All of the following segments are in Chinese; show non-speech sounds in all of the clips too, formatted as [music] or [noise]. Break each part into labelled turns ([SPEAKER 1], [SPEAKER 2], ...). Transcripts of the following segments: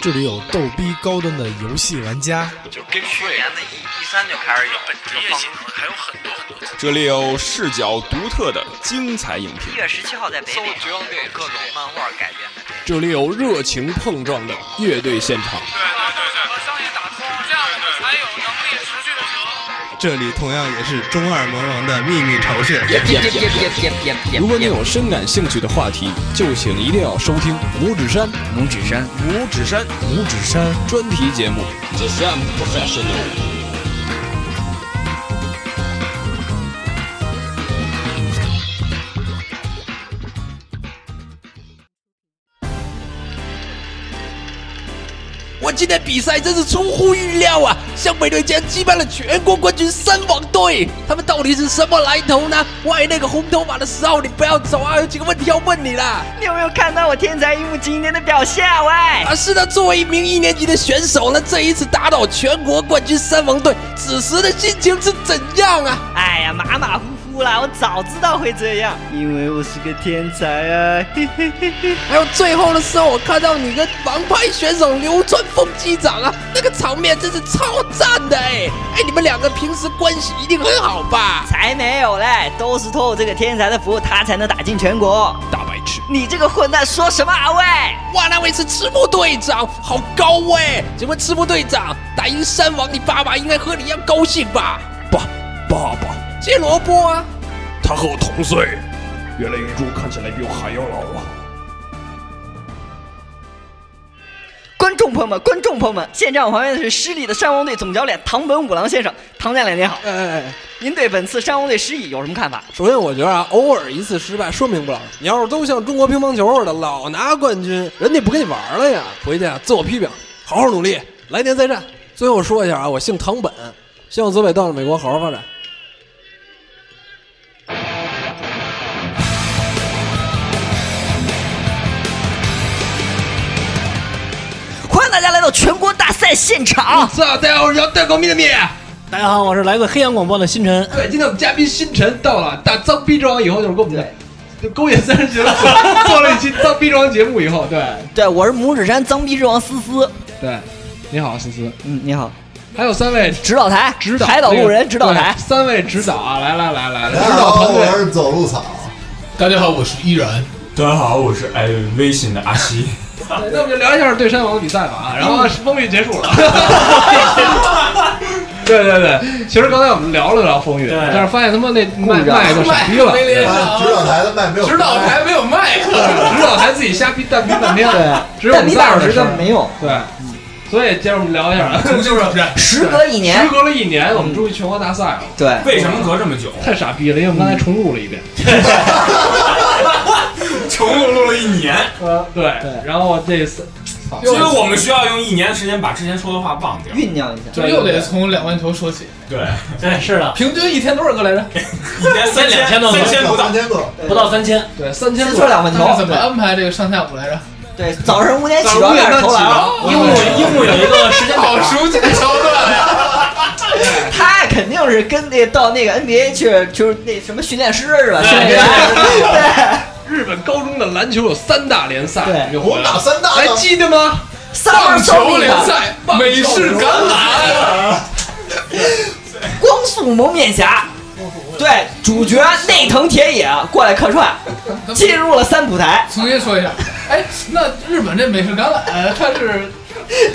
[SPEAKER 1] 这里有逗逼高端的游戏玩家，
[SPEAKER 2] 就跟
[SPEAKER 3] 去
[SPEAKER 2] 睡
[SPEAKER 3] 年的一一三就开始有
[SPEAKER 2] 本职业写手还有很多很多。
[SPEAKER 4] 这里有视角独特的精彩影
[SPEAKER 3] 一
[SPEAKER 4] 评，
[SPEAKER 3] 月十七号在北美啊
[SPEAKER 2] 绝望电影
[SPEAKER 3] 各种漫画改编的电
[SPEAKER 5] 这里有热情碰撞的乐队现场，
[SPEAKER 2] 对对对对，把商业打通，这样我们才有能力持续的行。
[SPEAKER 6] 这里同样也是中二魔王的秘密巢穴。
[SPEAKER 5] 如果你有深感兴趣的话题，就请一定要收听拇指山
[SPEAKER 3] 影。拇指山，
[SPEAKER 4] 五指山
[SPEAKER 1] 五指山。
[SPEAKER 5] 专题节目。
[SPEAKER 7] 我今天比赛真是出乎预料啊！湘北队竟然击败了全国冠军三网队，他们到底是什么来头呢？喂，那个红头发的十号，你不要走啊！有几个问题要问你啦！
[SPEAKER 8] 你有没有看到我天才一木今天的表现啊？喂，
[SPEAKER 7] 啊，是的，作为一名一年级的选手呢，这一次打倒全国冠军三网队，此时的心情是怎样啊？
[SPEAKER 8] 哎呀，马马虎虎啦，我早知道会这样，因为我是个天才啊！嘿嘿嘿嘿。
[SPEAKER 7] 还有最后的时候，我看到你跟王牌选手流川枫击掌啊，那个场面真是超赞的哎！哎，你们两个平时关系一定很好吧？
[SPEAKER 8] 才没有嘞，都是托我这个天才的福，他才能打进全国。
[SPEAKER 5] 大白痴，
[SPEAKER 8] 你这个混蛋说什么啊？喂，
[SPEAKER 7] 哇，那位是赤木队长，好高哎！请问赤木队长打赢山王，你爸爸应该和你一样高兴吧？
[SPEAKER 5] 爸，爸爸，
[SPEAKER 7] 切萝卜啊！
[SPEAKER 5] 他和我同岁，原来雨珠看起来比我还要老啊！
[SPEAKER 8] 观众朋友们，观众朋友们，现在我旁边的是失利的山王队总教练唐本五郎先生，唐教练您好，
[SPEAKER 2] 呃
[SPEAKER 9] 哎哎，哎，
[SPEAKER 8] 您对本次山王队失意有什么看法？
[SPEAKER 9] 首先我觉得啊，偶尔一次失败说明不了什么。你要是都像中国乒乓球似的老拿冠军，人家不跟你玩了呀。回去啊，自我批评，好好努力，来年再战。最后说一下啊，我姓唐本，希望泽北到了美国好好发展。
[SPEAKER 8] 欢迎大家来到全国大赛现场。
[SPEAKER 9] 嗯
[SPEAKER 7] 这大家好，我是带狗咪的咪。
[SPEAKER 10] 大家好，我是来自黑暗广播的星辰。
[SPEAKER 9] 对，今天我们嘉宾星辰到了，打脏逼装以后就是跟我们的。就勾引三十九了，做了一期脏逼装节目以后，对
[SPEAKER 8] 对，我是拇指山脏逼之王思思。
[SPEAKER 9] 对，你好思思，
[SPEAKER 8] 嗯，你好，
[SPEAKER 9] 还有三位
[SPEAKER 8] 指导台，
[SPEAKER 9] 指导
[SPEAKER 8] 海岛路人，指导台
[SPEAKER 9] 对。三位指导啊，来来来来来，
[SPEAKER 11] 大
[SPEAKER 9] 指
[SPEAKER 11] 家
[SPEAKER 6] [laughs]
[SPEAKER 9] 导
[SPEAKER 11] 好，
[SPEAKER 9] 团队
[SPEAKER 11] 我是走路草。
[SPEAKER 2] 大家好，我是依然。
[SPEAKER 4] 大家好，我是爱微信的阿西。
[SPEAKER 9] 对那我们就聊一下对山王的比赛吧啊，然后风雨结束了。对对对，其实刚才我们聊了聊风雨，
[SPEAKER 4] 对
[SPEAKER 9] 但是发现他妈那麦麦都傻逼了，
[SPEAKER 11] 啊指导台的麦没有开，
[SPEAKER 9] 没有麦克，指导台自己瞎逼蛋逼半天，只有我们仨人的事儿。
[SPEAKER 8] 有。嗯
[SPEAKER 9] 对，所以今儿我们聊一
[SPEAKER 8] [laughs]
[SPEAKER 9] 下，就是
[SPEAKER 8] 时隔一年
[SPEAKER 9] 时，隔了一年，我们终于全国大赛了，
[SPEAKER 8] 对，
[SPEAKER 4] 为什么隔这么久？
[SPEAKER 9] 太傻逼了，因为我们刚才重录了一遍。
[SPEAKER 4] [laughs] 重录录了一年，
[SPEAKER 9] 呃，对，然后这次
[SPEAKER 4] 所以我们需要用一年的时间把之前说的话忘掉。
[SPEAKER 8] 酝酿一下。
[SPEAKER 9] 就又得
[SPEAKER 2] 从两万头说起，
[SPEAKER 4] 对，
[SPEAKER 10] 对，是的，
[SPEAKER 9] 平均一天多少个来着？
[SPEAKER 4] [laughs] 一年三
[SPEAKER 10] 两千
[SPEAKER 4] 千
[SPEAKER 10] 都没有
[SPEAKER 4] 三千不到
[SPEAKER 11] 三。千个，
[SPEAKER 10] 不到三千。
[SPEAKER 9] 对，三千
[SPEAKER 8] 先
[SPEAKER 9] 多
[SPEAKER 8] 说。两万头，
[SPEAKER 2] 安排这个上下午来着？
[SPEAKER 8] 对，早晨五点起床开始投篮，
[SPEAKER 4] 哦
[SPEAKER 10] 樱木，樱木有一个时间表，
[SPEAKER 2] 熟悉的桥段呀！
[SPEAKER 8] 他肯定是跟那到那个 NBA 去，就是那什么训练师是吧？
[SPEAKER 10] 对
[SPEAKER 8] 训练员，对，
[SPEAKER 9] 日本高中的篮球有三大联赛，
[SPEAKER 8] 对
[SPEAKER 9] 你就
[SPEAKER 11] 我
[SPEAKER 9] 回
[SPEAKER 11] 们
[SPEAKER 9] 来
[SPEAKER 11] 打三大
[SPEAKER 9] 还
[SPEAKER 11] 呢，
[SPEAKER 9] 记得吗？
[SPEAKER 8] 三分球里的
[SPEAKER 9] 赛、美式橄榄，
[SPEAKER 8] 光速蒙面侠，对，主角内藤铁也过来客串，进入了三浦台。
[SPEAKER 2] 重新说一下，哎，那日本这美式橄榄，它是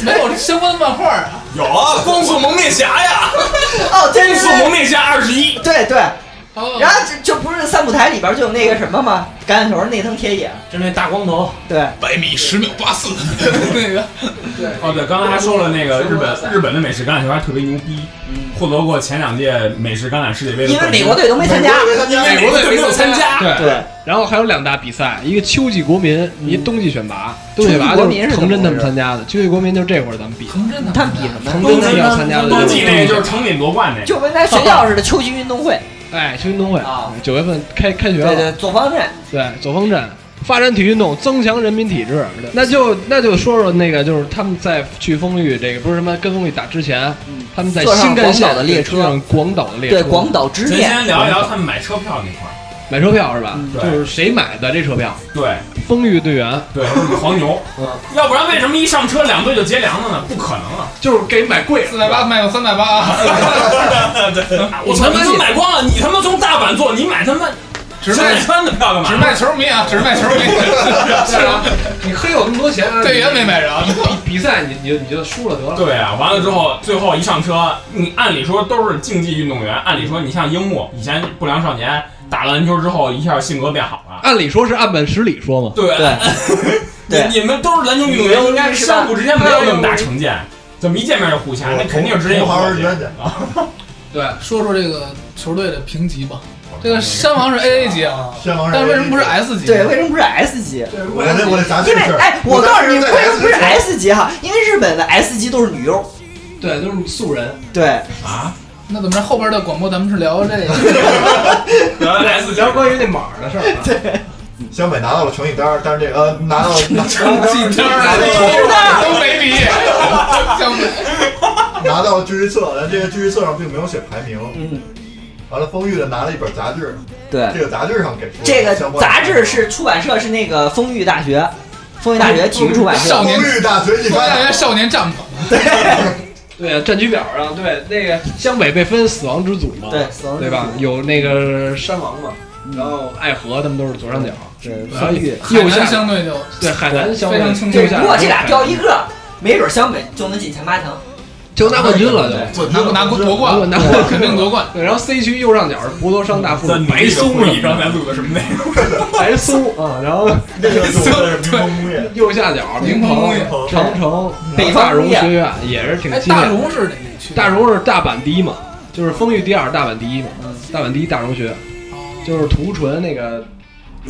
[SPEAKER 2] 没有相关的漫画啊？
[SPEAKER 4] 有啊，光速蒙面侠呀，
[SPEAKER 8] 哦，对
[SPEAKER 4] 光
[SPEAKER 8] 对
[SPEAKER 4] 速蒙面侠二十一。
[SPEAKER 8] 对对，
[SPEAKER 2] 哦
[SPEAKER 8] 然后这这不是三浦台里边就有那个什么吗？橄榄球内藤铁也，
[SPEAKER 10] 就那大光头，
[SPEAKER 8] 对，
[SPEAKER 2] 百米十秒八四那个，
[SPEAKER 4] [laughs] 哦，对，刚才还说了那个日本日本的美式橄榄球还特别牛逼，获得过前两届美式橄榄世界杯的
[SPEAKER 8] 因为
[SPEAKER 4] 冠
[SPEAKER 8] 美
[SPEAKER 4] 军。
[SPEAKER 8] 国队都没参加，
[SPEAKER 11] 没参加，
[SPEAKER 4] 美国队没有参加，
[SPEAKER 9] 对
[SPEAKER 8] 对，
[SPEAKER 9] 然后还有两大比赛，一个秋季国民，一冬季选拔。冬季选拔
[SPEAKER 8] 秋季国
[SPEAKER 9] 就
[SPEAKER 8] 民是
[SPEAKER 9] 藤真
[SPEAKER 8] 怎
[SPEAKER 9] 他们
[SPEAKER 8] 么回事
[SPEAKER 9] 参加的，秋季国民就是这会儿咱们比的。
[SPEAKER 8] 他们比什么呀？
[SPEAKER 9] 藤
[SPEAKER 4] 冬
[SPEAKER 9] 真他
[SPEAKER 4] 季
[SPEAKER 9] 们要参加的
[SPEAKER 4] 冬季那个就是
[SPEAKER 9] 是
[SPEAKER 4] 成品夺冠那个。
[SPEAKER 8] 就跟咱学校似的秋季运动会，
[SPEAKER 9] 哎秋运动会
[SPEAKER 8] 啊，
[SPEAKER 9] 九月份开开学
[SPEAKER 8] 对对，
[SPEAKER 9] 了，
[SPEAKER 8] 左方阵，
[SPEAKER 9] 对左方阵。发展体育运动，增强人民体质。那就那就说说那个，就是他们在去风雨这个不是什么跟风雨打之前，他们在
[SPEAKER 8] 嗯坐上
[SPEAKER 9] 新干线
[SPEAKER 8] 广岛的列车
[SPEAKER 9] 坐上广岛的列车，
[SPEAKER 8] 对广岛之
[SPEAKER 4] 咱
[SPEAKER 8] 恋，
[SPEAKER 4] 先聊一聊他们买车票那块儿。
[SPEAKER 9] 买车票是吧？
[SPEAKER 8] 嗯
[SPEAKER 9] 就是谁买的这车票？
[SPEAKER 4] 对，
[SPEAKER 5] 丰裕队员，
[SPEAKER 4] 对，黄牛，
[SPEAKER 5] 嗯，
[SPEAKER 4] [laughs] 要不然为什么一上车两队就结粮了呢？不可能啊！ [laughs] 就是给买贵了，四
[SPEAKER 2] 百八卖到三百八，
[SPEAKER 4] 对，我他妈都买光了，你他妈从大阪坐，你买他妈
[SPEAKER 2] 只卖
[SPEAKER 4] 川的票干嘛？
[SPEAKER 2] 只卖球迷啊，只卖球迷，
[SPEAKER 9] 是啊，你黑我那么多钱，
[SPEAKER 2] 队员没买着，
[SPEAKER 9] 比赛你你就你就输了得了。
[SPEAKER 4] 对啊，完了之后，最后一上车，你按理说都是竞技运动员，按理说你像樱木以前不良少年打了篮球之后，一下性格变好了。
[SPEAKER 5] 按理说是按本十里说嘛。
[SPEAKER 4] 对对 [laughs] 你你们都是篮球运动员，应该是相互之间没有那么大成见，怎么一见面就互掐？那肯定之间有
[SPEAKER 6] 同行
[SPEAKER 4] 过
[SPEAKER 6] 之
[SPEAKER 4] 节
[SPEAKER 6] 间的
[SPEAKER 4] 啊。
[SPEAKER 2] 对，说说这个球队的评级吧。这个山王是 A A 级啊，
[SPEAKER 6] 山
[SPEAKER 9] 嗯
[SPEAKER 6] 王是 AA 级
[SPEAKER 2] 但为什么不是 S 级？啊
[SPEAKER 8] 对，为什么不是 S 级？
[SPEAKER 6] 我得我得查这
[SPEAKER 8] 因为
[SPEAKER 6] 事儿
[SPEAKER 8] 哎，我告诉你，
[SPEAKER 6] 我当时在
[SPEAKER 8] 为什么不是
[SPEAKER 6] S
[SPEAKER 8] S 级哈？因为日本的 S 级都是女优，
[SPEAKER 9] 对，都是素人。
[SPEAKER 8] 对
[SPEAKER 4] 啊，
[SPEAKER 2] 那怎么着？后边的广播咱们是聊这个，
[SPEAKER 4] 呃
[SPEAKER 8] [laughs]
[SPEAKER 9] 聊关于那码儿的啊事儿。
[SPEAKER 6] 对，小美拿到了成绩单，但是这个呃拿到拿成绩单
[SPEAKER 2] 都没毕业，江北
[SPEAKER 6] 拿到了聚集册，但这个聚集册上并没有写排名。嗯，完了，丰裕的拿了一本杂志，
[SPEAKER 8] 对
[SPEAKER 6] 这个杂志上给出了
[SPEAKER 8] 这个
[SPEAKER 6] 相关的
[SPEAKER 8] 杂志是出版社是那个丰裕大学，丰裕大学体育出版社，
[SPEAKER 2] 少年丰裕大学
[SPEAKER 9] 少
[SPEAKER 2] 年战
[SPEAKER 9] 捧。对啊，战局表上对那个湘北被分死亡之组嘛，
[SPEAKER 8] 对死亡之
[SPEAKER 9] 对
[SPEAKER 8] 组
[SPEAKER 9] 吧？有那个山王嘛，然后爱河他们都是左上角，对
[SPEAKER 8] 丰裕
[SPEAKER 9] 右
[SPEAKER 8] 海
[SPEAKER 9] 下
[SPEAKER 8] 南相对就
[SPEAKER 9] 对海南相
[SPEAKER 8] 非常清楚
[SPEAKER 9] 右下
[SPEAKER 8] 如果这俩掉一个，没准湘北就能进前八强。
[SPEAKER 9] 就拿冠军了，就
[SPEAKER 8] 对拿
[SPEAKER 2] 拿
[SPEAKER 9] 冠
[SPEAKER 2] 夺冠
[SPEAKER 9] 拿冠啊肯定夺冠。对，然后 C 区右上角是博多商大附
[SPEAKER 4] 那你
[SPEAKER 9] 白
[SPEAKER 4] 这个
[SPEAKER 9] 松
[SPEAKER 4] 会议
[SPEAKER 9] 什
[SPEAKER 4] 刚才
[SPEAKER 9] 么
[SPEAKER 4] 录的什么内容？
[SPEAKER 9] 的，白松啊，然后
[SPEAKER 6] 那个是我的民工工
[SPEAKER 9] [laughs]
[SPEAKER 6] 业，
[SPEAKER 9] 右下角
[SPEAKER 4] 嗯
[SPEAKER 6] 民工工业
[SPEAKER 9] 鹏长城
[SPEAKER 6] 北
[SPEAKER 9] 大
[SPEAKER 6] 方工
[SPEAKER 9] 荣
[SPEAKER 6] 业
[SPEAKER 9] 学院也是挺
[SPEAKER 6] 哎
[SPEAKER 9] 激烈的。
[SPEAKER 6] 大荣是
[SPEAKER 2] 哪一区？
[SPEAKER 9] 大荣是大阪第一嘛，就是丰裕第二，大阪第一嘛，大阪第一大荣学院，就是涂纯那个。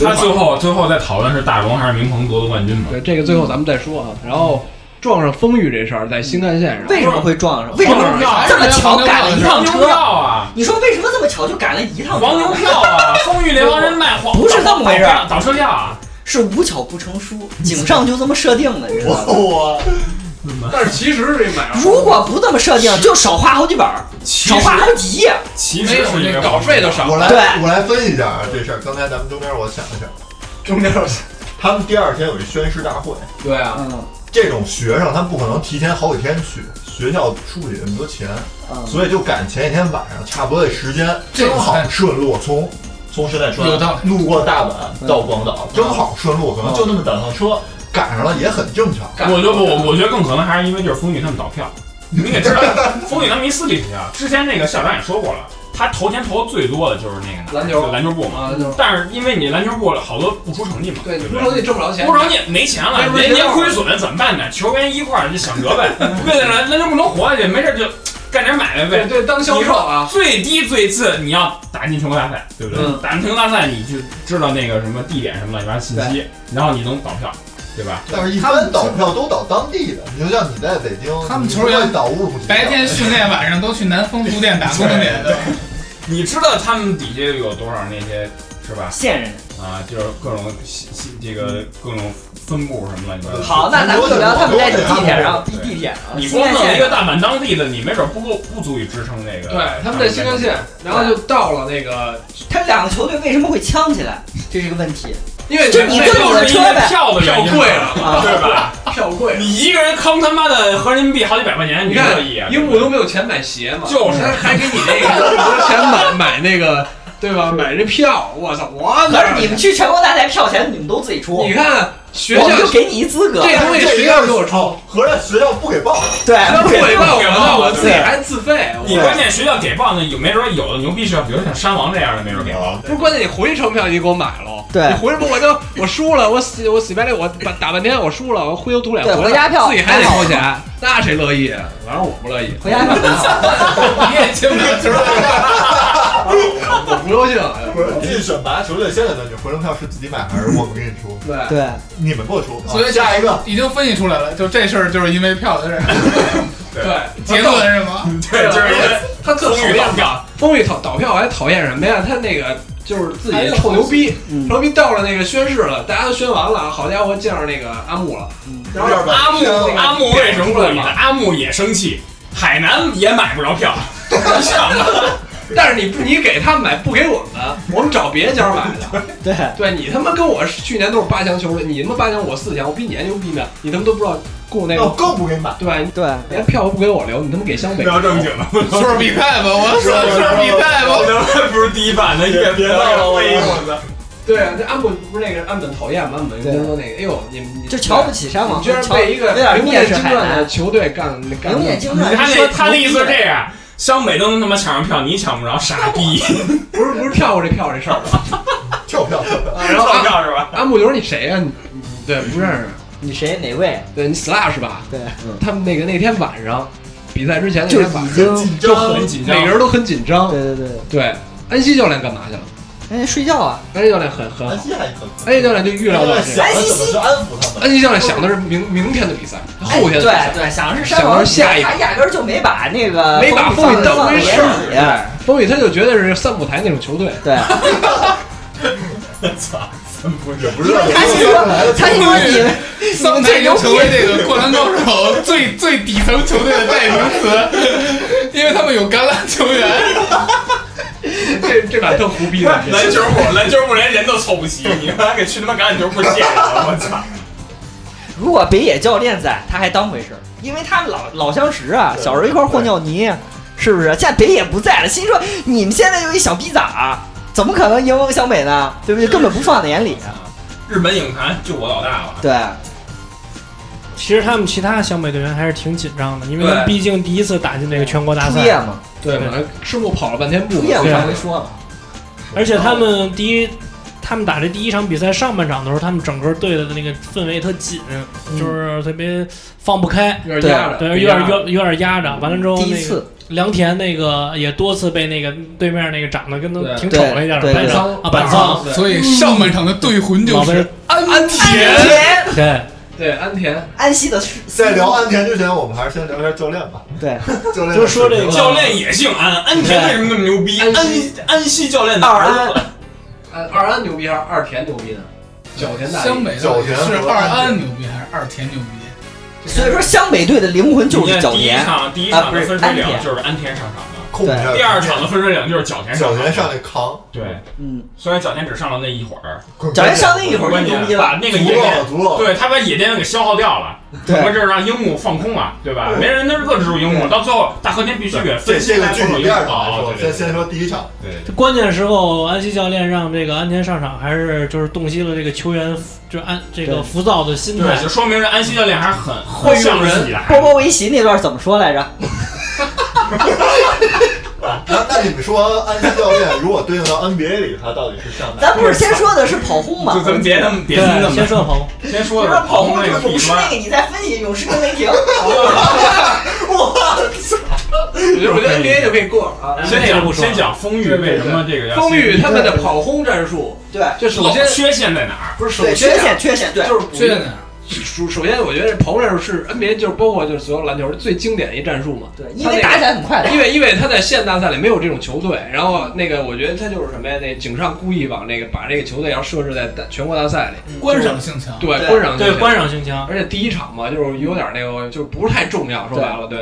[SPEAKER 4] 他最后最后在讨论是大荣还是明鹏夺得冠军嘛？
[SPEAKER 9] 对这个最后咱们再说啊。然后撞上丰裕这事儿在新干线上，
[SPEAKER 8] 为什么会撞上为什么
[SPEAKER 4] 啊
[SPEAKER 8] 这么巧赶了一趟车？你说为什么这么巧就赶了一趟车？
[SPEAKER 4] 黄牛票啊丰裕那帮人卖黄
[SPEAKER 8] 不是这么回事儿，
[SPEAKER 4] 倒车票啊，
[SPEAKER 8] 是无巧不成书，井上就这么设定的，你知道吗？
[SPEAKER 9] 但是其实这买
[SPEAKER 8] 如果不这么设定，就少花好几本儿，少花好几页。
[SPEAKER 4] 其
[SPEAKER 6] 实是因为稿费
[SPEAKER 9] 都
[SPEAKER 6] 我来
[SPEAKER 8] 对，
[SPEAKER 6] 我来分析一下啊这事儿。刚才咱们中间我想了想，
[SPEAKER 9] 中间
[SPEAKER 6] 他们第二天有一宣誓大会，
[SPEAKER 9] 对啊，
[SPEAKER 8] 嗯
[SPEAKER 6] 这种学生他不可能提前好几天去，学校出不起那么多钱，
[SPEAKER 8] 嗯
[SPEAKER 6] 所以就赶前一天晚上，差不多这时间正好顺路从。从神奈川
[SPEAKER 2] 有道
[SPEAKER 6] 路过大阪到广岛，正好顺路，可能就那么两趟车赶上了，也很正常。
[SPEAKER 4] 我觉得我我觉得更可能还是因为就是风雨他们倒票，你们也知道，风雨他们一私立学校，之前那个校长也说过了。他投钱投的最多的就是那个篮球篮球部
[SPEAKER 9] 啊
[SPEAKER 4] 嘛，但是因为你篮球部好多不出成绩嘛，对不对，
[SPEAKER 9] 不出成绩挣不着钱
[SPEAKER 4] 不出成绩没钱了，
[SPEAKER 9] 没
[SPEAKER 4] 年年
[SPEAKER 9] 没钱
[SPEAKER 4] 亏损怎么办呢？球员一块儿就想辙
[SPEAKER 9] [laughs]
[SPEAKER 4] 呗，为了篮篮球部能活下去，没事就干点买卖呗，
[SPEAKER 9] 对对当销售啊
[SPEAKER 4] 你说最低最次你要打进全国大赛，对不对？
[SPEAKER 9] 嗯
[SPEAKER 4] 打进全国大赛你就知道那个什么地点什么乱七八糟信息，然后你能倒票，对吧？
[SPEAKER 6] 但是一般倒票都倒当地的，你就像你在北京，
[SPEAKER 2] 他们
[SPEAKER 6] 你
[SPEAKER 2] 球员
[SPEAKER 6] 不会倒物浦机场
[SPEAKER 2] 白天训练，晚上都去南丰书店打工去的。
[SPEAKER 4] [laughs] 你知道他们底下有多少那些是吧？
[SPEAKER 8] 线人
[SPEAKER 4] 啊，就是各种西西这个各种分布什么乱七八糟。
[SPEAKER 8] 好那咱们就聊他们在地铁上地地铁啊上
[SPEAKER 4] 你光弄一个大阪当地的，你没准不够不足以支撑那个。
[SPEAKER 9] 对，他们在新干线，然后就到了那个，
[SPEAKER 8] 他们两个球队为什么会呛起来？这是个问题。
[SPEAKER 9] 因为
[SPEAKER 8] 就你跟我的车呗，
[SPEAKER 4] 票的原因嘛
[SPEAKER 9] 票贵了
[SPEAKER 4] [laughs] 对吧？
[SPEAKER 9] 票贵，
[SPEAKER 4] 你一个人扛他妈的合人民币好几百块钱，
[SPEAKER 9] 你
[SPEAKER 4] 你
[SPEAKER 9] 看
[SPEAKER 4] 乐意啊？
[SPEAKER 9] 樱木都没有钱买鞋嘛，
[SPEAKER 4] 就是
[SPEAKER 9] 他还给你那
[SPEAKER 8] [laughs]
[SPEAKER 9] 个多少钱买买那个，对吧？买这票，我操，我哪
[SPEAKER 8] 可是你们去全国大赛票钱你们都自己出，
[SPEAKER 9] 你看学
[SPEAKER 8] 我
[SPEAKER 9] 校
[SPEAKER 8] 们就给你一资格，
[SPEAKER 9] 这东西学校给我出，
[SPEAKER 6] 合着学校不给报，
[SPEAKER 8] 对
[SPEAKER 9] 学校不给报，
[SPEAKER 4] 给
[SPEAKER 9] 我
[SPEAKER 4] 报
[SPEAKER 9] 我自己还自费，
[SPEAKER 4] 你关键学校给报呢，有没准有的牛逼学校，比如像山王这样的，没准给报。
[SPEAKER 9] 不是关键，你回程票你给我买了，
[SPEAKER 4] 对
[SPEAKER 9] 你回程我就我输了，我死我死白赖，我打打半天我输了，我灰头土脸
[SPEAKER 8] 对
[SPEAKER 9] 来
[SPEAKER 8] 回家票
[SPEAKER 9] 自己还得
[SPEAKER 8] 还好
[SPEAKER 9] 掏钱，那谁乐意？啊？反正我不乐意，
[SPEAKER 8] 回家票还
[SPEAKER 9] [laughs]
[SPEAKER 8] 好
[SPEAKER 9] 你也进不了球，我不高兴。
[SPEAKER 6] 不是进选拔球队先得问你回程票是自己买还是我们给你出？
[SPEAKER 9] 对
[SPEAKER 8] [laughs] 对，
[SPEAKER 6] 你们给我出。啊
[SPEAKER 2] 所以
[SPEAKER 6] 下一个
[SPEAKER 2] 已经分析出来了，就这事儿就是因为票的事儿。
[SPEAKER 9] 对，
[SPEAKER 2] 结论是吗？
[SPEAKER 4] [laughs] [laughs] 对就是因
[SPEAKER 9] [laughs]
[SPEAKER 4] 为
[SPEAKER 9] 他特讨
[SPEAKER 4] 风雨
[SPEAKER 9] 厌
[SPEAKER 4] 倒票，
[SPEAKER 9] 风雨倒倒票还讨厌什么呀？他那个就是自己臭牛逼，
[SPEAKER 8] 嗯
[SPEAKER 9] 臭牛逼到了那个宣誓了，大家都宣完了，好家伙见着那个阿木了，然后
[SPEAKER 4] 阿木
[SPEAKER 6] 啊
[SPEAKER 4] 阿木为什么不理
[SPEAKER 9] 嘛？
[SPEAKER 4] [laughs] 他？阿木也生气，海南也买不着票。你想吧，
[SPEAKER 9] 但是你不你给他们买，不给我们，我们找别家买的。
[SPEAKER 8] [laughs] 对
[SPEAKER 9] 对，你他妈跟我是去年都是八强球队，你他妈八强，我四强，我比你还牛逼呢，你他妈都不知道够那个，
[SPEAKER 8] 哦
[SPEAKER 6] 哦更不给买。
[SPEAKER 9] 对
[SPEAKER 8] 对，
[SPEAKER 9] 连票都不给我留，你他妈给湘北。
[SPEAKER 4] 聊正经了，
[SPEAKER 9] 说说比赛吧我
[SPEAKER 4] 说
[SPEAKER 9] 说
[SPEAKER 4] 说
[SPEAKER 9] 说比赛吧
[SPEAKER 4] 吧，不是第一版的，也别闹了，我操！
[SPEAKER 9] 对啊，这安本不是那个安本讨厌吗？安本就说那个，哎呦，你们你
[SPEAKER 8] 就瞧不起山王
[SPEAKER 9] 你居然被一个
[SPEAKER 8] 有点
[SPEAKER 9] 名不见
[SPEAKER 8] 蔑视
[SPEAKER 9] 经
[SPEAKER 8] 海
[SPEAKER 9] 传的
[SPEAKER 8] 南
[SPEAKER 9] 球队干干那么。
[SPEAKER 8] 名不见经传
[SPEAKER 4] 他那他的意思是这样，湘北都能他妈抢上票，你抢不着，傻 [laughs] 逼！
[SPEAKER 9] 不是不是票这票这事儿吧？
[SPEAKER 6] 跳票，
[SPEAKER 9] 然后
[SPEAKER 4] 跳票是吧？
[SPEAKER 9] 安木就说你谁啊呀、你你对，不认识。
[SPEAKER 8] 你谁哪位？
[SPEAKER 9] 对你 Slash 吧？
[SPEAKER 8] 对，嗯
[SPEAKER 9] 他们那个那天晚上比赛之前那
[SPEAKER 8] 就
[SPEAKER 9] 天晚
[SPEAKER 8] 已
[SPEAKER 9] 上
[SPEAKER 8] 经
[SPEAKER 9] 就很紧张，每个人都很紧张。
[SPEAKER 8] 对对对
[SPEAKER 9] 对，安西教练干嘛去了？
[SPEAKER 8] 人家睡觉啊。
[SPEAKER 9] 安西教练很很好，安
[SPEAKER 6] 西还很，
[SPEAKER 9] 安西教练就预料到这个。
[SPEAKER 6] 安西怎么去安抚他们？
[SPEAKER 9] 安西教练想的是明明天的比赛，后天的比
[SPEAKER 8] 哎对
[SPEAKER 9] 赛
[SPEAKER 8] 对，想的是山
[SPEAKER 9] 想
[SPEAKER 8] 王
[SPEAKER 9] 的是下一
[SPEAKER 8] 他压根儿就没把那个
[SPEAKER 9] 没把
[SPEAKER 8] 风
[SPEAKER 9] 风雨当回事
[SPEAKER 8] 放在眼里
[SPEAKER 9] 儿，风雨他就觉得是三舞台那种球队。
[SPEAKER 8] 对， [laughs]
[SPEAKER 4] [laughs]
[SPEAKER 6] 操，不也不
[SPEAKER 9] 是
[SPEAKER 8] 他
[SPEAKER 6] [laughs]
[SPEAKER 8] 心说，他心说你们你
[SPEAKER 2] 桑
[SPEAKER 8] 们
[SPEAKER 2] 台
[SPEAKER 8] 最
[SPEAKER 2] 已
[SPEAKER 8] 牛逼
[SPEAKER 2] 经成为这个灌篮高手最最底层球队的代名词，因为他们有橄榄球员。
[SPEAKER 9] 这这把特胡逼的
[SPEAKER 4] 篮球部，篮球部连人都凑不齐，你他妈给去他妈橄榄球部借了，我操！
[SPEAKER 8] 如果北野教练在，他还当回事儿，因为他老老相识啊，小时候一块儿和尿泥，是不是？现在北野不在了，心说你们现在就一小逼崽儿，怎么可能赢湘北呢？对不对？根本不放在眼里。啊
[SPEAKER 4] 日本影坛就我老大了。
[SPEAKER 8] 对，
[SPEAKER 12] 其实他们其他湘北队员还是挺紧张的，因为他们
[SPEAKER 9] 对
[SPEAKER 12] 毕竟第一次打进这个全国大赛。
[SPEAKER 9] 初夜嘛对本来赤木跑了半天步初夜我上回
[SPEAKER 8] 说了。
[SPEAKER 12] 而且他们第一，他们打这第一场比赛上半场的时候，他们整个队的那个氛围特紧，就是特别放不开，
[SPEAKER 9] 有点压着
[SPEAKER 12] 对，
[SPEAKER 9] 有
[SPEAKER 12] 有
[SPEAKER 9] 点
[SPEAKER 12] 点
[SPEAKER 9] 压着
[SPEAKER 12] 有有点压着。完了之后，
[SPEAKER 9] 第一
[SPEAKER 12] 那个
[SPEAKER 9] 次
[SPEAKER 12] 良田那个也多次被那个对面那个长得跟都
[SPEAKER 2] 对
[SPEAKER 12] 挺丑了一点
[SPEAKER 2] 对
[SPEAKER 12] 的
[SPEAKER 2] 对
[SPEAKER 12] 班长
[SPEAKER 2] 对
[SPEAKER 12] 啊板桑，
[SPEAKER 2] 所以上半场的队魂就
[SPEAKER 12] 老
[SPEAKER 2] 是
[SPEAKER 12] 被
[SPEAKER 2] 安
[SPEAKER 8] 田
[SPEAKER 12] 对
[SPEAKER 9] 对，安田，
[SPEAKER 8] 安西的
[SPEAKER 6] 在聊安田之前，我们还是先聊一下教练吧。
[SPEAKER 8] 对，
[SPEAKER 6] 教练
[SPEAKER 4] 就说这个 [laughs] 教练也姓安安田为什么那么牛逼？安安西教练的儿啊子，
[SPEAKER 9] 安呃二安牛逼还是二田牛逼呢？角田大力，
[SPEAKER 2] 湘北到底是二安牛逼还是二田牛逼？
[SPEAKER 8] 所以说湘北队的灵魂就是角
[SPEAKER 4] 第一
[SPEAKER 8] 田
[SPEAKER 4] 场第一
[SPEAKER 8] 啊，
[SPEAKER 4] 场
[SPEAKER 8] 不
[SPEAKER 4] 的
[SPEAKER 8] 是
[SPEAKER 4] 分水
[SPEAKER 8] 安
[SPEAKER 4] 岭
[SPEAKER 8] 田。
[SPEAKER 4] 就是安田上场
[SPEAKER 6] 控制一下
[SPEAKER 4] 的，第二场的分水岭就是角田
[SPEAKER 6] 呃角田上
[SPEAKER 4] 上
[SPEAKER 6] 来扛。
[SPEAKER 4] 对，
[SPEAKER 8] 嗯，
[SPEAKER 4] 虽然角田只上了那一会儿，
[SPEAKER 6] 角田上那一会儿就
[SPEAKER 4] 关键
[SPEAKER 6] 牛逼了
[SPEAKER 4] 把那个
[SPEAKER 6] 足
[SPEAKER 4] 野
[SPEAKER 6] 够了
[SPEAKER 4] 田
[SPEAKER 6] 足够了，
[SPEAKER 4] 对他把野田给消耗掉了，
[SPEAKER 6] 对
[SPEAKER 4] 整个阵让樱木放空了，对吧？
[SPEAKER 6] 对
[SPEAKER 4] 没人能遏制住樱木，到最后大和田必须给
[SPEAKER 6] 这
[SPEAKER 4] 分
[SPEAKER 6] 这
[SPEAKER 4] 析
[SPEAKER 6] 个
[SPEAKER 4] 来
[SPEAKER 6] 具
[SPEAKER 4] 防守
[SPEAKER 6] 体
[SPEAKER 4] 樱
[SPEAKER 6] 第
[SPEAKER 4] 木
[SPEAKER 6] 二场来
[SPEAKER 4] 哦
[SPEAKER 6] 说，
[SPEAKER 4] 对
[SPEAKER 6] 先先说第一场。
[SPEAKER 4] 对
[SPEAKER 12] 关键时候，安西教练让这个安田上场，还是就是洞悉了这个球员就安这个
[SPEAKER 8] 对
[SPEAKER 12] 浮躁的心态
[SPEAKER 13] 嗯
[SPEAKER 4] 对，，就说明这安西教练还是很
[SPEAKER 12] 会
[SPEAKER 4] 很向着自己的孩子
[SPEAKER 8] 波波维奇那段怎么说来着？
[SPEAKER 6] [laughs] 那那你们说安西教练如果对应到 NBA 里，他到底是上哪？
[SPEAKER 8] 咱不是先说的是跑轰吗？
[SPEAKER 6] 就咱们别那么别那么
[SPEAKER 12] 先说跑轰，
[SPEAKER 4] 先
[SPEAKER 8] 不
[SPEAKER 4] 说
[SPEAKER 8] 是
[SPEAKER 4] 的
[SPEAKER 8] 跑轰
[SPEAKER 4] 那
[SPEAKER 8] 就
[SPEAKER 4] 个
[SPEAKER 8] 是
[SPEAKER 4] 弊
[SPEAKER 8] 勇士
[SPEAKER 4] 端
[SPEAKER 8] 那个，你再分析勇士跟雷霆。
[SPEAKER 9] 我觉得我觉得 NBA 就可以过啊。
[SPEAKER 4] 先讲先讲丰裕为什么这个要
[SPEAKER 9] 风雨他们的跑轰战术，
[SPEAKER 8] 对，
[SPEAKER 9] 就首先
[SPEAKER 4] 老缺陷在哪儿？
[SPEAKER 9] 不是首先啊就是
[SPEAKER 4] 缺陷在哪儿？
[SPEAKER 9] 首首先，我觉得这跑轰战术是 NBA 就是包括就是所有篮球最经典的一战术嘛。对，
[SPEAKER 8] 因为打起来很快的
[SPEAKER 9] 因为因为他在县大赛里没有这种球队，然后那个我觉得他就是什么呀？那井上故意往那个把这个球队要设置在大全国大赛里，
[SPEAKER 2] 观赏嗯性强
[SPEAKER 9] 对
[SPEAKER 2] 对
[SPEAKER 9] 观赏
[SPEAKER 2] 对观赏
[SPEAKER 12] 性强，
[SPEAKER 9] 而且第一场嘛，就是有点那个就不是太重要，说白了，对。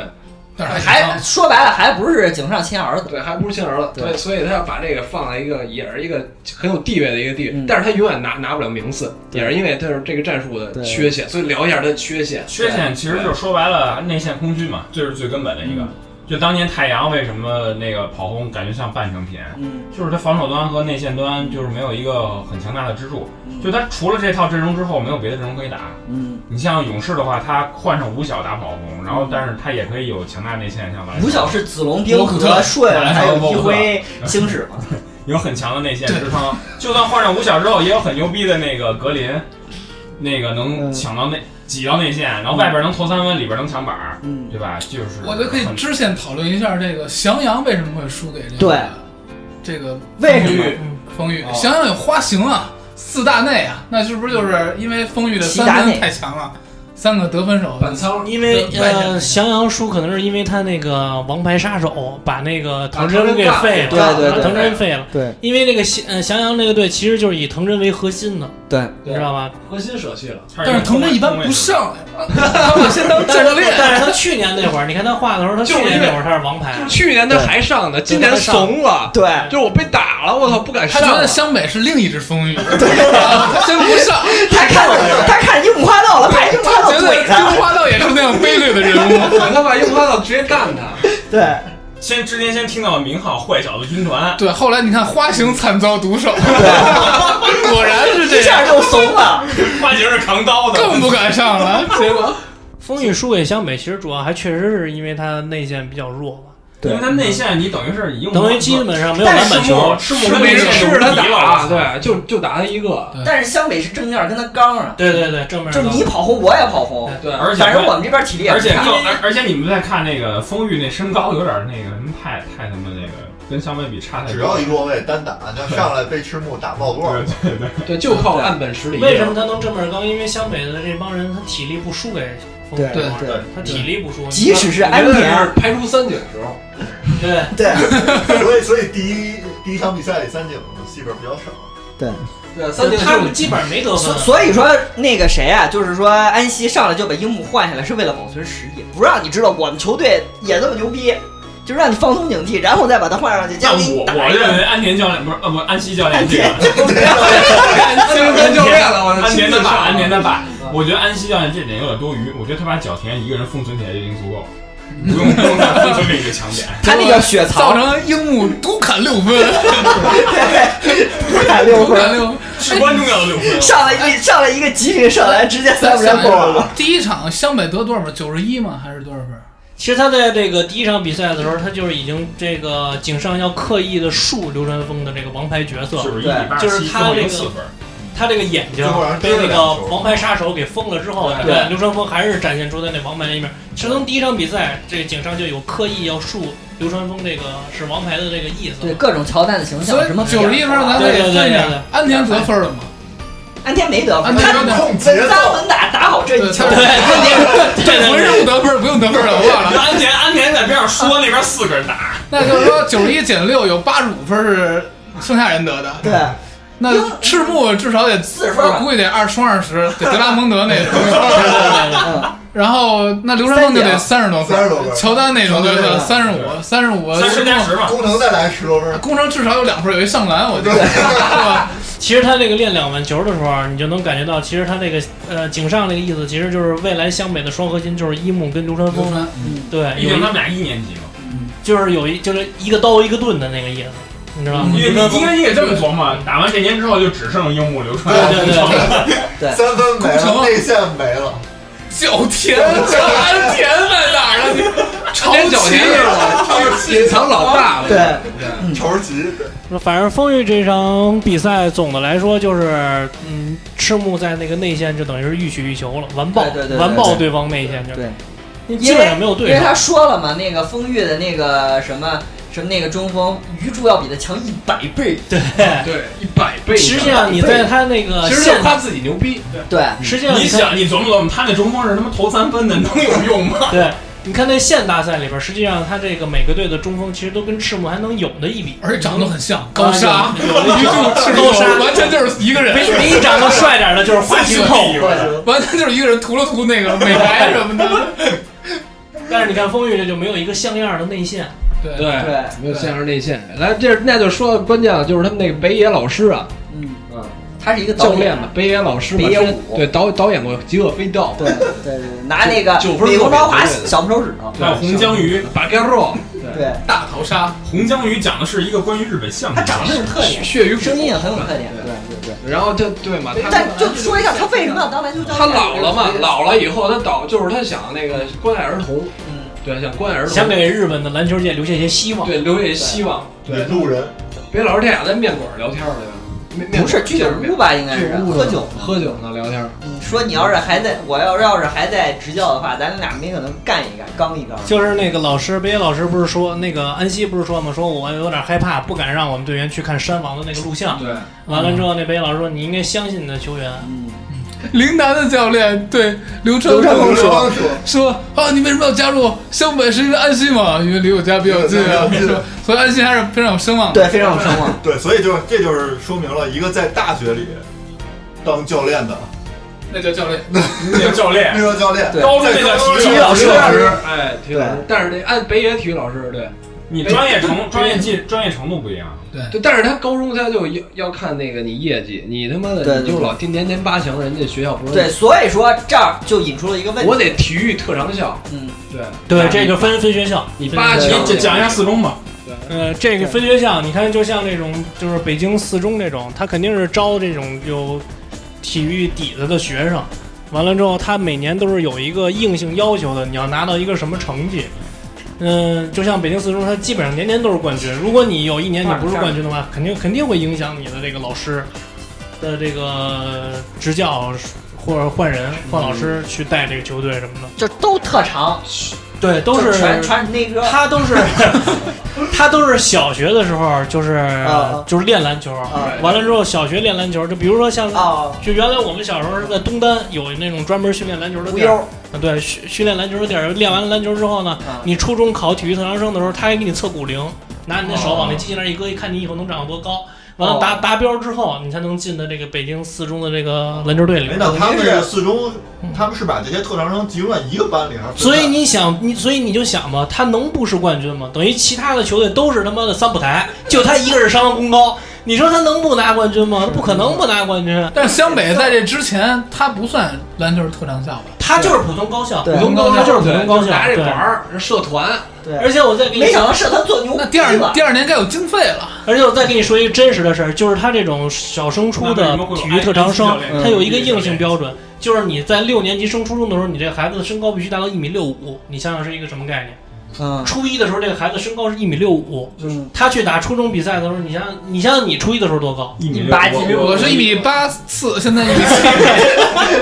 [SPEAKER 8] 还说白了，还不是井上亲儿子，
[SPEAKER 9] 对，还不是亲儿子，对，所以他要把这个放在一个也是一个很有地位的一个地位，但是他永远拿拿不了名次，
[SPEAKER 4] 对
[SPEAKER 9] 也是因为他是这个战术的缺陷，所以聊一下他的缺陷。
[SPEAKER 4] 缺陷
[SPEAKER 9] 对
[SPEAKER 4] 其实就是说白了内线空虚嘛，这是最根本的一个。就当年太阳为什么那个跑轰感觉像半成品，就是他防守端和内线端就是没有一个很强大的支柱，就他除了这套阵容之后没有别的阵容可以打。
[SPEAKER 8] 嗯，
[SPEAKER 4] 你像勇士的话，他换上五小打跑轰，然后但是他也可以有强大内线，像篮
[SPEAKER 8] 五小是子龙兵和顺，还有一辉、星矢嘛。
[SPEAKER 4] 有很强的内线支撑。就算换上五小之后，也有很牛逼的那个格林，那个能抢到内挤到内线，然后外边能投三分，里边能抢板儿，对吧？就是
[SPEAKER 2] 我觉得可以支线讨论一下这个翔阳为什么会输给这个
[SPEAKER 4] 对
[SPEAKER 2] 这个
[SPEAKER 4] 为什么
[SPEAKER 2] 丰裕丰裕
[SPEAKER 4] 哦
[SPEAKER 2] 翔阳有花形啊，四大内啊，那是不是就是因为丰裕的
[SPEAKER 8] 齐达
[SPEAKER 2] 三分
[SPEAKER 8] 内
[SPEAKER 2] 太强了？三个得分手，
[SPEAKER 9] 板仓
[SPEAKER 13] 因为
[SPEAKER 2] 对外线
[SPEAKER 13] 呃，降阳输可能是因为他那个王牌杀手把那个藤
[SPEAKER 9] 啊
[SPEAKER 13] 真
[SPEAKER 9] 藤真
[SPEAKER 13] 给
[SPEAKER 9] 干
[SPEAKER 13] 废了，
[SPEAKER 9] 对对对
[SPEAKER 13] 把藤真废了。
[SPEAKER 9] 对
[SPEAKER 13] 因为那个降呃降阳那个队其实就是以藤真为核心的，
[SPEAKER 8] 对，
[SPEAKER 13] 你知道吧？
[SPEAKER 9] 核心舍弃了，
[SPEAKER 2] 但是藤真一般不上，哎啊
[SPEAKER 13] 他
[SPEAKER 2] 把
[SPEAKER 13] [laughs]
[SPEAKER 2] 先当教练
[SPEAKER 13] 但是他去年那会儿，你看他画的时候，他去年那会儿他是王牌，
[SPEAKER 9] 去年他还上呢，今年怂了，
[SPEAKER 8] 对，
[SPEAKER 9] 就是我被打了，我操，不敢
[SPEAKER 2] 他
[SPEAKER 9] 上
[SPEAKER 2] 觉
[SPEAKER 9] 了
[SPEAKER 2] 得。湘北是另一支风雨，真不上。
[SPEAKER 8] 他看他看樱木花道了，
[SPEAKER 2] 对
[SPEAKER 8] 把樱木花道
[SPEAKER 2] 他觉
[SPEAKER 8] 怼
[SPEAKER 2] 得
[SPEAKER 8] 他，
[SPEAKER 2] 樱木花道也是那样卑劣的
[SPEAKER 9] [laughs]
[SPEAKER 2] 人物，
[SPEAKER 9] 他把樱木花道直接干他。
[SPEAKER 8] 对，
[SPEAKER 4] 先之前先听到名号“坏小子军团
[SPEAKER 2] 对，后来你看花形惨遭毒手，果然是这样，
[SPEAKER 4] 一下就怂
[SPEAKER 8] 了。
[SPEAKER 4] 花形是扛刀的，
[SPEAKER 2] 更不敢上了。结果
[SPEAKER 13] 风雨输给湘北，其实主要还确实是因为他内线比较弱吧。”，
[SPEAKER 4] 因为他内线你等于是
[SPEAKER 2] 嗯
[SPEAKER 4] 用
[SPEAKER 13] 等于基本上没有篮板球，
[SPEAKER 4] 赤
[SPEAKER 13] 赤
[SPEAKER 4] 木
[SPEAKER 13] 木
[SPEAKER 4] 跟
[SPEAKER 13] 没
[SPEAKER 4] 内
[SPEAKER 13] 人
[SPEAKER 4] 线
[SPEAKER 13] 吃
[SPEAKER 4] 是
[SPEAKER 13] 他
[SPEAKER 9] 打，对，就就打他一个。
[SPEAKER 8] 但是湘北是正面跟他刚啊，
[SPEAKER 13] 对对对，正面
[SPEAKER 8] 就是你跑轰我也跑轰，
[SPEAKER 9] 对
[SPEAKER 4] 而且
[SPEAKER 8] 反正我们这边体力也
[SPEAKER 4] 而且
[SPEAKER 8] 不差
[SPEAKER 4] 更而而且你们在看那个丰裕那身高有点那个什么太太他妈那个跟湘北比差太多
[SPEAKER 6] 只要一落位单打，那上来被赤木打爆多少？
[SPEAKER 4] 对对
[SPEAKER 9] 对，就靠岸本实力。
[SPEAKER 13] 为
[SPEAKER 2] 啊
[SPEAKER 13] 什么他能正面刚？因为湘北的这帮人，他体力不输给风
[SPEAKER 8] 对
[SPEAKER 13] 格
[SPEAKER 8] 对
[SPEAKER 13] 嘛
[SPEAKER 8] 对
[SPEAKER 13] 他体力不输。
[SPEAKER 8] 即使是
[SPEAKER 9] 我觉
[SPEAKER 8] 安
[SPEAKER 9] 得
[SPEAKER 8] 田
[SPEAKER 9] 是排除三井的时候，
[SPEAKER 13] 对
[SPEAKER 6] 对，所以所以第一第一场比赛里三井戏份比较少，
[SPEAKER 8] 对。
[SPEAKER 9] 对三井
[SPEAKER 13] 他们基本上没得分
[SPEAKER 8] 所所以说那个谁啊，就是说安西上来就把樱木换下来，是为了保存实力，不让你知道我们球队也那么牛逼，就让你放松警惕，然后再把他换上去，
[SPEAKER 4] 但
[SPEAKER 8] 加给
[SPEAKER 4] 我
[SPEAKER 8] 你打
[SPEAKER 4] 我
[SPEAKER 8] 一
[SPEAKER 4] 认为
[SPEAKER 8] 个。
[SPEAKER 4] 安田教练不是呃不安西教练这个，
[SPEAKER 9] 安田教练了我
[SPEAKER 4] 安田的爸，安田的爸
[SPEAKER 9] 嗯，
[SPEAKER 4] [laughs] 我觉得安西教练这点有点多余，我觉得他把角田一个人封存起来就已经足够了， [laughs] 不用不用再封存另一个强点。
[SPEAKER 8] 他那个血槽
[SPEAKER 2] 造成樱木独砍六分，
[SPEAKER 8] 独砍六分
[SPEAKER 2] 独砍六分，
[SPEAKER 4] [laughs] 至关重要的六分
[SPEAKER 8] 上来一上来一个集体上来，直接三分
[SPEAKER 2] 哎咱
[SPEAKER 8] 过
[SPEAKER 2] 想一
[SPEAKER 8] 了
[SPEAKER 2] 想。第一场湘北得多少分？九十一吗？还是多少分？
[SPEAKER 13] 其实他在这个第一场比赛的时候，他就是已经这个井上要刻意的树流川枫的这个王牌角色，
[SPEAKER 4] 91对
[SPEAKER 13] 就是他这
[SPEAKER 4] 最后赢
[SPEAKER 13] 个
[SPEAKER 4] 四分
[SPEAKER 13] 他这个眼睛
[SPEAKER 4] 最后还是
[SPEAKER 13] 被
[SPEAKER 4] 追
[SPEAKER 13] 那
[SPEAKER 4] 了
[SPEAKER 13] 个
[SPEAKER 4] 两球
[SPEAKER 13] 王牌杀手给封了之后，
[SPEAKER 4] 对
[SPEAKER 13] 对
[SPEAKER 4] 对
[SPEAKER 13] 流川枫还是展现出他那王牌的一面。其实从第一场比赛，这井上就有刻意要树流川枫这个是王牌的这个意思， [laughs]
[SPEAKER 8] 对各种乔丹的形
[SPEAKER 13] 所
[SPEAKER 8] 象，
[SPEAKER 13] 以
[SPEAKER 8] 什么
[SPEAKER 13] 91分儿咱
[SPEAKER 2] 咱得
[SPEAKER 13] 对对对
[SPEAKER 2] 分一下
[SPEAKER 13] 对对，
[SPEAKER 2] 安田得分了吗？
[SPEAKER 8] 安田没得分，
[SPEAKER 2] 安田
[SPEAKER 8] 他
[SPEAKER 2] 没得分
[SPEAKER 8] 稳扎稳打打好这一球。 [laughs]
[SPEAKER 2] 对
[SPEAKER 8] 安
[SPEAKER 2] 对对，不是不得分，不用得分了，我忘了。 [laughs]
[SPEAKER 4] 安田安田在边上说，那边四个人打，
[SPEAKER 2] 那就是说九十一减六有八十五分是剩下人得的。
[SPEAKER 8] 对，
[SPEAKER 2] 那赤木至少得四
[SPEAKER 8] 十分吧
[SPEAKER 2] 我估计得二双二十，得德拉蒙德那
[SPEAKER 13] [laughs]
[SPEAKER 8] 对
[SPEAKER 2] 种。然后那流川枫就得三十多分，
[SPEAKER 6] 三十多分
[SPEAKER 2] 乔丹那种就
[SPEAKER 6] 乔丹那
[SPEAKER 2] 得
[SPEAKER 6] 种
[SPEAKER 2] 三十五，三十五，
[SPEAKER 6] 30加10吧工程再来十多 [laughs] 分，
[SPEAKER 2] 工程至少有两分，有一上篮，我觉得 [laughs] 是吧？
[SPEAKER 13] 其实他这个练两万球的时候啊，你就能感觉到，其实他这个呃井上那个意思，其实就是未来湘北的双核心就是一木跟流川枫
[SPEAKER 2] 流川，
[SPEAKER 13] 对，
[SPEAKER 4] 毕
[SPEAKER 13] 有
[SPEAKER 4] 竟
[SPEAKER 13] 一
[SPEAKER 4] 他们俩一年级嘛。
[SPEAKER 13] 就是有一就是一个刀一个盾的那个意思，你知道吗？
[SPEAKER 4] 你
[SPEAKER 13] 流川
[SPEAKER 4] 你
[SPEAKER 13] 枫
[SPEAKER 4] 应该你也这么琢磨，打完这年之后就只剩樱木流川，
[SPEAKER 13] 对对
[SPEAKER 4] [laughs]
[SPEAKER 8] 对
[SPEAKER 13] 对
[SPEAKER 6] 三分没了，内线没了，
[SPEAKER 2] 角田，角田在哪儿
[SPEAKER 4] 啊
[SPEAKER 2] 呢？你朝
[SPEAKER 9] 安田角田也是
[SPEAKER 2] 朝
[SPEAKER 9] 我
[SPEAKER 2] 旗
[SPEAKER 9] 隐藏老大了，
[SPEAKER 6] 对，球旗，
[SPEAKER 13] 反正丰裕这场比赛总的来说就是，嗯，赤木在那个内线就等于是欲取欲求了，完爆，
[SPEAKER 8] 对对对对
[SPEAKER 13] 完爆
[SPEAKER 8] 对
[SPEAKER 13] 对方内线就
[SPEAKER 8] 对，
[SPEAKER 13] 基
[SPEAKER 8] 因
[SPEAKER 13] 本
[SPEAKER 8] 为
[SPEAKER 13] 上没有对
[SPEAKER 8] 因
[SPEAKER 13] 手
[SPEAKER 8] 为他说了嘛，那个丰裕的那个什么什么那个中锋，鱼柱要比他强一百倍。
[SPEAKER 13] 对
[SPEAKER 9] 对，一百倍。
[SPEAKER 13] 实际上你在他那个
[SPEAKER 9] 其实
[SPEAKER 13] 现
[SPEAKER 9] 就夸自己牛逼，
[SPEAKER 8] 对
[SPEAKER 13] 实际上
[SPEAKER 4] 你
[SPEAKER 13] 看
[SPEAKER 4] 想你琢磨琢磨，他那中锋是他妈投三分的，能有用吗？
[SPEAKER 13] 对，你看那县大赛里边，实际上他这个每个队的中锋其实都跟赤木还能有的一比，
[SPEAKER 2] 而且长得很像，
[SPEAKER 13] 高
[SPEAKER 2] 高
[SPEAKER 13] 沙
[SPEAKER 2] 沙，
[SPEAKER 13] 有
[SPEAKER 8] [laughs]
[SPEAKER 13] 的一种赤
[SPEAKER 2] 高
[SPEAKER 13] 高
[SPEAKER 2] 沙
[SPEAKER 13] 沙
[SPEAKER 2] 完全就是一个人。
[SPEAKER 13] 唯唯一长得帅点的就是花旗扣
[SPEAKER 8] [laughs]
[SPEAKER 2] 完全就是一个人涂了涂那个美白什么的。
[SPEAKER 13] 但是你看丰裕这就没有一个像样的内线，
[SPEAKER 2] 对
[SPEAKER 9] 没有限制内线。来，这那就说关键了，就是他们那个北野老师啊，
[SPEAKER 8] 嗯他是一个导
[SPEAKER 9] 教
[SPEAKER 8] 演
[SPEAKER 9] 练嘛，北野老师嘛，
[SPEAKER 8] 北野
[SPEAKER 9] 之前
[SPEAKER 8] 武
[SPEAKER 9] 对导导演过《极恶飞盗》，
[SPEAKER 8] 对对对，拿那个
[SPEAKER 9] 九分
[SPEAKER 8] 美
[SPEAKER 9] 作
[SPEAKER 8] 国
[SPEAKER 9] 品
[SPEAKER 8] 高华
[SPEAKER 9] 对对对
[SPEAKER 8] 小拇手指头，
[SPEAKER 4] 还有红江鱼，
[SPEAKER 9] 把盖肉，
[SPEAKER 8] 对，
[SPEAKER 2] 大头鲨。
[SPEAKER 4] 红江鱼讲的是一个关于日本相
[SPEAKER 8] 他长得有特点，
[SPEAKER 9] 血与
[SPEAKER 8] 声音也很有特点，对对
[SPEAKER 9] 对。然后就对嘛，他
[SPEAKER 8] 但就说一下他为什么要当篮球教练？
[SPEAKER 9] 他老了嘛，老了以后他导就是他想那个关爱儿童，
[SPEAKER 8] 嗯，
[SPEAKER 9] 对，想关爱儿童，
[SPEAKER 13] 想给日本的篮球界留下一些希望。
[SPEAKER 9] 对留下一些希望。对，路人。北野老师这俩在面馆儿聊天儿呢，面面
[SPEAKER 8] 不是
[SPEAKER 9] 馆儿
[SPEAKER 8] 居酒屋吧？应该是
[SPEAKER 9] 居酒屋
[SPEAKER 8] 喝酒
[SPEAKER 9] 喝酒呢，聊天儿。
[SPEAKER 8] 说你要是还在，我要要是还在执教的话，咱俩没可能干一干，刚一刚。
[SPEAKER 13] 就是那个老师，北野老师不是说那个安西不是说嘛，说我有点害怕，不敢让我们队员去看山王的那个录像。
[SPEAKER 9] 对，
[SPEAKER 13] 完了之后，那北野老师说你应该相信你的球员。
[SPEAKER 8] 嗯，
[SPEAKER 2] 陵南的教练对刘川
[SPEAKER 6] 刘川
[SPEAKER 2] 鹏
[SPEAKER 6] 鹏
[SPEAKER 2] 说
[SPEAKER 6] 说
[SPEAKER 2] 说啊，你为什么要加入湘北？是因为安心嘛，因为离我家比较近啊。 [laughs]
[SPEAKER 6] 对对对
[SPEAKER 2] 所以安心还是非常有声望的，
[SPEAKER 6] 对，非常有声 [laughs] 望。对，所以就是这就是说明了一个在大学里当教练的，
[SPEAKER 2] 那叫教练，
[SPEAKER 4] 那叫教练，
[SPEAKER 6] [laughs] 那叫教练，
[SPEAKER 9] 高中
[SPEAKER 6] 在
[SPEAKER 9] 那叫
[SPEAKER 6] 高中
[SPEAKER 9] 体育
[SPEAKER 6] 老
[SPEAKER 9] 老
[SPEAKER 6] 师
[SPEAKER 9] 师，
[SPEAKER 6] 哎，
[SPEAKER 9] 体育老师，但是那按北野体育老师，对，
[SPEAKER 4] 你专业程专业技专业程度不一样。
[SPEAKER 2] 对，
[SPEAKER 9] 对，但是他高中他就要要看那个你业绩，你他妈的
[SPEAKER 8] 对对
[SPEAKER 9] 你就
[SPEAKER 8] 对
[SPEAKER 9] 老天年年八强，人家学校不是
[SPEAKER 8] 对，所以说这儿就引出了一个问题，
[SPEAKER 9] 我得体育特长校，
[SPEAKER 8] 嗯，
[SPEAKER 9] 对
[SPEAKER 13] 对，这个分分学校，
[SPEAKER 9] 你
[SPEAKER 13] 分
[SPEAKER 9] 八
[SPEAKER 13] 学校
[SPEAKER 9] 强
[SPEAKER 13] 对
[SPEAKER 4] 中吧。
[SPEAKER 13] 呃，这个分学校，你看，就像那种就是北京四中这种，他肯定是招这种有体育底子的学生。完了之后，他每年都是有一个硬性要求的，你要拿到一个什么成绩。嗯，就像北京四中，他基本上年年都是冠军。如果你有一年你不是冠军的话，肯定肯定会影响你的这个老师的这个执教，或者换人换老师去带这个球队什么的。
[SPEAKER 8] 就都特长，
[SPEAKER 13] 对，都
[SPEAKER 8] 就是传传那个，
[SPEAKER 13] 他都
[SPEAKER 8] [laughs]
[SPEAKER 13] 是他都是小学的时候，就是、
[SPEAKER 8] 啊
[SPEAKER 13] 就是练篮球，完了之后小学练篮球，就比如说像、
[SPEAKER 8] 啊
[SPEAKER 13] 就原来我们小时候是在东单有那种专门训练篮球的地
[SPEAKER 8] 无
[SPEAKER 13] 儿
[SPEAKER 8] 忧，
[SPEAKER 13] 啊对，训训练篮球的地儿。练完了篮球之后呢，
[SPEAKER 8] 啊
[SPEAKER 13] 你初中考体育特长生的时候，他还给你测骨龄，拿你的手往那机器那儿一搁，一看你以后能长到多高。完了
[SPEAKER 6] 哦
[SPEAKER 13] 达达标之后，你才能进到这个北京四中的这个篮球队里
[SPEAKER 6] 哎
[SPEAKER 13] 面。，
[SPEAKER 6] 那他们是四中，他们是把这些特长生集中在一个班里，还是
[SPEAKER 13] 所以你想，你所以你就想嘛，他能不是冠军吗？等于其他的球队都是他妈的三不台，就他一个是上完功高，你说他能不拿冠军吗？不可能不拿冠军。
[SPEAKER 2] [laughs]
[SPEAKER 13] 啊
[SPEAKER 2] 但是湘北在这之前，他不算篮球特长校吧？
[SPEAKER 13] 他就是普通高校，
[SPEAKER 2] 对
[SPEAKER 13] 普通高
[SPEAKER 2] 对
[SPEAKER 13] 校就是普通高校，
[SPEAKER 2] 就拿这
[SPEAKER 13] 对
[SPEAKER 2] 玩儿
[SPEAKER 9] 社团，
[SPEAKER 13] 对而且我再给你
[SPEAKER 8] 没想到社团做牛逼
[SPEAKER 2] 那第二
[SPEAKER 8] 了
[SPEAKER 2] 第二年该有经费了。
[SPEAKER 13] 而且我再跟你说一个真实的事儿，就是他这种小升初的体育特长生，他有一
[SPEAKER 4] 嗯
[SPEAKER 13] 个硬性标准，就是你在六年级升初中的时候，你这个孩子的身高必须达到一米六五，你想想是一个什么概念？
[SPEAKER 8] 嗯，
[SPEAKER 13] 初一的时候，这个孩子身高是一米六五，他去打初中比赛的时候，你想想，你想想你初一的时候多高？一
[SPEAKER 2] 米八几我我是一米八四，现在一米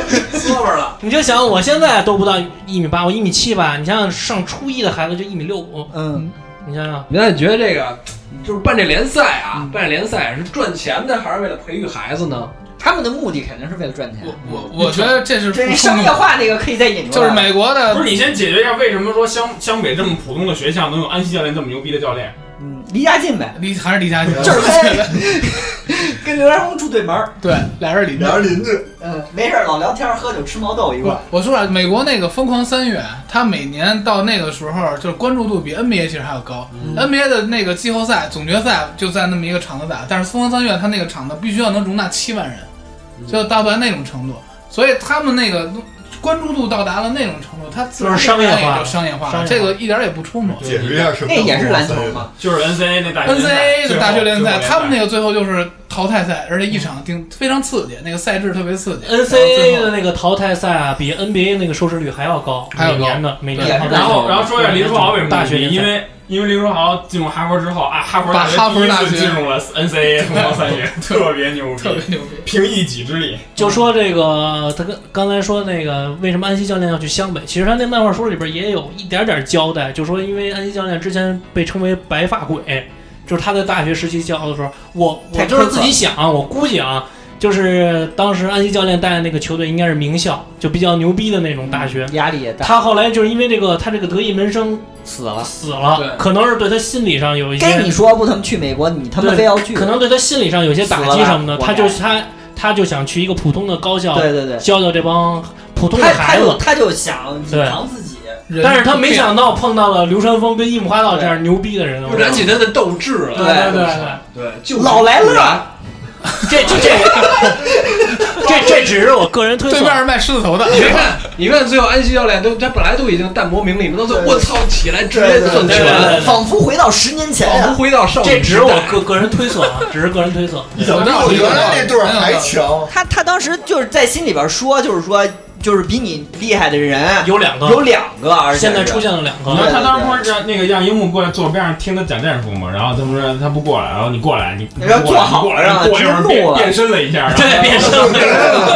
[SPEAKER 13] 七，
[SPEAKER 9] 滋味了。
[SPEAKER 13] 你就想我现在都不到一米八，我一米七吧，你想想上初一的孩子就一米六五，
[SPEAKER 8] 嗯，
[SPEAKER 13] 你想想，
[SPEAKER 9] 那你觉得这个就是办这联赛啊，办这联赛是赚钱的，还是为了培育孩子呢？
[SPEAKER 13] 嗯
[SPEAKER 8] 他们的目的肯定是为了赚钱。
[SPEAKER 2] 我我觉得这是
[SPEAKER 8] 这是商业化那个可以再引出来，
[SPEAKER 4] 不是你先解决一下为什么说湘湘北这么普通的学校能有安西教练这么牛逼的教练？
[SPEAKER 8] 嗯，离家近呗，
[SPEAKER 2] 离还是离家近，
[SPEAKER 8] 就是跟跟刘元红住对门儿，
[SPEAKER 2] 对，俩人邻居，
[SPEAKER 6] 俩人邻居。
[SPEAKER 8] 嗯，没事儿老聊天儿喝酒吃毛豆一块儿。
[SPEAKER 2] 我说啊，美国那个疯狂三月，他每年到那个时候，就是关注度比 NBA 其实还要高。NBA
[SPEAKER 4] 嗯
[SPEAKER 2] 的那个季后赛、总决赛就在那么一个场子打，但是疯狂三月他那个场子必须要能容纳七万人，
[SPEAKER 4] 嗯
[SPEAKER 2] 就到达那种程度，所以他们那个关注度到达了那种程度，他自然
[SPEAKER 4] 就是商业化
[SPEAKER 2] 而然也就商业化了，
[SPEAKER 4] 商业化
[SPEAKER 2] 这个一点儿也不冲突。
[SPEAKER 6] 解释一下什么？
[SPEAKER 4] 嘛，就是 NCAA 那大学
[SPEAKER 2] NCAA 的大学联赛，他们那
[SPEAKER 4] 个
[SPEAKER 2] 个最后就是淘汰赛，而且一场定非常刺激，那个赛制特别刺激。
[SPEAKER 13] NCAA 的那个淘汰赛啊，比 NBA 那个收视率还要高，
[SPEAKER 2] 还要高
[SPEAKER 13] 每年的每年淘汰赛。
[SPEAKER 4] 然后然后说一下林书豪为什么
[SPEAKER 13] 大学
[SPEAKER 4] 牛
[SPEAKER 13] 联
[SPEAKER 4] 逼
[SPEAKER 13] 赛
[SPEAKER 4] 因为因为林书豪进入哈佛之后啊，哈佛
[SPEAKER 2] 把哈佛大
[SPEAKER 4] 大学
[SPEAKER 2] 学
[SPEAKER 4] 第一次进入了 NCAA 疯狂三月，特别牛逼，特别
[SPEAKER 2] 牛逼，
[SPEAKER 4] 凭一己之力。
[SPEAKER 13] 就说这个，他跟刚才说那个为什么安西教练要去湘北？其实他那漫画书里边也有一点点交代，就说因为安西教练之前被称为白发鬼，就是他在大学时期教的时候，我我
[SPEAKER 14] 太苛刻
[SPEAKER 13] 就是自己想，我估计啊，就是当时安西教练带的那个球队应该是名校，就比较牛逼的那种大学，
[SPEAKER 8] 压力也大。
[SPEAKER 13] 他后来就是因为这个，他这个得意门生
[SPEAKER 8] 死了，
[SPEAKER 13] 死了，可能是对他心理上有一些。
[SPEAKER 8] 跟你说不，他们去美国，你他妈
[SPEAKER 13] 对
[SPEAKER 8] 非要去，
[SPEAKER 13] 可能对他心理上有些打
[SPEAKER 8] 死
[SPEAKER 13] 击
[SPEAKER 8] 了吧
[SPEAKER 13] 什么的，
[SPEAKER 8] 活
[SPEAKER 13] 他
[SPEAKER 8] 该
[SPEAKER 13] 就他他就想去一个普通的高校，
[SPEAKER 8] 对对对
[SPEAKER 13] 教教这帮普通的
[SPEAKER 8] 他他
[SPEAKER 13] 孩子
[SPEAKER 8] 就。他就想隐
[SPEAKER 13] 对
[SPEAKER 8] 藏自己，
[SPEAKER 13] 但是他没想到碰到了流川枫跟樱木花道这样牛逼的人，
[SPEAKER 9] 又燃起他的斗志了。
[SPEAKER 13] 对对对对
[SPEAKER 9] 对，就是
[SPEAKER 13] 老来乐
[SPEAKER 9] 不然
[SPEAKER 13] 这这这这只是我个人推测
[SPEAKER 2] 对面是卖狮子头的，
[SPEAKER 9] 你看，你看，最后安西教练都他本来都已经淡泊名利嘛，到最后我操起来直接攥拳，
[SPEAKER 8] 仿佛回到十年前啊，
[SPEAKER 9] 仿佛回到少女
[SPEAKER 13] 这只是我
[SPEAKER 9] 时代
[SPEAKER 13] 个个人推测啊，只是个人推测。
[SPEAKER 6] 怎么比我原来那队儿还强？
[SPEAKER 8] 他他当时就是在心里边说，就是说，就是比你厉害的人
[SPEAKER 13] 有两个
[SPEAKER 8] 有两个，而且
[SPEAKER 13] 现在出现了两个
[SPEAKER 4] 你看他当时
[SPEAKER 8] 对
[SPEAKER 4] 不是哦让那个让樱木过来坐边上听他讲战术嘛，然后他不是他不过来，然后你过来，你你
[SPEAKER 8] 然后
[SPEAKER 4] 过
[SPEAKER 8] 坐
[SPEAKER 4] 来
[SPEAKER 8] 好
[SPEAKER 4] 你过来，然
[SPEAKER 8] 了
[SPEAKER 4] 后过一会儿
[SPEAKER 8] 直
[SPEAKER 4] 变
[SPEAKER 8] 怒了
[SPEAKER 4] 变身了一下，
[SPEAKER 13] 对变身了
[SPEAKER 4] [laughs]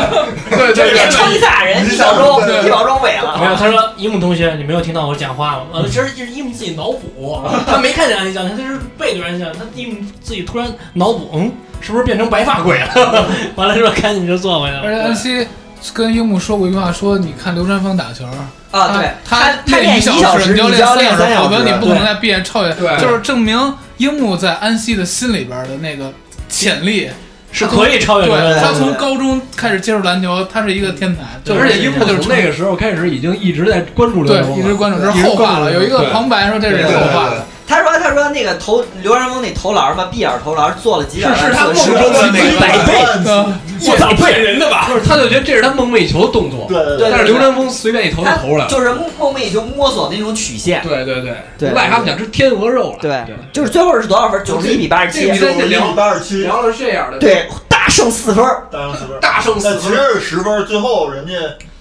[SPEAKER 4] 对
[SPEAKER 8] 对对超级赛亚人一秒钟一秒钟尾了
[SPEAKER 13] [laughs] 没有，他说樱木同学，你没有听到我讲话吗？
[SPEAKER 2] 嗯
[SPEAKER 13] 呃，其实就是樱木自己脑补，他没看见安西教练，他就是背对着安西教练，他樱木自己 [laughs] 突然脑补，嗯，是不是变成白发鬼了？完了之后赶紧就坐回来
[SPEAKER 2] 而且呃
[SPEAKER 13] 了
[SPEAKER 2] 安。西跟樱木说过一句话，说你看刘传峰打球
[SPEAKER 8] 啊对
[SPEAKER 2] 他
[SPEAKER 8] 他他
[SPEAKER 2] 练
[SPEAKER 8] 练
[SPEAKER 2] 一
[SPEAKER 8] 一小
[SPEAKER 2] 时，
[SPEAKER 8] 时
[SPEAKER 2] 你就
[SPEAKER 8] 你就要
[SPEAKER 2] 三
[SPEAKER 8] 练三
[SPEAKER 2] 小
[SPEAKER 8] 小
[SPEAKER 2] 否则
[SPEAKER 8] 时
[SPEAKER 2] 你不可能
[SPEAKER 8] 对
[SPEAKER 2] 在 NBA 超越，
[SPEAKER 8] 对
[SPEAKER 2] 就是证明樱木在安西的心里边的那个潜力。
[SPEAKER 13] 是可以超越
[SPEAKER 2] 对
[SPEAKER 13] 刘传
[SPEAKER 2] 他
[SPEAKER 13] 峰
[SPEAKER 2] 从
[SPEAKER 13] 的
[SPEAKER 2] 高中开始接触篮球，他是一个天才。
[SPEAKER 9] 就而且樱木从那个时候开始已经一直在关注刘
[SPEAKER 2] 对
[SPEAKER 9] 德华了，
[SPEAKER 2] 一直关注，这是后话了。有一个旁白说这是后话了。
[SPEAKER 8] 他说：“他说那个投刘传峰那投篮嘛，闭眼投篮做了几百万，
[SPEAKER 9] 是是他
[SPEAKER 8] 做了十
[SPEAKER 9] 梦中的那个
[SPEAKER 8] 一百倍，
[SPEAKER 9] 我操，骗人的吧？就是他就觉得这是他梦寐以求的动作，
[SPEAKER 8] 对对
[SPEAKER 9] 但是刘传峰随便一投就
[SPEAKER 8] 他
[SPEAKER 9] 投出来了，
[SPEAKER 8] 就是梦梦寐以求摸索那种曲线。
[SPEAKER 9] 对对对，
[SPEAKER 8] 对
[SPEAKER 9] 癞蛤蟆想吃天鹅肉了，
[SPEAKER 8] 对，就是最后是多少分？九十一比八十七，
[SPEAKER 9] 这这聊聊了这样的，
[SPEAKER 8] 对，大胜四分。
[SPEAKER 6] 大胜四分，
[SPEAKER 9] 大胜四分
[SPEAKER 6] 那其实是十分，最后人家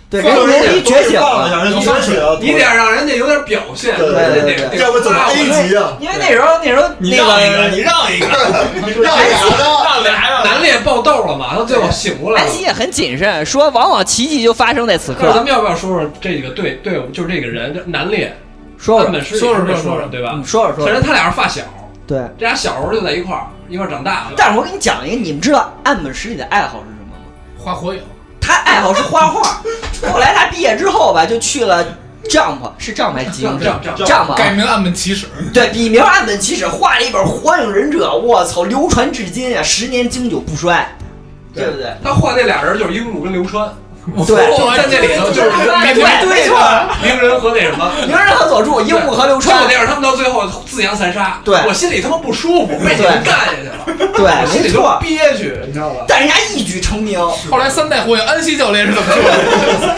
[SPEAKER 8] 对
[SPEAKER 6] 最后
[SPEAKER 8] 人
[SPEAKER 6] 人家
[SPEAKER 8] 家觉醒
[SPEAKER 6] 放了，
[SPEAKER 8] 了
[SPEAKER 6] 想人家
[SPEAKER 8] 你
[SPEAKER 6] 觉醒了，
[SPEAKER 9] 你得让人家有点表现，
[SPEAKER 6] 对
[SPEAKER 9] 对
[SPEAKER 6] 对
[SPEAKER 9] 对
[SPEAKER 6] 对要不怎么 A 级啊
[SPEAKER 8] 因为那时候那时候
[SPEAKER 9] 你
[SPEAKER 8] 那
[SPEAKER 9] 让一
[SPEAKER 8] 个
[SPEAKER 9] 个，你让一个，
[SPEAKER 8] 让俩
[SPEAKER 9] 让俩，男练爆豆了嘛，到最后醒过来
[SPEAKER 8] 安
[SPEAKER 9] 了。
[SPEAKER 8] 西也很谨慎，说往往奇迹就发生在此
[SPEAKER 9] 那咱
[SPEAKER 8] 刻
[SPEAKER 9] 们。要不要说说这个队队伍？就是这个人，这男烈，
[SPEAKER 8] 说
[SPEAKER 9] 岸本是
[SPEAKER 8] 说
[SPEAKER 9] 说
[SPEAKER 8] 说
[SPEAKER 9] 说
[SPEAKER 8] 说
[SPEAKER 9] 对吧？
[SPEAKER 8] 说说说
[SPEAKER 9] 虽然他俩是发小，
[SPEAKER 8] 对，
[SPEAKER 9] 这俩小时候就在一块儿，一块儿长大的。
[SPEAKER 8] 但是我跟你讲一个，你们知道岸本实里的爱好是什么吗？
[SPEAKER 2] 画火影。
[SPEAKER 8] 他爱好是画画， [laughs] 后来他毕业之后吧，就去了 Jump，是 Jump 还是 Jump
[SPEAKER 2] Jump，Jump，
[SPEAKER 8] Jump 啊
[SPEAKER 2] 改名岸本齐史。
[SPEAKER 8] 对，笔名岸本齐史，画了一本《火影忍者》，我操，流传至今啊，十年经久不衰，对不对？
[SPEAKER 9] 他画那俩人就是樱木跟流川， [laughs]
[SPEAKER 8] 对
[SPEAKER 9] 就是在那里头就是
[SPEAKER 8] 对对没错
[SPEAKER 9] 鸣人和那什么，
[SPEAKER 8] 鸣人和佐助樱木和流川
[SPEAKER 9] 就那样，他们到最后自相残杀，
[SPEAKER 8] 对
[SPEAKER 9] 我心里他妈不舒服，被你们干下去了，我
[SPEAKER 8] 对，
[SPEAKER 9] 心
[SPEAKER 8] 没
[SPEAKER 9] 里都
[SPEAKER 8] 错。
[SPEAKER 9] 憋屈，你知道吧？
[SPEAKER 8] 但人家一举成名，
[SPEAKER 2] 后来三代火影安西教练是怎么说的？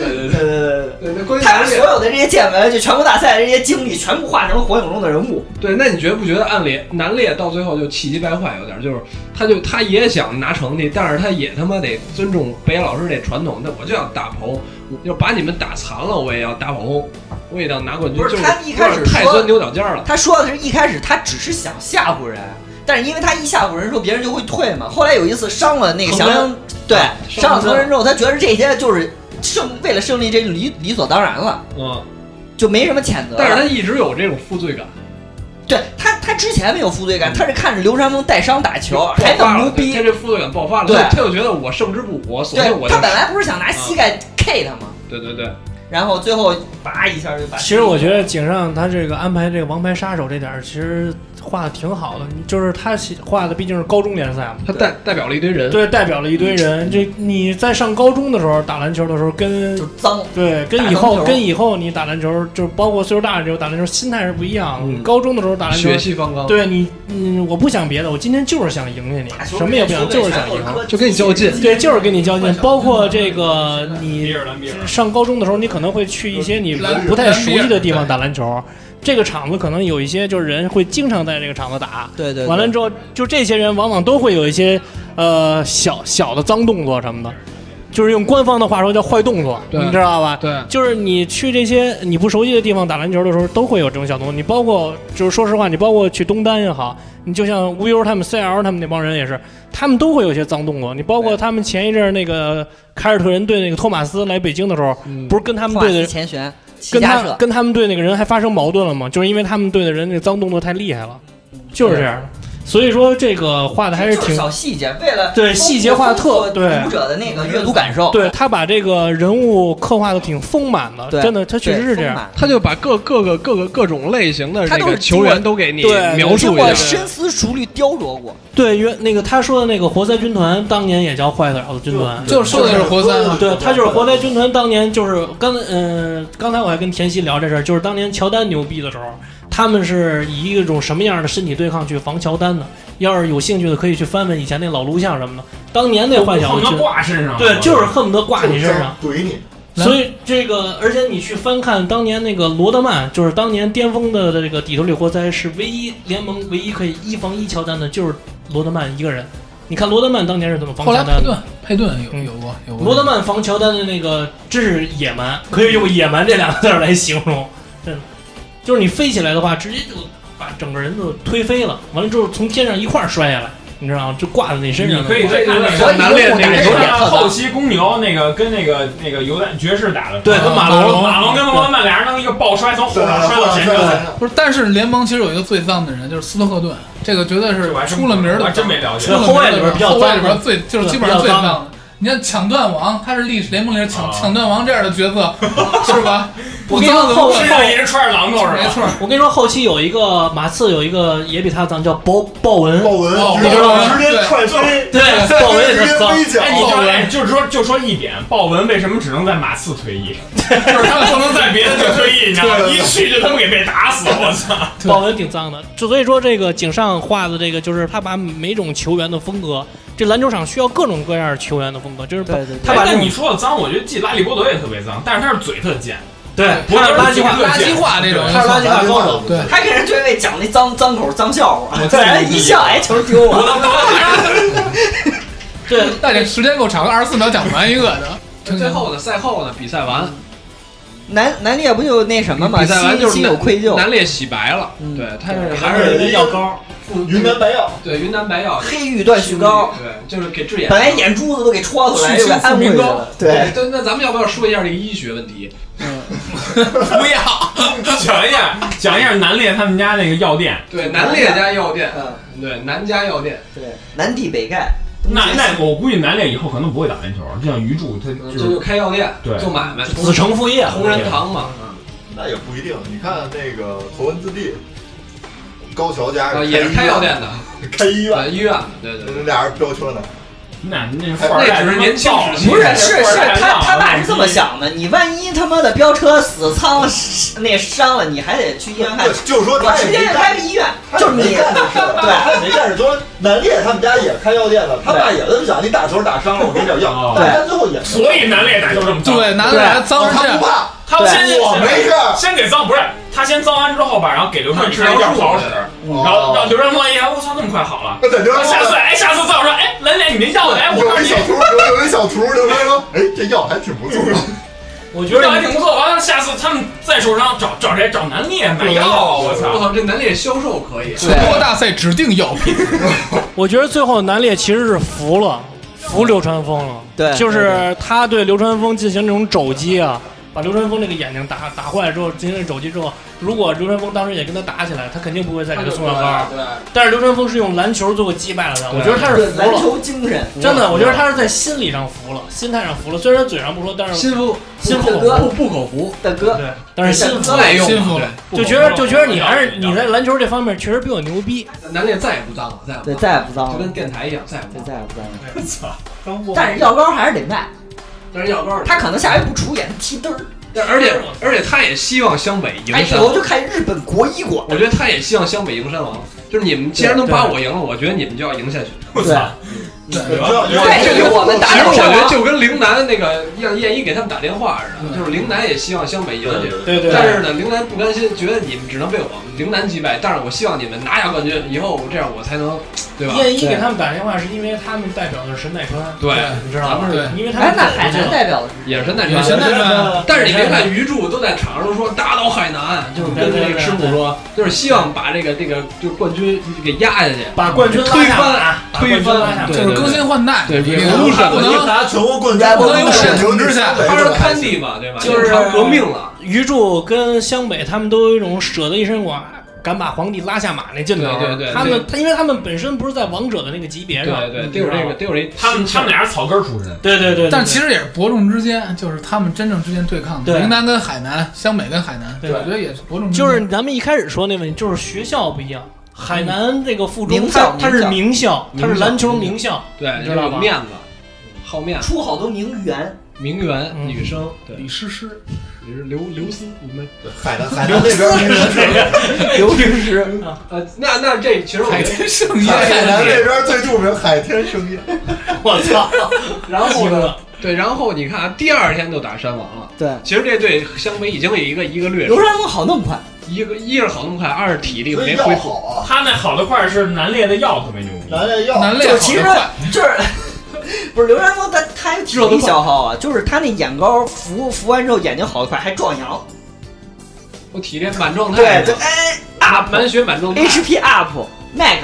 [SPEAKER 9] 对对
[SPEAKER 8] 对对
[SPEAKER 9] 对对对
[SPEAKER 8] 他把所有的这些见闻，就全国大赛的这些经历，全部化成了火影中的人物。
[SPEAKER 9] 对，那你觉不觉得暗烈南烈到最后就气急败坏，有点就是，他就他也想拿成绩，但是他也他妈得尊重北野老师这传统，那我就要打跑轰，要把你们打残了，我也要打跑轰，我也要拿冠军，
[SPEAKER 8] 不
[SPEAKER 9] 就是是
[SPEAKER 8] 他一开始
[SPEAKER 9] 有点太
[SPEAKER 8] 说
[SPEAKER 9] 钻牛角尖了。
[SPEAKER 8] 他说的是一开始他只是想吓唬人，但是因为他一吓唬人之后，别人就会退嘛。后来有一次伤了那个
[SPEAKER 9] 藤
[SPEAKER 8] 翔
[SPEAKER 9] 根
[SPEAKER 8] 阳，对，
[SPEAKER 9] 藤
[SPEAKER 8] 伤了藤
[SPEAKER 9] 根
[SPEAKER 8] 啊人之后，他觉得这些就是胜为了胜利，这理理所当然了，
[SPEAKER 9] 嗯，
[SPEAKER 8] 就没什么谴责了。
[SPEAKER 9] 但是他一直有这种负罪感，
[SPEAKER 8] 对他他之前没有负罪感，他是看着刘山峰带伤打球，
[SPEAKER 9] 爆
[SPEAKER 8] 还
[SPEAKER 9] 发
[SPEAKER 8] 很牛
[SPEAKER 9] 了，
[SPEAKER 8] 逼
[SPEAKER 9] 他。这负罪感爆发了，
[SPEAKER 8] 对
[SPEAKER 9] 他就觉得我胜之不武，所以
[SPEAKER 8] 对
[SPEAKER 9] 我就
[SPEAKER 8] 他本来不是想拿膝盖 K 他吗？
[SPEAKER 9] 对对对，
[SPEAKER 8] 然后最后叭一下就把。
[SPEAKER 13] 其实我觉得井上他这个安排这个王牌杀手这点儿，其实画的挺好的，就是他写画的毕竟是高中联赛嘛，
[SPEAKER 9] 他代代表了一堆人，
[SPEAKER 13] 对，代表了一堆
[SPEAKER 2] 嗯
[SPEAKER 13] 人。这你在上高中的时候打篮球的时候，跟
[SPEAKER 8] 脏，
[SPEAKER 13] 对，
[SPEAKER 9] 打
[SPEAKER 13] 跟以
[SPEAKER 9] 篮球
[SPEAKER 13] 后跟以后你打篮球，就是包括岁数大了之后打篮球，心态是不一样的。
[SPEAKER 9] 嗯
[SPEAKER 13] 你高中的时候打篮球，
[SPEAKER 9] 血气方刚
[SPEAKER 13] 对你，嗯，我不想别的，我今天就是想赢下你，什么也不想，就是想赢，
[SPEAKER 9] 就跟你较劲
[SPEAKER 13] 对，就是跟你较劲。包括这个你上高中的时候，你可能会去一些你
[SPEAKER 2] 蓝
[SPEAKER 13] 不太熟悉的地方打篮球。这个场子可能有一些就是人会经常在这个场子打，
[SPEAKER 8] 对对对
[SPEAKER 13] 完了之后，就这些人往往都会有一些呃小小的脏动作什么的，就是用官方的话说叫坏动作，
[SPEAKER 9] 对
[SPEAKER 13] 你知道吧？
[SPEAKER 9] 对
[SPEAKER 13] 就是你去这些你不熟悉的地方打篮球的时候，都会有这种小动作。你包括就是说实话，你包括去东单也好，你就像无忧他们、CL 他们那帮人也是，他们都会有一些脏动作。你包括他们前一阵儿那个凯尔特人队那个托马斯来北京的时候，
[SPEAKER 9] 嗯
[SPEAKER 13] 不是跟他们队
[SPEAKER 8] 华
[SPEAKER 13] 的
[SPEAKER 8] 西前旋，齐
[SPEAKER 13] 跟
[SPEAKER 8] 嗯家
[SPEAKER 13] 他
[SPEAKER 8] 社
[SPEAKER 13] 跟他们队那个人还发生矛盾了吗？就是因为他们队的人那个脏动作太厉害了，就是这样。所以说这个画的还是
[SPEAKER 8] 就是
[SPEAKER 13] 挺
[SPEAKER 8] 小细节，为了
[SPEAKER 13] 对细节画得
[SPEAKER 8] 丰
[SPEAKER 13] 特
[SPEAKER 8] 富
[SPEAKER 13] 对
[SPEAKER 8] 读者的那个阅读感受。
[SPEAKER 13] 对他把这个人物刻画的挺丰满
[SPEAKER 9] 对
[SPEAKER 13] 的，真的，他确实是这样。
[SPEAKER 9] 他就把各各个各个各种类型的
[SPEAKER 13] 他
[SPEAKER 9] 这
[SPEAKER 13] 都
[SPEAKER 9] 个
[SPEAKER 13] 是
[SPEAKER 9] 球员都给你
[SPEAKER 13] 对
[SPEAKER 9] 描述一
[SPEAKER 13] 对
[SPEAKER 9] 下
[SPEAKER 13] 对，
[SPEAKER 8] 深思熟虑雕琢过，
[SPEAKER 13] 对，原那个他说的那个活塞军团，当年也叫坏小子军团，
[SPEAKER 2] 就就说的是活塞嘛
[SPEAKER 13] 对，他就是活塞军团当年就是刚嗯、刚才我还跟田曦聊这事儿，就是当年乔丹牛逼的时候，他们是以一种什么样的身体对抗去防乔丹的？要是有兴趣的，可以去翻翻以前那老录像什么的。当年那坏小子
[SPEAKER 4] 恨不
[SPEAKER 13] 军
[SPEAKER 4] 得挂身上
[SPEAKER 13] 对，就是恨不得挂你身上，
[SPEAKER 6] 怼你。
[SPEAKER 13] 所以这个，而且你去翻看当年那个罗德曼，就是当年巅峰的这个底特律活塞，是唯一联盟唯一可以一防一乔丹的，就是罗德曼一个人。你看罗德曼当年是怎么防
[SPEAKER 2] 后
[SPEAKER 13] 乔
[SPEAKER 2] 来
[SPEAKER 13] 丹
[SPEAKER 2] 佩
[SPEAKER 13] 的？
[SPEAKER 2] 顿佩顿有有过有过。
[SPEAKER 13] 罗德曼防乔丹的那个真是野蛮，可以用“野蛮”这两个字儿来形容，真的，就是你飞起来的话，直接就把整个人都推飞了，完了之后从天上一块儿摔下来，你知道吗？就挂在你身上
[SPEAKER 4] 你
[SPEAKER 13] 了。
[SPEAKER 4] 可以再看那个南烈那个后期公牛那个跟那个那个犹太爵士打的，
[SPEAKER 13] 对跟马龙
[SPEAKER 4] 马龙跟罗德曼俩人弄一个爆摔，从火上摔到前腰去。
[SPEAKER 2] 不是，但是联盟其实有一个最脏的人，就是斯托克顿，这个绝对是出了名儿
[SPEAKER 4] 我
[SPEAKER 2] 的，
[SPEAKER 4] 还真没了解
[SPEAKER 2] 出了名儿的
[SPEAKER 13] 后卫里边比较脏
[SPEAKER 2] 后卫里边最就是基本上最脏的。你像抢断王，他是历史联盟里的抢抢断王这样的角色，是吧？
[SPEAKER 15] 我跟你说后
[SPEAKER 2] 身
[SPEAKER 15] 上也
[SPEAKER 4] 是啊串狼
[SPEAKER 2] 狗是吧没错。
[SPEAKER 15] 我跟你说，后期有一个马刺有一个也比他脏，叫鲍鲍文，鲍
[SPEAKER 6] 文
[SPEAKER 15] 你知道吗？
[SPEAKER 6] 直接踹飞
[SPEAKER 15] 对，对鲍文也
[SPEAKER 6] [laughs]
[SPEAKER 15] 是脏。
[SPEAKER 4] [laughs] 哎，你就哎就是说，就说一点，鲍文为什么只能在马刺退役？就是他不能在别的队退役，你知道吗？
[SPEAKER 15] 对
[SPEAKER 4] 一去就他妈给被打死，我操！
[SPEAKER 13] 鲍文挺脏的，就所以说这个井上画的这个，就是他把每种球员的风格，这篮球场需要各种各样球员的风格，就是把他
[SPEAKER 4] 哎
[SPEAKER 13] 把这
[SPEAKER 4] 但
[SPEAKER 13] 种
[SPEAKER 4] 你说的脏，我觉得记拉里波德也特别脏，但是他是嘴特贱，
[SPEAKER 15] 对
[SPEAKER 4] 不是
[SPEAKER 15] 他是垃圾话
[SPEAKER 4] 嘴特贱
[SPEAKER 15] 垃
[SPEAKER 4] [laughs]
[SPEAKER 15] 圾话那种
[SPEAKER 4] 对
[SPEAKER 15] 他是垃圾话高手
[SPEAKER 4] 对
[SPEAKER 8] 还给人对位讲那脏脏口脏笑话，
[SPEAKER 4] 我
[SPEAKER 8] 在人一笑，哎，球丢了。 [laughs]
[SPEAKER 15] 对，
[SPEAKER 2] 那得时间够长，二十四秒讲不完一个的。
[SPEAKER 9] 最后呢，赛后呢，比赛完，
[SPEAKER 8] 南南烈不就那什么吗？
[SPEAKER 9] 比赛完就
[SPEAKER 8] 心
[SPEAKER 9] 是
[SPEAKER 8] 心有愧疚，
[SPEAKER 9] 南烈洗白了，对，他是还
[SPEAKER 8] 对
[SPEAKER 9] 是
[SPEAKER 8] 药
[SPEAKER 9] 膏，
[SPEAKER 6] 云南白药，
[SPEAKER 9] 对，云南白药，
[SPEAKER 8] 黑玉断续膏，
[SPEAKER 9] 对，就是给治眼，
[SPEAKER 8] 本来眼珠子都给戳出来，又
[SPEAKER 9] 去
[SPEAKER 8] 给安回去
[SPEAKER 9] 膏
[SPEAKER 8] 了。，对，
[SPEAKER 9] 对，那咱们要不要说一下这个医学问题？
[SPEAKER 4] 不要 [laughs] 讲一下，讲一下南烈他们家那个药店，
[SPEAKER 9] 对，南烈家药店，对，南家药店，
[SPEAKER 8] 嗯对，南帝北丐，
[SPEAKER 4] 那那我估计南烈以后可能不会打篮球，就像鱼柱他
[SPEAKER 9] 这
[SPEAKER 4] 是
[SPEAKER 9] 就开药店，
[SPEAKER 4] 对
[SPEAKER 9] 做买卖，
[SPEAKER 4] 子承父业嗯
[SPEAKER 9] 同仁堂嘛，
[SPEAKER 6] 那也不一定。你看那个头文字 D，高桥家
[SPEAKER 9] 啊也是开
[SPEAKER 6] 医院
[SPEAKER 9] 药店的，
[SPEAKER 6] 开医院，
[SPEAKER 9] 医院对对
[SPEAKER 6] 对，俩人飙车呢。
[SPEAKER 4] 那那
[SPEAKER 6] 富二代那只是年轻时期
[SPEAKER 8] 不是是是，他他爸是这么想的，你万一他妈的飙车死苍那伤了，你还得去医院看
[SPEAKER 6] 对。就是说
[SPEAKER 8] 我
[SPEAKER 6] 他也
[SPEAKER 8] 直接
[SPEAKER 6] 没
[SPEAKER 8] 就
[SPEAKER 6] 干
[SPEAKER 8] 开个医院，就是
[SPEAKER 6] 没
[SPEAKER 8] 你
[SPEAKER 6] 干这事儿，他也没干这事儿。南烈他们家也开药店的，他爸也这么想，你打球打伤了，我给你点药。
[SPEAKER 4] 对
[SPEAKER 6] 但他最后也，
[SPEAKER 4] 所以南烈打球这么脏。
[SPEAKER 6] 对南烈还脏是这样
[SPEAKER 4] 不怕，他先
[SPEAKER 6] 对我没事
[SPEAKER 4] 先给脏不是，他先脏完之后吧，然后给刘川吃了一点不好使，
[SPEAKER 6] 哦
[SPEAKER 4] 然后让刘川摸一下，我操，那么快好了。
[SPEAKER 6] 那对刘川摸
[SPEAKER 4] 下次哎，下次再我说哎，南烈你那药哎，我告诉
[SPEAKER 6] 有一
[SPEAKER 4] 你
[SPEAKER 6] 小。图，有有一小图，刘哥说，哎，这药还挺不错。
[SPEAKER 4] 我觉得还挺不错，完了下次他们再受伤找找谁？找南烈买药啊！我操！
[SPEAKER 9] 我操，这南烈销售可 [laughs] 以，
[SPEAKER 2] 全国大赛指定药品，
[SPEAKER 13] 我觉得最后南烈其实是服了，服流川枫了。
[SPEAKER 2] 对
[SPEAKER 13] 就是他对流川枫进行这种肘击啊，把流川枫这个眼睛打打坏了之后，进行肘击之后，如果流川枫当时也跟他打起来，他肯定不会再给他送上杆。
[SPEAKER 9] 对，
[SPEAKER 13] 但是流川枫是用篮球最后击败了他，我觉得他是服了。
[SPEAKER 8] 篮球精神，
[SPEAKER 13] 真的，我觉得他是在心理上服了，心态上服了。虽然嘴上不说，但是
[SPEAKER 9] 心服
[SPEAKER 13] 心服
[SPEAKER 8] 大
[SPEAKER 9] 不
[SPEAKER 8] 哥
[SPEAKER 13] 口服
[SPEAKER 9] 不口服，
[SPEAKER 8] 大哥，
[SPEAKER 13] 对，但是心服
[SPEAKER 9] 对
[SPEAKER 13] 心服
[SPEAKER 9] 对
[SPEAKER 13] 就觉得就觉得你还是你在篮球这方面确实比我牛逼。
[SPEAKER 9] 南烈再也不脏了，再也
[SPEAKER 8] 对，再也不脏
[SPEAKER 9] 就
[SPEAKER 8] 了
[SPEAKER 9] 跟，电台一样，再也不
[SPEAKER 8] 再也不脏了。 [laughs]
[SPEAKER 4] 操！
[SPEAKER 8] 但是药膏还是得卖，
[SPEAKER 9] 但是药膏
[SPEAKER 8] 他可能下回不出眼踢嘚儿。
[SPEAKER 9] 但而且而且他也希望湘北赢
[SPEAKER 8] 哎，以
[SPEAKER 9] 山
[SPEAKER 8] 后
[SPEAKER 9] 王
[SPEAKER 8] 就，看日本国医馆。
[SPEAKER 9] 我觉得他也希望湘北赢山王，就是你们既然能把我赢了，我觉得你们就要赢下去。
[SPEAKER 4] 我操！
[SPEAKER 9] 对
[SPEAKER 4] 对
[SPEAKER 9] 吧
[SPEAKER 4] 对
[SPEAKER 9] 这就
[SPEAKER 4] 我们打
[SPEAKER 9] 其实我
[SPEAKER 4] 山王
[SPEAKER 9] 觉得
[SPEAKER 8] 啊
[SPEAKER 9] 就跟陵南那个让燕一给他们打电话似的，就是陵南也希望湘北赢下去，
[SPEAKER 13] 嗯对对对
[SPEAKER 9] 但是呢，陵南不甘心，觉得你们只能被我们陵南击败，但是我希望你们拿下冠军，以后这样我才能，对吧？
[SPEAKER 13] 燕一给他们打电话是因为他们代表的是神奈川，
[SPEAKER 9] 对，
[SPEAKER 13] 你知道吗？
[SPEAKER 9] 对，
[SPEAKER 13] 因为
[SPEAKER 8] 哎
[SPEAKER 13] 他们
[SPEAKER 8] 表
[SPEAKER 9] 也是神奈
[SPEAKER 13] 也
[SPEAKER 9] 川，
[SPEAKER 13] 是神奈川
[SPEAKER 9] 但是你别看鱼柱都在场上都说打倒海南，就是跟那个师傅说，就是希望把这个这个就冠军给压下去，
[SPEAKER 13] 把冠军拉下
[SPEAKER 9] 推
[SPEAKER 13] 来啊
[SPEAKER 9] 翻，推
[SPEAKER 13] 把冠军拉下来
[SPEAKER 9] 翻，对
[SPEAKER 2] 就是更新换代，
[SPEAKER 9] 对对
[SPEAKER 2] 你
[SPEAKER 9] 对
[SPEAKER 2] 看
[SPEAKER 9] 无
[SPEAKER 2] 他不
[SPEAKER 9] 审
[SPEAKER 2] 能
[SPEAKER 9] 打全国冠军
[SPEAKER 2] 不能有沈腾之下，
[SPEAKER 9] 他是看地嘛，对吧？
[SPEAKER 13] 就是
[SPEAKER 9] 革命了。
[SPEAKER 13] 鱼柱跟湘北他们都有一种舍得一身剐，敢把皇帝拉下马那劲头。
[SPEAKER 9] 对对对对
[SPEAKER 13] 他们他因为他们本身不是在王者的那个级别上，
[SPEAKER 9] 对对
[SPEAKER 13] 你知道吗
[SPEAKER 9] 得有这个得有这
[SPEAKER 4] 他们他们俩是草根出身，
[SPEAKER 13] 对对对对
[SPEAKER 2] 但其实也是伯仲之间，就是他们真正之间对抗的。
[SPEAKER 13] 对
[SPEAKER 2] 云南跟海南，湘北跟海南，
[SPEAKER 13] 对
[SPEAKER 2] 我觉得也是伯
[SPEAKER 4] 嗯
[SPEAKER 2] 仲之间。
[SPEAKER 13] 就是咱们一开始说那问题，就是学校不一样。海南这个附中，
[SPEAKER 2] 名校
[SPEAKER 13] 它它是名
[SPEAKER 2] 名
[SPEAKER 13] 校，它是篮球名校，
[SPEAKER 9] 对，
[SPEAKER 13] 你
[SPEAKER 9] 就
[SPEAKER 13] 知
[SPEAKER 9] 是
[SPEAKER 13] 道
[SPEAKER 9] 有
[SPEAKER 13] 吗？
[SPEAKER 9] 面子，好面子，
[SPEAKER 8] 出好多名媛，
[SPEAKER 9] 名媛
[SPEAKER 13] 嗯
[SPEAKER 9] 女生，对，李诗诗，你是刘刘思，你们
[SPEAKER 6] 海南海南那边名人
[SPEAKER 8] [laughs] 刘诗诗，
[SPEAKER 9] 呃，那那这其实我觉得
[SPEAKER 6] 海南那边最著名海天盛宴。
[SPEAKER 13] 我操！
[SPEAKER 9] 然后呢？对，然后你看，啊，第二天就打山王了。
[SPEAKER 8] [laughs] 对，
[SPEAKER 9] 其实这对湘北已经有一个一个劣势。
[SPEAKER 8] 刘山峰好那么快，
[SPEAKER 9] 一个一是好那么快，二是体力没
[SPEAKER 4] 药
[SPEAKER 6] 哎
[SPEAKER 9] 恢复。
[SPEAKER 4] 他那好的块儿是南烈的药特别牛逼，
[SPEAKER 6] 南烈药
[SPEAKER 8] 就其实就是不是刘山峰他他有体力消耗啊，就是他那眼膏敷敷完之后眼睛好得快，还壮阳。
[SPEAKER 9] 我体力满状态。
[SPEAKER 8] 对对，哎哎
[SPEAKER 9] ，up 满血满状态。
[SPEAKER 8] ，HP up max。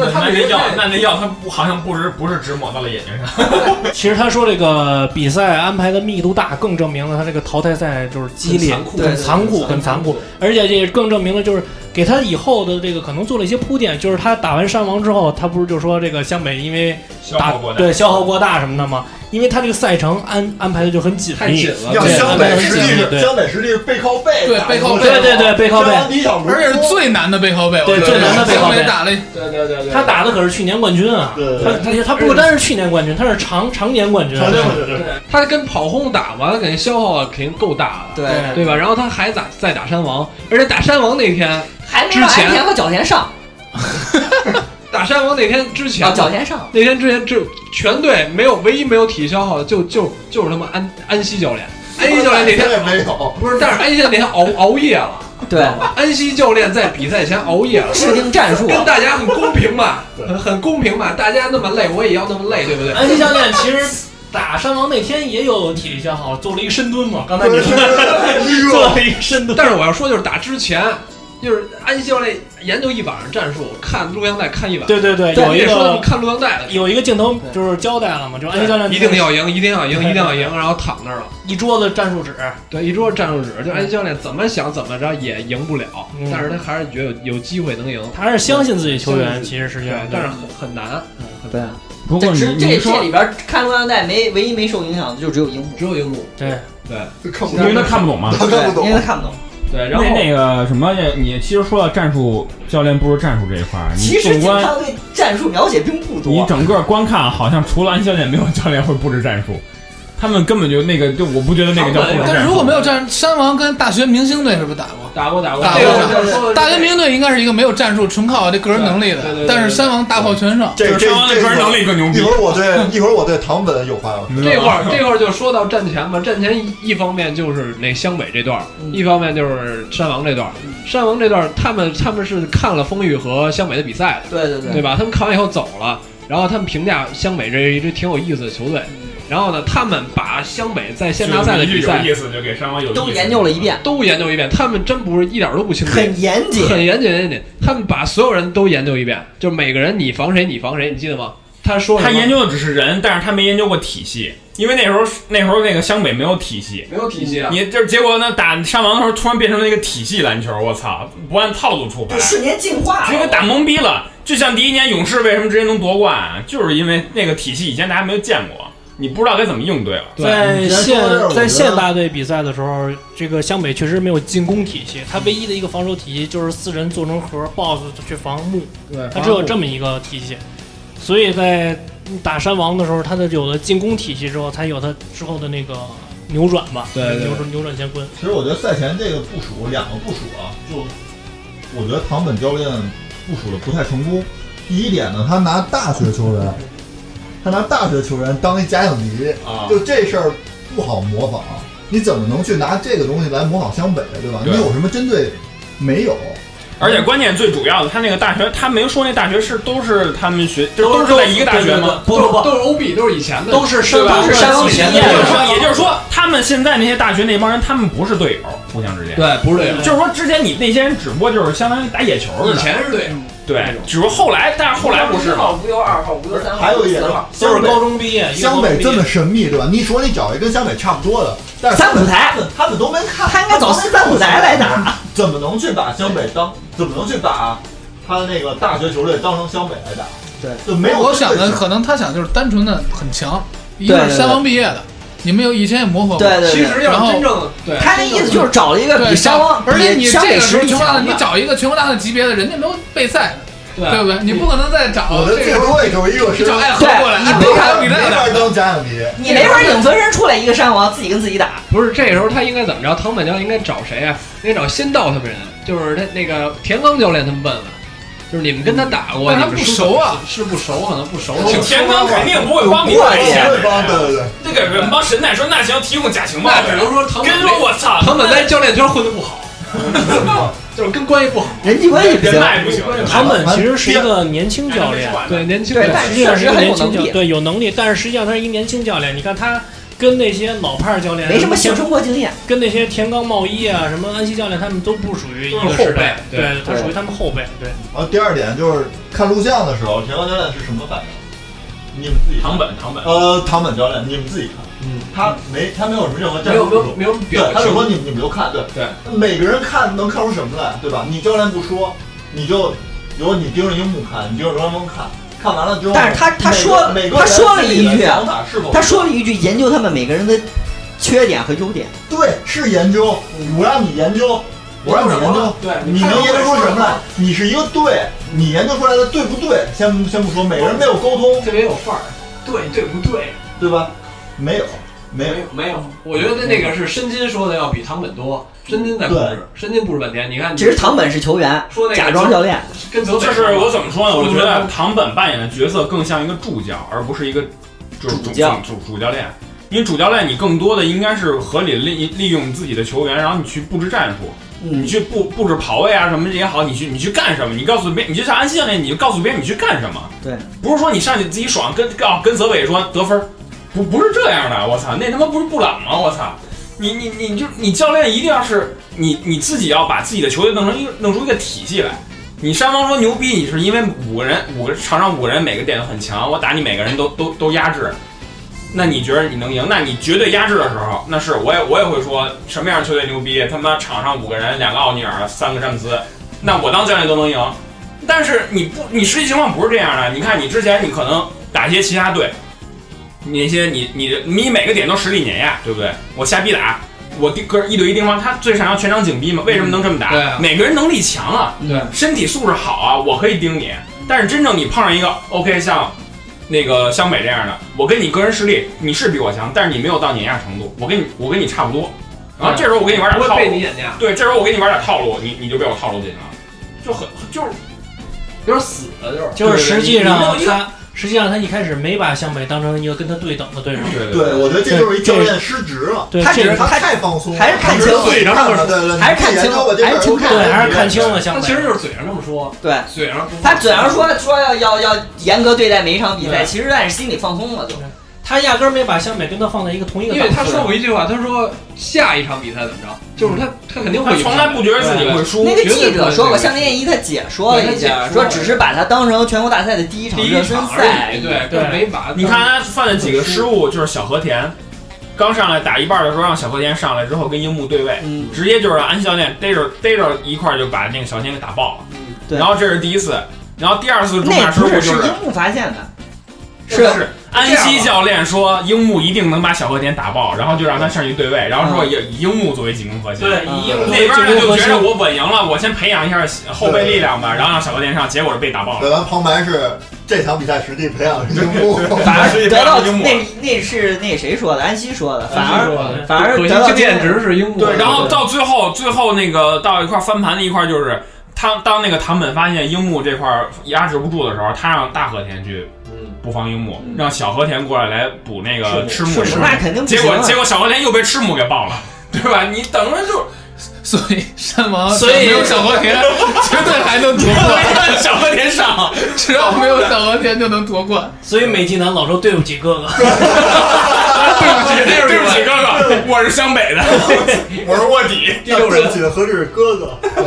[SPEAKER 4] 那
[SPEAKER 9] 他们
[SPEAKER 4] 那
[SPEAKER 9] 现
[SPEAKER 4] 药
[SPEAKER 9] 在
[SPEAKER 4] 那那药它不好像不是不是只抹到了眼睛上。
[SPEAKER 13] 其实他说这个比赛安排的密度大，更证明了他这个淘汰赛就是激烈、
[SPEAKER 4] 很残酷
[SPEAKER 13] 很残酷、
[SPEAKER 4] 对
[SPEAKER 13] 很残酷，而且这也更证明了就是给他以后的这个可能做了一些铺垫，就是他打完山王之后，他不是就说这个湘北因为
[SPEAKER 4] 消
[SPEAKER 13] 打
[SPEAKER 4] 耗过大
[SPEAKER 13] 对消耗过大什么的吗？因为他这个赛程安安排的就很紧
[SPEAKER 6] 太
[SPEAKER 13] 密
[SPEAKER 6] 紧，了
[SPEAKER 13] 对
[SPEAKER 6] 湘
[SPEAKER 13] 安
[SPEAKER 6] 北
[SPEAKER 13] 排得很
[SPEAKER 6] 实
[SPEAKER 13] 紧
[SPEAKER 6] 际
[SPEAKER 13] 密
[SPEAKER 6] 是
[SPEAKER 13] 对
[SPEAKER 6] 湘北实际是背靠背
[SPEAKER 2] 对
[SPEAKER 6] 打
[SPEAKER 2] 背靠
[SPEAKER 6] 的
[SPEAKER 2] 背，
[SPEAKER 13] 对对对背靠背
[SPEAKER 6] 湘北你想如
[SPEAKER 2] 而且是最难的背靠背，我
[SPEAKER 13] 对
[SPEAKER 2] 觉得
[SPEAKER 13] 最难的背靠
[SPEAKER 2] 湘
[SPEAKER 13] 背
[SPEAKER 2] 北打了，
[SPEAKER 6] 对对对
[SPEAKER 13] 他打的可是去年冠军啊，他他他不单是去年冠军，他是常常年冠军啊，
[SPEAKER 9] 他跟跑轰打完了，感觉消耗肯定够大的，
[SPEAKER 13] 对
[SPEAKER 9] 对吧？然后他还打再打山王，而且打山王那天
[SPEAKER 3] 还没
[SPEAKER 9] 之
[SPEAKER 3] 让安
[SPEAKER 9] 前
[SPEAKER 3] 田和角田上，
[SPEAKER 9] 打山王那天之前
[SPEAKER 3] 啊，角田上，
[SPEAKER 9] 那天之前就全队没有唯一没有体力消耗的就就就是他妈安安西教练，安西教练那天
[SPEAKER 6] 也没有，
[SPEAKER 9] 不是，但是安西教练熬熬夜了。
[SPEAKER 8] 对，
[SPEAKER 9] 安西教练在比赛前熬夜了，
[SPEAKER 8] 制定
[SPEAKER 3] [laughs]
[SPEAKER 8] 战术
[SPEAKER 9] 跟大家很公平嘛，很很公平嘛，大家那么累，我也要那么累，对不对？
[SPEAKER 13] 安西教练其实打山王那天也有体力消耗，做了一个深蹲嘛。刚才你做了一个深
[SPEAKER 9] [laughs]
[SPEAKER 13] 蹲，
[SPEAKER 9] 但是我要说，就是打之前，就是安西教练研究一晚上战术，看录像带看一晚上。
[SPEAKER 13] 对对对，有
[SPEAKER 9] 你
[SPEAKER 13] 一
[SPEAKER 9] 得说他
[SPEAKER 13] 个
[SPEAKER 9] 们看录像带了，
[SPEAKER 13] 有一个镜头就是交代了嘛，就安西教练
[SPEAKER 9] 一定要赢，一定要赢，一定要赢，然后躺那儿了。哎
[SPEAKER 13] 一桌子战术纸，
[SPEAKER 9] 对，一桌子战术纸，就安西教练怎么想怎么着也赢不了，
[SPEAKER 13] 嗯
[SPEAKER 9] 但是他还是觉得有有机会能赢，
[SPEAKER 13] 他还是相信自己球员，其实是这
[SPEAKER 9] 对
[SPEAKER 13] 样，，
[SPEAKER 9] 但是很很难。
[SPEAKER 8] 对，
[SPEAKER 4] 不
[SPEAKER 3] 这
[SPEAKER 9] 过你
[SPEAKER 3] 这
[SPEAKER 9] 你
[SPEAKER 3] 这
[SPEAKER 9] 说
[SPEAKER 3] 里边看录像带没唯一没受影响的就只有樱木，
[SPEAKER 9] 只有樱木，
[SPEAKER 13] 对
[SPEAKER 9] 对，
[SPEAKER 6] 看
[SPEAKER 4] 因为他看不懂嘛
[SPEAKER 3] 对
[SPEAKER 4] 看不懂
[SPEAKER 3] 因为他看不懂。
[SPEAKER 9] 对，
[SPEAKER 4] 那那个什么，你其实说到战术教练不如战术这一块儿，你
[SPEAKER 3] 其实
[SPEAKER 4] 纵
[SPEAKER 3] 经
[SPEAKER 4] 观
[SPEAKER 3] 常对战术描写并不
[SPEAKER 4] 你
[SPEAKER 3] 多，
[SPEAKER 4] 整个观看，好像除了安教练，没有教练会布置战术，他们根本就那个，就我不觉得那个叫布置
[SPEAKER 2] 但
[SPEAKER 4] 战
[SPEAKER 2] 是
[SPEAKER 4] 术。
[SPEAKER 2] 如果没有战山王跟大学明星队是不是打过？
[SPEAKER 9] 打过打过
[SPEAKER 2] 打
[SPEAKER 9] 这
[SPEAKER 2] 过
[SPEAKER 9] 个我想说的是
[SPEAKER 2] 大学明星队应该是一个没有战术，纯靠这个人能力的
[SPEAKER 9] 对对对。对
[SPEAKER 2] 但是山王大获全胜，
[SPEAKER 6] 这这这一会儿我对一会儿我对唐本有话要说。
[SPEAKER 9] 这块儿这块儿就说到战前吧，战前一一方面就是那湘北这段儿，
[SPEAKER 8] 嗯
[SPEAKER 9] 一方面就是山王这段儿。山王这段儿，他们他们是看了丰裕和湘北的比赛的，
[SPEAKER 3] 对对对
[SPEAKER 9] 对吧？他们看完以后走了，然后他们评价湘北这一支挺有意思的球队。
[SPEAKER 8] 嗯
[SPEAKER 9] 然后呢，他们把湘北在县大赛的比赛
[SPEAKER 4] 有意思就给山王有意思
[SPEAKER 9] 一遍，都研究一遍。他们真不是一点儿都不轻敌，
[SPEAKER 8] 很严谨
[SPEAKER 9] 很严谨，很严谨。他们把所有人都研究一遍，就是每个人你防谁，你防谁，你记得吗？他说
[SPEAKER 4] 他
[SPEAKER 9] 什么
[SPEAKER 4] 研究的只是人，但是他没研究过体系，因为那时候那时候那个湘北没有体系，
[SPEAKER 9] 没有体系啊
[SPEAKER 4] 你就是结果呢，打山王的时候突然变成了一个体系篮球，我操，不按套路出牌，
[SPEAKER 8] 瞬间进化
[SPEAKER 4] 直接给打懵逼了。就像第一年勇士为什么直接能夺冠，就是因为那个体系以前大家没有见过，你不知道该怎么应对了。
[SPEAKER 13] 在县
[SPEAKER 4] 现
[SPEAKER 13] 在县大队比赛的时候，这个湘北确实没有进攻体系，他唯一的一个防守体系就是四人做成盒，BOSS 去防木，
[SPEAKER 9] 对
[SPEAKER 13] 他只有这么一个体系。所以在打山王的时候，他的有了进攻体系之后，才有他之后的那个扭转吧，
[SPEAKER 6] 对对对
[SPEAKER 13] 扭转扭转乾坤。
[SPEAKER 6] 其实我觉得赛前这个部署两个部署啊，就我觉得唐本教练部署的不太成功。第一点呢，他拿大学球员，他拿大学球员当一假想敌
[SPEAKER 4] 啊
[SPEAKER 6] 就这事儿不好模仿。啊你怎么能去拿这个东西来模仿湘北，对吧？
[SPEAKER 4] 对
[SPEAKER 6] 你有什么针对？没有。
[SPEAKER 4] 而且关键最主要的，他那个大学，他没说那大学是都是他们学，这都是在一个大学吗？
[SPEAKER 9] 都是都是 OB，都是以前的，
[SPEAKER 4] 都是山
[SPEAKER 9] 都
[SPEAKER 4] 东
[SPEAKER 9] 是
[SPEAKER 4] 山东
[SPEAKER 9] 以前
[SPEAKER 4] 也就是说，也就是说，他们现在那些大学那帮人，他们不是队友，互相之间
[SPEAKER 9] 对不是队友
[SPEAKER 4] 就是说之前你那些人只不过就是相当于打野球似的，
[SPEAKER 9] 以前是队友，
[SPEAKER 4] 对，只不过后来，但是后来不是
[SPEAKER 3] 一号
[SPEAKER 4] 了。
[SPEAKER 3] 无忧，二号无忧，三号
[SPEAKER 6] 还有一点
[SPEAKER 3] 四号，，
[SPEAKER 6] 湘北湘北这
[SPEAKER 3] 真
[SPEAKER 6] 么
[SPEAKER 3] 的
[SPEAKER 6] 神秘，对吧？你说你找一跟湘北差不多的，但是
[SPEAKER 8] 三浦台
[SPEAKER 6] 他们他们都没看，他应
[SPEAKER 8] 该找三浦台来打。
[SPEAKER 6] 怎么能去把湘北当？怎么能去把他那个大学球队当成湘北来打？
[SPEAKER 8] 对，
[SPEAKER 6] 就没有
[SPEAKER 2] 我想
[SPEAKER 6] 对
[SPEAKER 2] 的
[SPEAKER 6] 手
[SPEAKER 2] 可能他想就是单纯的很强，
[SPEAKER 8] 对
[SPEAKER 2] 一个
[SPEAKER 8] 对
[SPEAKER 2] 是
[SPEAKER 8] 对
[SPEAKER 2] 山王毕业的，你们有以前也磨合过，
[SPEAKER 8] 对对对其实要是
[SPEAKER 2] 然后
[SPEAKER 8] 真正对他那意思就是找了一个比
[SPEAKER 2] 对
[SPEAKER 8] 山王
[SPEAKER 2] 而且
[SPEAKER 8] 比
[SPEAKER 2] 你
[SPEAKER 8] 湘
[SPEAKER 2] 这
[SPEAKER 8] 北
[SPEAKER 2] 个时候
[SPEAKER 8] 实力
[SPEAKER 2] 全国大
[SPEAKER 8] 强
[SPEAKER 2] 赛，
[SPEAKER 8] 的
[SPEAKER 2] 你找一个全国大赛级别的，人家没有备赛，
[SPEAKER 9] 对
[SPEAKER 2] 不对？你不可能再找
[SPEAKER 6] 我的
[SPEAKER 2] 这
[SPEAKER 6] 最
[SPEAKER 2] 个
[SPEAKER 6] 弱也就是哦一个
[SPEAKER 2] 你
[SPEAKER 6] 身
[SPEAKER 2] 找
[SPEAKER 6] 份，
[SPEAKER 2] 爱喝过来，
[SPEAKER 6] 你
[SPEAKER 2] 爱
[SPEAKER 6] 没
[SPEAKER 2] 喝过
[SPEAKER 6] 法
[SPEAKER 2] 来比
[SPEAKER 6] 没
[SPEAKER 2] 赛
[SPEAKER 6] 法
[SPEAKER 2] 的。
[SPEAKER 6] 当假想敌，
[SPEAKER 8] 你没法影分身出来一个山王，自己跟自己打。
[SPEAKER 9] 不是这时候他应该怎么着？唐本教练应该找谁啊？应该找仙道他们人，就是他那个田刚教练他们问问，就是你们跟他打过，
[SPEAKER 2] 但
[SPEAKER 9] 你
[SPEAKER 2] 他
[SPEAKER 9] 们
[SPEAKER 2] 不
[SPEAKER 9] 是
[SPEAKER 2] 熟啊，
[SPEAKER 9] 是不熟，可能不熟。
[SPEAKER 4] 田刚肯定不会帮你
[SPEAKER 9] 过
[SPEAKER 4] 拿钱，
[SPEAKER 6] 对对对，
[SPEAKER 4] 那给人帮神奈说，那行提供假情报，
[SPEAKER 9] 那只能说唐本
[SPEAKER 4] 跟说我操，
[SPEAKER 9] 唐本在教练圈混的不好，就是跟关系不好，
[SPEAKER 8] 人际关系
[SPEAKER 4] 人脉不行。
[SPEAKER 13] 唐本其实是一个年轻教练，
[SPEAKER 9] 对年轻
[SPEAKER 13] 对
[SPEAKER 9] 人，
[SPEAKER 13] 实际上是一个年轻教，对有能力，但是实际上他是一个年轻教练。你看他
[SPEAKER 12] 跟那些老派教练
[SPEAKER 16] 没
[SPEAKER 13] 嗯
[SPEAKER 16] 什么性生活经验，
[SPEAKER 12] 跟那些田刚茂一啊、什么安西教练他们都不属于一个时代，
[SPEAKER 6] 都是后辈
[SPEAKER 12] 对
[SPEAKER 6] 对，
[SPEAKER 12] 他属于他们后辈，对。
[SPEAKER 6] 然后第二点就是看录像的时候，田刚教练是什么反应？你们自己唐
[SPEAKER 4] 本唐本
[SPEAKER 6] 呃唐本教练，你们自己看，嗯，他没他没有什么任何战术
[SPEAKER 9] 没有
[SPEAKER 6] 部署
[SPEAKER 9] 没有没有表
[SPEAKER 6] 对，他就
[SPEAKER 9] 情
[SPEAKER 6] 说你们你们就看，对
[SPEAKER 9] 对，
[SPEAKER 6] 每个人看能看出什么来，对吧？你教练不说，你就比如你盯着樱木看，你盯着罗兰峰看，看完了之后，
[SPEAKER 16] 但是他他说
[SPEAKER 6] 每个每个
[SPEAKER 16] 他
[SPEAKER 6] 人
[SPEAKER 16] 说了一
[SPEAKER 6] 自己
[SPEAKER 16] 句
[SPEAKER 6] 的想法是否，
[SPEAKER 16] 他说了一句研究他们每个人的缺点和优点，
[SPEAKER 6] 对，是研究，我让你研究，我让你研究，
[SPEAKER 16] 对
[SPEAKER 6] 你能研究出什么来？你是一个队，你研究出来的对不对？先不先不说，每个人没有沟通，
[SPEAKER 9] 特别有范儿，对对不对？
[SPEAKER 6] 对吧？没有，没有，
[SPEAKER 9] 没有。我觉得那个是申金说的要比唐本多，申金在布
[SPEAKER 6] 对
[SPEAKER 9] 置，申金布置半天。你看，
[SPEAKER 16] 只是唐本是球员
[SPEAKER 9] 说那个，
[SPEAKER 16] 假装教练，
[SPEAKER 9] 跟泽北
[SPEAKER 4] 就是我怎么说呢？
[SPEAKER 9] 我
[SPEAKER 4] 我
[SPEAKER 9] 觉
[SPEAKER 4] 觉
[SPEAKER 9] 得
[SPEAKER 4] 得唐本扮演的角色更像一个助教，而不是一个就是主
[SPEAKER 16] 教
[SPEAKER 4] 主主主教练。因为主教练你更多的应该是合理利利用自己的球员，然后你去布置战术，
[SPEAKER 16] 你
[SPEAKER 4] 去布布置跑位啊什么也好，你去你去干什么？你告诉别，你就像安西教练，你就告诉别人你去干什么。
[SPEAKER 16] 对，
[SPEAKER 4] 不是说你上去自己爽，跟跟啊跟泽伟说得分儿，不不是这样的，我操，那他妈不是布朗吗？我操，你你你就你教练一定要是你你自己要把自己的球队弄成一个弄出一个体系来。你山王说牛逼，你是因为五个人五个场上五个人每个点都很强，我打你每个人都都都压制，那你觉得你能赢？那你绝对压制的时候，那是我也我也会说什么样的球队牛逼？他妈场上五个人，两个奥尼尔，三个詹姆斯，那我当教练都能赢。但是你不，你实际情况不是这样的。你看，你之前你可能打一些其他队，你那些你你你每个点都实力碾压，对不对？我瞎逼打，我第个一对一盯防，他最擅长全场紧逼嘛，为什么能这么打？
[SPEAKER 9] 对啊
[SPEAKER 4] 每个人能力强啊，
[SPEAKER 9] 对，
[SPEAKER 4] 身体素质好啊，我可以盯你。但是真正你碰上一个 OK 像那个湘北这样的，我跟你个人实力你是比我强，但是你没有到碾压程度，我跟你我跟你差不多。然后这时候我给你玩点
[SPEAKER 9] 不
[SPEAKER 4] 套
[SPEAKER 9] 会
[SPEAKER 4] 路，
[SPEAKER 9] 被你啊碾压
[SPEAKER 4] 对，这时候我给你玩点套路，你你就被我套路进去了，就很就是
[SPEAKER 9] 有点死了，就是
[SPEAKER 13] 就是实际上
[SPEAKER 4] 对对对
[SPEAKER 13] 他实际上他一开始没把湘北当成一个跟他对等的对手。
[SPEAKER 4] 对
[SPEAKER 6] 对，我觉得这就是一教练失职了，
[SPEAKER 13] 对，这
[SPEAKER 6] 他太放松了，
[SPEAKER 13] 还是看清
[SPEAKER 6] 他只是嘴上这么说对对对你研究我这事儿我看
[SPEAKER 9] 他其实就是嘴上这么说，
[SPEAKER 16] 对，
[SPEAKER 9] 嘴上
[SPEAKER 16] 他嘴上说说要要要严格对待每一场比赛，其实但是心里放松了就。
[SPEAKER 13] 他压根儿没把湘北跟他放在一个同一个
[SPEAKER 9] 因
[SPEAKER 13] 档次上。
[SPEAKER 9] 为他说过一句话，他说下一场比赛怎么着，就是他他肯定会赢，
[SPEAKER 16] 那个记者说过，
[SPEAKER 9] 绝对
[SPEAKER 16] 向
[SPEAKER 9] 不
[SPEAKER 16] 天一他姐说了一
[SPEAKER 9] 对他
[SPEAKER 16] 下，
[SPEAKER 9] 姐说
[SPEAKER 16] 说
[SPEAKER 9] 了
[SPEAKER 16] 只是把他当成全国大赛的第一场
[SPEAKER 4] 第一
[SPEAKER 16] 热身
[SPEAKER 4] 场
[SPEAKER 16] 赛而已，
[SPEAKER 4] 你看他犯了几个失误，就是小和田刚上来打一半的时候，让小和田上来之后跟樱木对位，直接就是安西教练逮着逮着一块儿就把那个小和田给打爆了。然后这是第一次，然后第二次中
[SPEAKER 16] 那
[SPEAKER 4] 场失误
[SPEAKER 16] 不
[SPEAKER 4] 就是
[SPEAKER 16] 是
[SPEAKER 4] 是
[SPEAKER 16] 樱木发现的，
[SPEAKER 4] 是安西教练说樱木一定能把小和田打爆，然后就让他上去对位，然后说以以樱木作为进攻核心。
[SPEAKER 13] 对
[SPEAKER 9] 呃
[SPEAKER 13] 以樱木
[SPEAKER 4] 那边呢就觉得我稳赢了，我先培养一下后备力量吧，然后让小和田上，结果是被打爆了。
[SPEAKER 6] 对，咱旁白是这场比赛实际培养是樱木，
[SPEAKER 16] 反而
[SPEAKER 4] 是
[SPEAKER 16] 得
[SPEAKER 4] 一
[SPEAKER 16] 到
[SPEAKER 4] 般是樱木
[SPEAKER 16] 那那是那谁说的？安西说的，反
[SPEAKER 9] 安西说
[SPEAKER 16] 而
[SPEAKER 9] 的
[SPEAKER 16] 反而
[SPEAKER 9] 可惜
[SPEAKER 16] 得到
[SPEAKER 9] 经
[SPEAKER 16] 今
[SPEAKER 9] 验
[SPEAKER 16] 天
[SPEAKER 9] 值是樱木
[SPEAKER 4] 对，然后到最后，最后那个到一块翻盘的一块就是。他当那个唐本发现樱木这块压制不住的时候，他让大和田去布防樱木，让小和田过来来补那个
[SPEAKER 16] 赤
[SPEAKER 4] 赤
[SPEAKER 16] 木
[SPEAKER 4] 嗯木
[SPEAKER 16] 赤
[SPEAKER 4] 什
[SPEAKER 16] 木
[SPEAKER 4] 么的。
[SPEAKER 16] 那肯定不
[SPEAKER 4] 结
[SPEAKER 16] 行
[SPEAKER 4] 果
[SPEAKER 16] 啊
[SPEAKER 4] 结果小和田又被赤木给爆了，对吧？你等着 [laughs] 就
[SPEAKER 2] [laughs] 所以山王
[SPEAKER 4] 所以
[SPEAKER 2] 没有小和田，绝对还能夺冠。
[SPEAKER 4] 小和田上，
[SPEAKER 2] 只要没有小和田就能夺冠。
[SPEAKER 13] 所以美纪男老说对不起哥哥，
[SPEAKER 4] 对不起哥哥，我是湘北的， [laughs] 我是卧底。
[SPEAKER 9] 第六人
[SPEAKER 6] 起的何止是哥哥，
[SPEAKER 9] 对。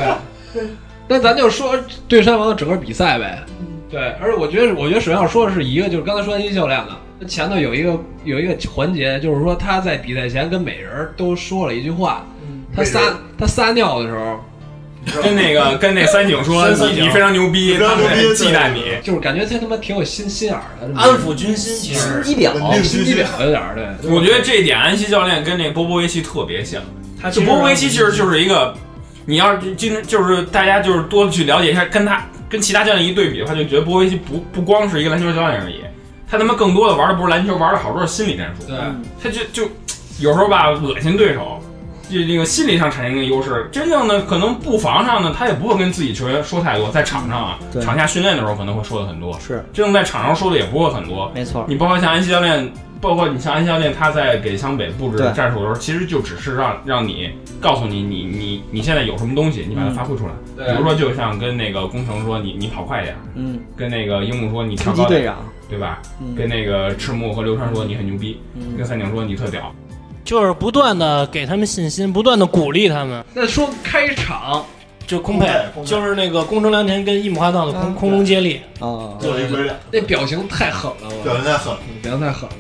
[SPEAKER 9] [laughs] 那咱就说对山王的整个比赛呗。对，而且我觉得，我觉得首先要说的是一个，就是刚才说安西教练的，那前头有一个有一个环节，就是说他在比赛前跟每人都说了一句话，他撒他撒尿的时候，
[SPEAKER 4] 跟那 [laughs] 个跟那三井说
[SPEAKER 9] 三井
[SPEAKER 4] 你你非常牛逼，他们很忌惮你。
[SPEAKER 9] 就是感觉他他妈挺有心心眼儿的，
[SPEAKER 13] 啊
[SPEAKER 4] 安抚军心其实心机婊
[SPEAKER 9] 心机婊有点儿对。
[SPEAKER 4] 我觉得这一点安西教练跟那波波维奇特别像。
[SPEAKER 13] 他
[SPEAKER 4] 就波波维奇其实就是一个，你要是今就是大家就是多去了解一下，跟他跟其他教练一对比的话，就觉得波波维奇不不光是一个篮球教练而已，他他妈更多的玩的不是篮球，玩的好多是心理战术。
[SPEAKER 9] 对，
[SPEAKER 4] 他就就有时候吧恶心对手。就这个心理上产生的优势，真正的可能布防上呢，他也不会跟自己球员说太多，在场上啊，场下训练的时候可能会说的很多，
[SPEAKER 16] 是
[SPEAKER 4] 真正在场上说的也不会很多，
[SPEAKER 16] 没错。
[SPEAKER 4] 你包括像安西教练，包括你像安西教练，他在给湘北布置
[SPEAKER 16] 对
[SPEAKER 4] 战术的时候，其实就只是让让你告诉你你你你现在有什么东西，你把它发挥出来。
[SPEAKER 16] 对
[SPEAKER 4] 比如说，就像跟那个工程说你你跑快点儿，
[SPEAKER 16] 嗯，
[SPEAKER 4] 跟那个樱木说你跳
[SPEAKER 16] 突
[SPEAKER 4] 高
[SPEAKER 16] 击队
[SPEAKER 4] 点儿
[SPEAKER 16] 长，
[SPEAKER 4] 对吧？
[SPEAKER 13] 嗯
[SPEAKER 4] 跟那个赤木和流川说你很牛逼，跟三井说你特屌，
[SPEAKER 13] 就是不断的给他们信心，不断的鼓励他们。
[SPEAKER 9] 那说开场
[SPEAKER 13] 就空配，就是那个宫城良田跟一亩花道的空空中接力
[SPEAKER 8] 啊
[SPEAKER 9] 做了一
[SPEAKER 13] 归
[SPEAKER 9] 归那表情太狠了，我嗯
[SPEAKER 6] 表情太狠，
[SPEAKER 9] 表情太狠了。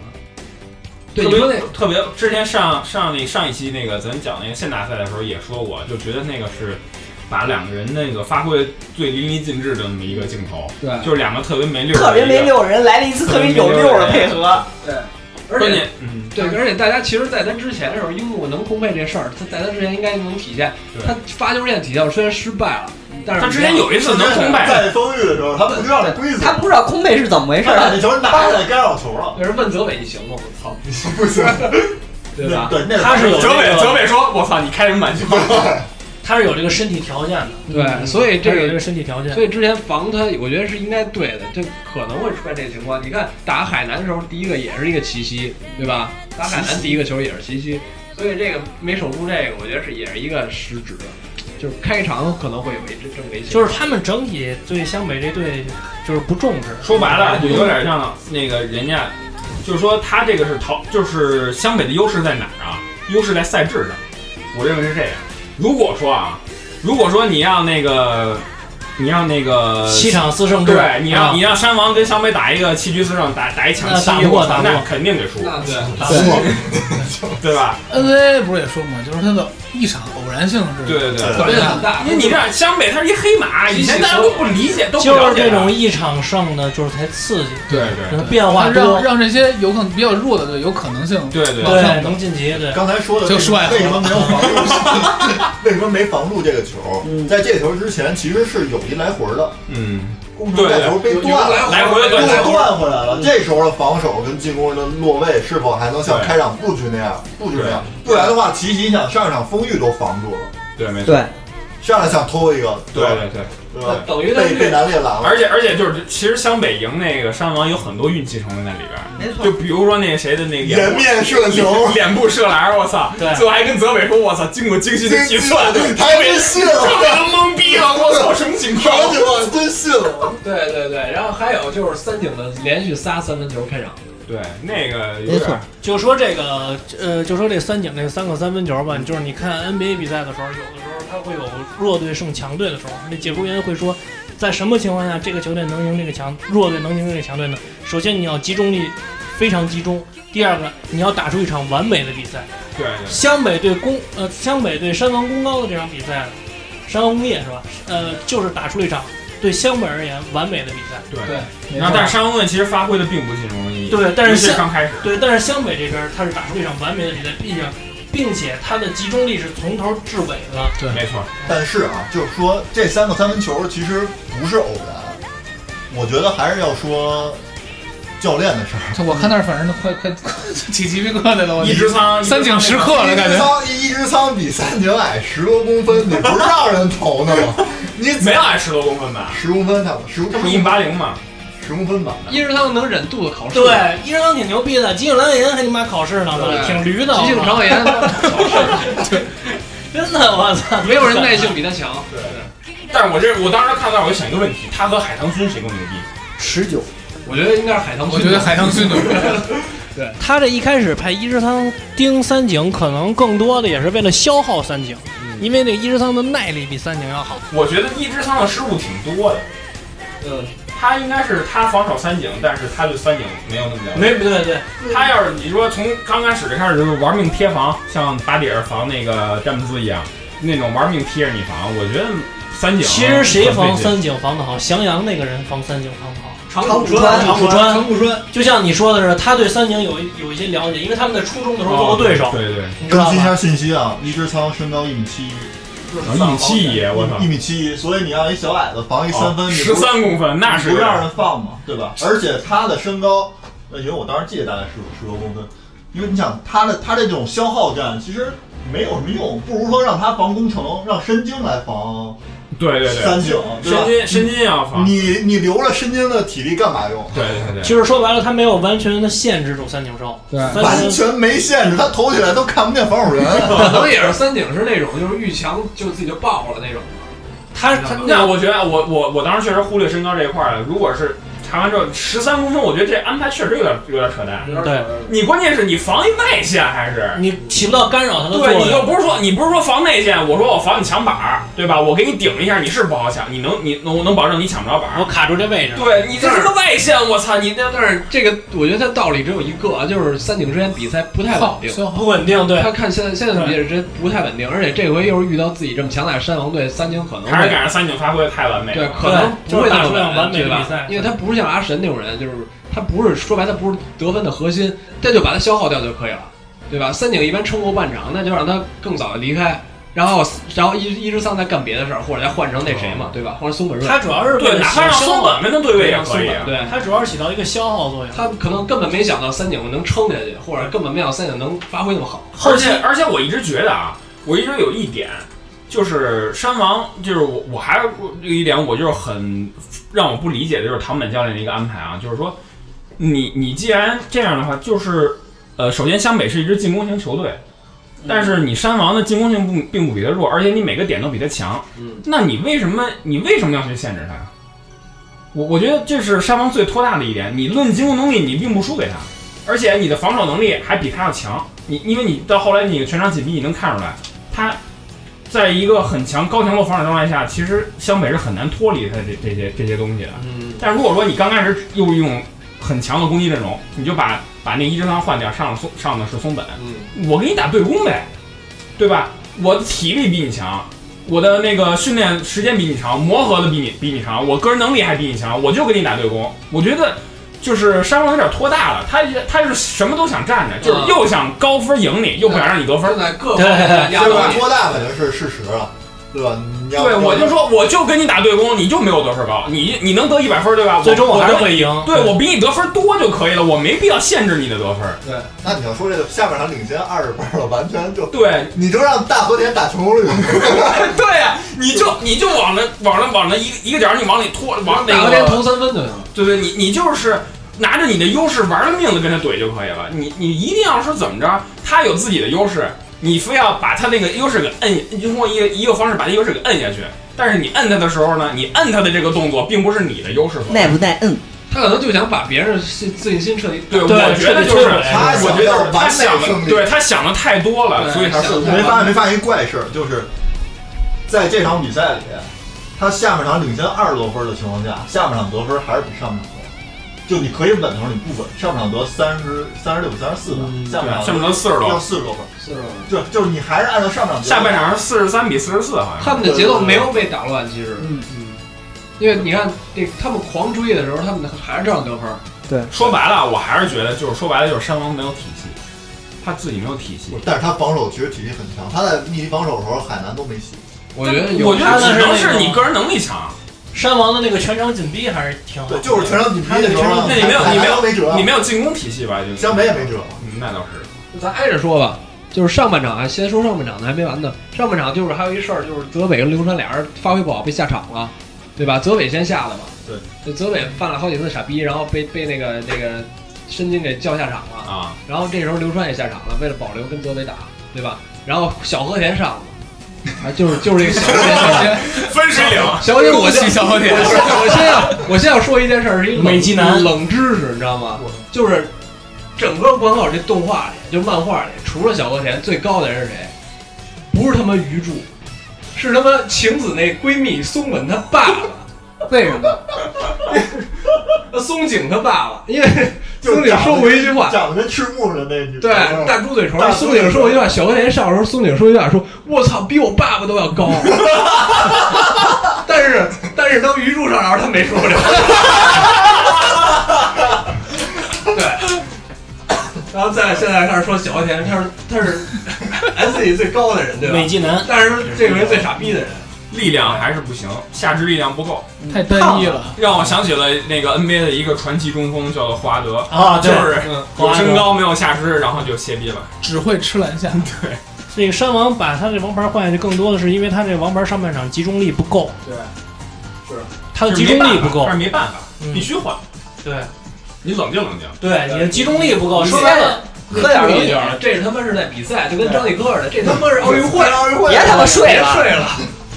[SPEAKER 9] 对，
[SPEAKER 4] 特
[SPEAKER 9] 你
[SPEAKER 4] 别
[SPEAKER 9] 说那
[SPEAKER 4] 特别，之前上上那上一期那个咱讲那个县大赛的时候也说过，就觉得那个是把两个人那个发挥最淋漓尽致的那么一个镜头，
[SPEAKER 9] 对
[SPEAKER 4] 就是两个特别没溜儿的一个，
[SPEAKER 9] 特别没溜
[SPEAKER 16] 儿人来了一次特别有溜儿的配合
[SPEAKER 9] 对，而
[SPEAKER 4] 关
[SPEAKER 9] 且
[SPEAKER 4] 键嗯，
[SPEAKER 9] 对，而且大家其实，在他之前的时候，樱木能空配这事儿，他在他之前应该能体现。
[SPEAKER 4] 对
[SPEAKER 9] 他发球线体现虽然失败了，但是
[SPEAKER 4] 他之前有一次能空配
[SPEAKER 6] 在丰裕的时候，他不知道那规则，他
[SPEAKER 16] 不知道空配是怎么回事
[SPEAKER 6] 他把那球拿下来干扰球了。
[SPEAKER 9] 有人问泽北你行吗？我操，
[SPEAKER 6] 你 [laughs] 行不行？
[SPEAKER 9] 对吧？
[SPEAKER 6] 对，那
[SPEAKER 4] 他是有
[SPEAKER 6] 哲
[SPEAKER 4] 那个
[SPEAKER 6] 哲
[SPEAKER 4] 说：“我操，你开什么满
[SPEAKER 13] [laughs]
[SPEAKER 4] 球？”
[SPEAKER 13] 他是有这个身体条件的，
[SPEAKER 9] 对，嗯所以这
[SPEAKER 13] 他
[SPEAKER 9] 个
[SPEAKER 13] 有这个身体条件，
[SPEAKER 9] 所以之前防他，我觉得是应该对的，就可能会出现这个情况。你看打海南的时候，第一个也是一个齐膝，对吧？打海南第一个球也是齐膝，所以这个没守住这个，我觉得是也是一个失职，就是开场可能会有一阵围棋。
[SPEAKER 13] 就是他们整体对湘北这队就是不重视。
[SPEAKER 4] 说白了就有点像那个人家，就是说他这个是淘，就是湘北的优势在哪儿啊？优势在赛制上，我认为是这样。如果说啊，如果说你让那个，你让那个
[SPEAKER 13] 七场四胜制
[SPEAKER 4] 对，你让、
[SPEAKER 13] 啊
[SPEAKER 4] 你让山王跟湘北打一个七局四胜，打打一抢七，
[SPEAKER 13] 那打不过
[SPEAKER 4] 我操
[SPEAKER 13] 打不过
[SPEAKER 4] 那肯定得输，
[SPEAKER 9] 对，
[SPEAKER 4] 打不过，对吧？
[SPEAKER 2] NBA 不是也说嘛，就是它的一场偶然性是
[SPEAKER 4] 对对对，
[SPEAKER 2] 短暂的
[SPEAKER 9] 啊
[SPEAKER 4] 因为你这样，湘北它是一黑马，以前大家都不理解，都不
[SPEAKER 13] 就
[SPEAKER 4] 了
[SPEAKER 13] 是
[SPEAKER 4] 解啊
[SPEAKER 13] 这
[SPEAKER 4] 它
[SPEAKER 13] 种一场胜的，就是才刺激，
[SPEAKER 4] 对
[SPEAKER 13] 让它
[SPEAKER 4] 对
[SPEAKER 13] 变化多
[SPEAKER 2] 让，让这些有可能比较弱的队有可能性
[SPEAKER 4] 对对
[SPEAKER 6] 往上
[SPEAKER 13] 对，能晋级，对。
[SPEAKER 6] 刚才说的
[SPEAKER 2] 就帅了
[SPEAKER 6] 为什么没有防住？ [laughs] 为什么没防住这个球？在这球之前，其实是有一来回的，
[SPEAKER 4] 嗯，
[SPEAKER 6] 攻城带球被断了，
[SPEAKER 4] 来回
[SPEAKER 6] 又
[SPEAKER 4] 断，来回
[SPEAKER 6] 断回来了。这时候的防守跟进攻的落位是否还能像
[SPEAKER 4] 对
[SPEAKER 6] 开场布局那样布局那样？不然的话，齐秦想上一场丰裕都防不住了，
[SPEAKER 4] 对没错。
[SPEAKER 8] 对，
[SPEAKER 6] 上来想偷一个，
[SPEAKER 4] 对
[SPEAKER 6] 吧
[SPEAKER 4] 对对，
[SPEAKER 6] 对吧
[SPEAKER 9] 等于
[SPEAKER 6] 被被南烈拦了，
[SPEAKER 4] 而且而且就是，其实湘北赢那个山王有很多运气成分在里边儿，
[SPEAKER 6] 没错
[SPEAKER 4] 就比如说那个谁的那个
[SPEAKER 6] 颜面射球
[SPEAKER 4] 脸脸部射篮，我操，
[SPEAKER 13] 对
[SPEAKER 4] 最后还跟泽北说，我操，经过精心的计算，
[SPEAKER 6] 精心的还真信了
[SPEAKER 4] 泽北都懵逼了，我操，什么情况？
[SPEAKER 6] 什么情况？真信了。
[SPEAKER 9] 对对对，然后还有就是三井的连续仨三分球开场，
[SPEAKER 4] 对那个有
[SPEAKER 13] 没
[SPEAKER 4] 点
[SPEAKER 13] 错
[SPEAKER 4] 儿，
[SPEAKER 13] 就说这个，呃，就说这三井这三个三分球吧，就是你看 NBA 比赛的时候，有的时候它会有弱队胜强队的时候，那解说员会说，在什么情况下这个球队能赢这个强弱队能赢这个强队呢？首先你要集中力非常集中，第二个你要打出一场完美的比赛。
[SPEAKER 4] 对
[SPEAKER 13] 湘北对攻呃湘北对山王工高的这场比赛，山王工业是吧？呃，就是打出了一场对湘北而言完美的比赛。
[SPEAKER 4] 对
[SPEAKER 13] 对
[SPEAKER 4] 然后但是山王队其实发挥的并不尽如人意，
[SPEAKER 13] 对，但是
[SPEAKER 4] 尤其
[SPEAKER 13] 湘
[SPEAKER 4] 刚开始，
[SPEAKER 13] 对，但是湘北这边他是打出了一场完美的比赛，并且并且他的集中力是从头至尾的。
[SPEAKER 2] 对
[SPEAKER 4] 没错，
[SPEAKER 6] 但是啊，就是说这三个三分球其实不是偶然，我觉得还是要说教练的事儿。
[SPEAKER 2] 就我看那儿，反正都快快快起鸡皮疙瘩了，我
[SPEAKER 4] 一只仓
[SPEAKER 2] 三井时刻了，
[SPEAKER 6] 一
[SPEAKER 2] 感
[SPEAKER 6] 只
[SPEAKER 2] 觉。
[SPEAKER 6] 仓一只仓比三井矮十多公分，你不让人投呢
[SPEAKER 4] [laughs]
[SPEAKER 6] 吗？你
[SPEAKER 4] 没有矮十多公分吧？
[SPEAKER 6] 十公分差不多，十
[SPEAKER 4] 他不一米八零嘛，
[SPEAKER 6] 十公分吧。
[SPEAKER 9] 一日他们能忍肚子考试，
[SPEAKER 13] 对，一人当挺牛逼的，吉井蓝银还你妈考试呢，
[SPEAKER 9] 对
[SPEAKER 13] 挺驴的，
[SPEAKER 9] 吉井长 [laughs] 言
[SPEAKER 13] 好吧 [laughs] 真的，我操，
[SPEAKER 9] [laughs] 没有人耐性比他强。对，
[SPEAKER 4] 但是我这我当时看到我就想一个问题，他和海棠孙谁更牛逼？
[SPEAKER 8] 十九，
[SPEAKER 9] 我觉得应该是海棠
[SPEAKER 2] 我觉得海
[SPEAKER 9] [laughs]
[SPEAKER 2] 棠孙牛逼
[SPEAKER 9] 对
[SPEAKER 13] [laughs] 他这一开始派一之仓盯三井，可能更多的也是为了消耗三井，因为那一之仓的耐力比三井要好。
[SPEAKER 4] 我觉得一之仓的失误挺多的，
[SPEAKER 9] 嗯，
[SPEAKER 4] 他应该是他防守三井，但是他对三井没有那么了解。
[SPEAKER 13] 没对对，
[SPEAKER 4] 他要是你说从刚开始开始就是玩命贴防，像巴蒂尔防那个詹姆斯一样，那种玩命贴着你防，我觉得三井
[SPEAKER 13] 其实谁防
[SPEAKER 4] 嗯很费劲
[SPEAKER 13] 三井防得好？翔阳那个人防三井防得好。
[SPEAKER 9] 长谷
[SPEAKER 13] 川，
[SPEAKER 9] 川
[SPEAKER 13] 长谷川，
[SPEAKER 9] 长谷川，
[SPEAKER 13] 就像你说的是，他对三井有一有一些了解，因为他们在初中的时候做过对手。
[SPEAKER 4] 哦啊对对，
[SPEAKER 13] 你知
[SPEAKER 6] 更
[SPEAKER 13] 道
[SPEAKER 6] 新一
[SPEAKER 13] 吧？
[SPEAKER 6] 下信息啊，一只仓身高一米七一，
[SPEAKER 4] 啊一米七一我操哦
[SPEAKER 6] 一米七一，所以你让一小矮子防一三分，你
[SPEAKER 4] 十
[SPEAKER 6] 不是
[SPEAKER 4] 三公分，那是
[SPEAKER 6] 你
[SPEAKER 4] 有
[SPEAKER 6] 不
[SPEAKER 4] 点
[SPEAKER 6] 让
[SPEAKER 4] 儿
[SPEAKER 6] 人放嘛，对吧？而且他的身高，那因为我当时记得大概是十多公分，因为你想他的他这种消耗战其实没有什么用，不如说让他防攻城，让申京来防
[SPEAKER 4] 对对对，
[SPEAKER 6] 三井，对吧
[SPEAKER 4] 申金申金要防，
[SPEAKER 6] 你你留了申京的体力干嘛用？
[SPEAKER 4] 对对对，
[SPEAKER 13] 其实说白了，他没有完全的限制住三井寿。
[SPEAKER 9] 对
[SPEAKER 13] 三
[SPEAKER 6] 完
[SPEAKER 13] 井
[SPEAKER 6] 全没限制，他投起来都看不见防守
[SPEAKER 4] [laughs]
[SPEAKER 6] 人。
[SPEAKER 9] 可能也是三井是那种就是遇强就自己就爆了那种。
[SPEAKER 13] 他
[SPEAKER 9] 他
[SPEAKER 4] 那我觉得我我我当时确实忽略身高这一块儿了。如果是查完之后十三公分，我觉得这安排确实有点有点扯淡。
[SPEAKER 13] 对，
[SPEAKER 4] 你关键是你防一外线还是
[SPEAKER 13] 你起不到干扰他的作
[SPEAKER 4] 对
[SPEAKER 13] 用。
[SPEAKER 4] 你又不是说你不是说防内线，我说我防你抢板儿，对吧？我给你顶一下，你是不好抢，你能你能我能保证你抢不着板儿。
[SPEAKER 13] 我卡住这位置
[SPEAKER 4] 对你这是个外线，我操你那
[SPEAKER 9] 但是这个我觉得它道理只有一个，就是三井之前比赛不太稳定，
[SPEAKER 13] 不稳定。对，
[SPEAKER 9] 他看现在现在的比赛真不太稳定，而且这回又是遇到自己这么强大的山王队，三井可能会
[SPEAKER 4] 还是赶上三井发挥太完美了，
[SPEAKER 9] 对，可能不会那么对吧因为
[SPEAKER 4] 他
[SPEAKER 9] 他不是像阿神那种人，就是他不是说白，他不是得分的核心，这就把他消耗掉就可以了，对吧？三井一般撑过半场，那就让他更早的离开，然后然后一一直丧在干别的事儿，或者再换成那谁嘛，对吧？换成松本润，
[SPEAKER 13] 他主要是为了消耗
[SPEAKER 9] 让松
[SPEAKER 4] 啊
[SPEAKER 9] 本对，
[SPEAKER 13] 他主要是起到一个消耗作用。
[SPEAKER 9] 他可能根本没想到三井能撑下去，或者根本没想到三井能发挥那么好。
[SPEAKER 4] 而且而且我一直觉得啊，我一直有一点，就是山王，就是我我还有一点，我就是很让我不理解的，就是唐本教练的一个安排啊，就是说你你既然这样的话，就是呃，首先湘北是一支进攻型球队。但是你山王的进攻性不并不比他弱，而且你每个点都比他强，
[SPEAKER 9] 嗯
[SPEAKER 4] 那你为什么你为什么要去限制他呀？我我觉得这是山王最拖大的一点。你论进攻能力，你并不输给他，而且你的防守能力还比他要强。你因为你到后来你全场紧逼，你能看出来，他在一个很强高强度防守状态下，其实湘北是很难脱离他这这些这些东西的。
[SPEAKER 9] 嗯
[SPEAKER 4] 但如果说你刚开始又用很强的攻击阵容，你就把把那一之仓换掉，上了松上的是松本，我给你打对攻呗，对吧？我的体力比你强，我的那个训练时间比你长，磨合的比你比你长，我个人能力还比你强，我就跟你打对攻。我觉得就是山王有点拖大了，他他是什么都想占着，就是又想高分赢你，又不想让你得分，
[SPEAKER 9] 各
[SPEAKER 6] 对
[SPEAKER 4] 对
[SPEAKER 6] 这
[SPEAKER 4] 吧
[SPEAKER 6] 把？拖大本就是事实了，对吧？你要
[SPEAKER 4] 对，我就说，我就跟你打对攻，你就没有得分高，你你能得一百分对吧？
[SPEAKER 13] 最终我还是
[SPEAKER 4] 能
[SPEAKER 13] 会赢
[SPEAKER 4] 对
[SPEAKER 13] 对
[SPEAKER 4] 我比你得分多就可以了，我没必要限制你的得分。
[SPEAKER 6] 对，那你要说这个下半场领先二十分了，完全就
[SPEAKER 4] 对，
[SPEAKER 6] 你就让大和田打成
[SPEAKER 4] [laughs]
[SPEAKER 6] 功率，
[SPEAKER 4] 对呀、你就你就往那往那往那一个一个角儿，你往里拖，往那
[SPEAKER 9] 打
[SPEAKER 4] 个
[SPEAKER 9] 连投三分就行了。
[SPEAKER 4] 对对，你你就是拿着你的优势玩了命的跟他怼就可以了。你你一定要是怎么着，他有自己的优势，你非要把他那个优势给摁，通过一个一个方式把他优势给摁下去。但是你摁他的时候呢，你摁他的这个动作并不是你的优势所在。
[SPEAKER 16] 耐不耐摁？
[SPEAKER 9] 他可能就想把别人信自信心彻底
[SPEAKER 4] 对，我觉得就是，我觉得他想的，对他想的太多了，所以他受挫
[SPEAKER 6] 没发没发现一怪事儿，就是在这场比赛里，他下半场领先二十多分的情况下，下半场得分还是比上半场多。就你可以稳的时候你不稳，上半场得三十三十六、三十四吧，下半场
[SPEAKER 4] 嗯上半场40多
[SPEAKER 6] 要四十多分，
[SPEAKER 9] 四十多分。
[SPEAKER 6] 对，就是你还是按照上半场得分。
[SPEAKER 4] 下半场是四十三比四十四，好像
[SPEAKER 9] 他们的节奏没有被打乱，其实，嗯
[SPEAKER 6] 嗯，
[SPEAKER 9] 因为你看这他们狂追的时候，他们还是这样得分。
[SPEAKER 8] 对，
[SPEAKER 4] 说白了，我还是觉得就是说白了就是山王没有体系，他自己没有体系。
[SPEAKER 6] 但是他防守其实体力很强，他在密集防守的时候，海南都没戏。
[SPEAKER 9] 我觉得
[SPEAKER 4] 我觉得只能是你个人能力强。
[SPEAKER 13] 山王的那个全场紧逼还是挺好的，
[SPEAKER 6] 对就是全场紧逼
[SPEAKER 13] 他那个全场
[SPEAKER 4] 那
[SPEAKER 13] 紧
[SPEAKER 4] 你
[SPEAKER 13] 逼
[SPEAKER 4] 没有你没有
[SPEAKER 6] 没辙
[SPEAKER 4] 你没有进攻体系吧？就
[SPEAKER 6] 湘北也没辙。
[SPEAKER 4] 嗯，那倒是。
[SPEAKER 9] 咱挨着说吧，就是上半场啊，先说上半场的还没完呢。上半场就是还有一事儿，就是泽北跟刘川俩人发挥不好被下场了，对吧？泽北先下的嘛，
[SPEAKER 6] 对，
[SPEAKER 9] 就泽北犯了好几次傻逼，然后被被那个那个申京给叫下场了
[SPEAKER 4] 啊。
[SPEAKER 9] 然后这时候刘川也下场了，为了保留跟泽北打，对吧？然后小和田上了。啊，就是就是这个小
[SPEAKER 4] [laughs]
[SPEAKER 9] 和田，
[SPEAKER 4] [laughs] 分水岭
[SPEAKER 9] 小和田，我就
[SPEAKER 4] 啊恭喜小和田
[SPEAKER 9] 我先我先要我先要说一件事儿，是一个冷
[SPEAKER 13] 美籍男
[SPEAKER 9] 冷知识，你知道吗？就是整个关口这动画里，就漫画里，除了小和田，最高的人是谁？不是他妈鱼柱，是他妈晴子那闺蜜松本她爸爸。为什么？ [laughs] 松井他爸爸，因为松井说过一句话，
[SPEAKER 6] 长得跟赤木似的那句。
[SPEAKER 9] 对，哦大猪嘴唇。松井说过一句话，小和田上的时候，松井说一句话，说：“我操，比我爸爸都要高。” [laughs] 但是，但是当鱼柱上的时候，他没说这话。对。然后再现在开始说小和田，他是他是 [laughs] S E 最高的人，对吧？
[SPEAKER 13] 美纪男
[SPEAKER 9] 但是这回最傻逼的人。
[SPEAKER 4] 力量还是不行，下肢力量不够，
[SPEAKER 2] 太单一了。
[SPEAKER 4] 让我想起了那个 NBA 的一个传奇中锋，叫做霍华德
[SPEAKER 13] 啊
[SPEAKER 4] 就
[SPEAKER 13] 对
[SPEAKER 4] 是
[SPEAKER 13] 嗯
[SPEAKER 4] 有身高没有下肢，然后就歇逼 [laughs] 了。
[SPEAKER 2] 只会吃篮下。
[SPEAKER 4] 对，
[SPEAKER 13] 这个山王把他这王牌换下去，更多的是因为他这王牌上半场集中力不够，
[SPEAKER 4] 对，是
[SPEAKER 13] 他的集中力不够
[SPEAKER 4] [laughs] 但是没办法，
[SPEAKER 6] 嗯
[SPEAKER 4] 必须换。
[SPEAKER 13] 对，
[SPEAKER 4] 你冷静冷静。
[SPEAKER 13] 对你的集中力不够说白了
[SPEAKER 9] 你
[SPEAKER 13] 喝点儿
[SPEAKER 9] 注意
[SPEAKER 13] 冷饮
[SPEAKER 9] 儿这他妈是在比赛，就跟张继科似的，这他妈是奥运会，
[SPEAKER 13] 别他妈睡了
[SPEAKER 9] 别睡了。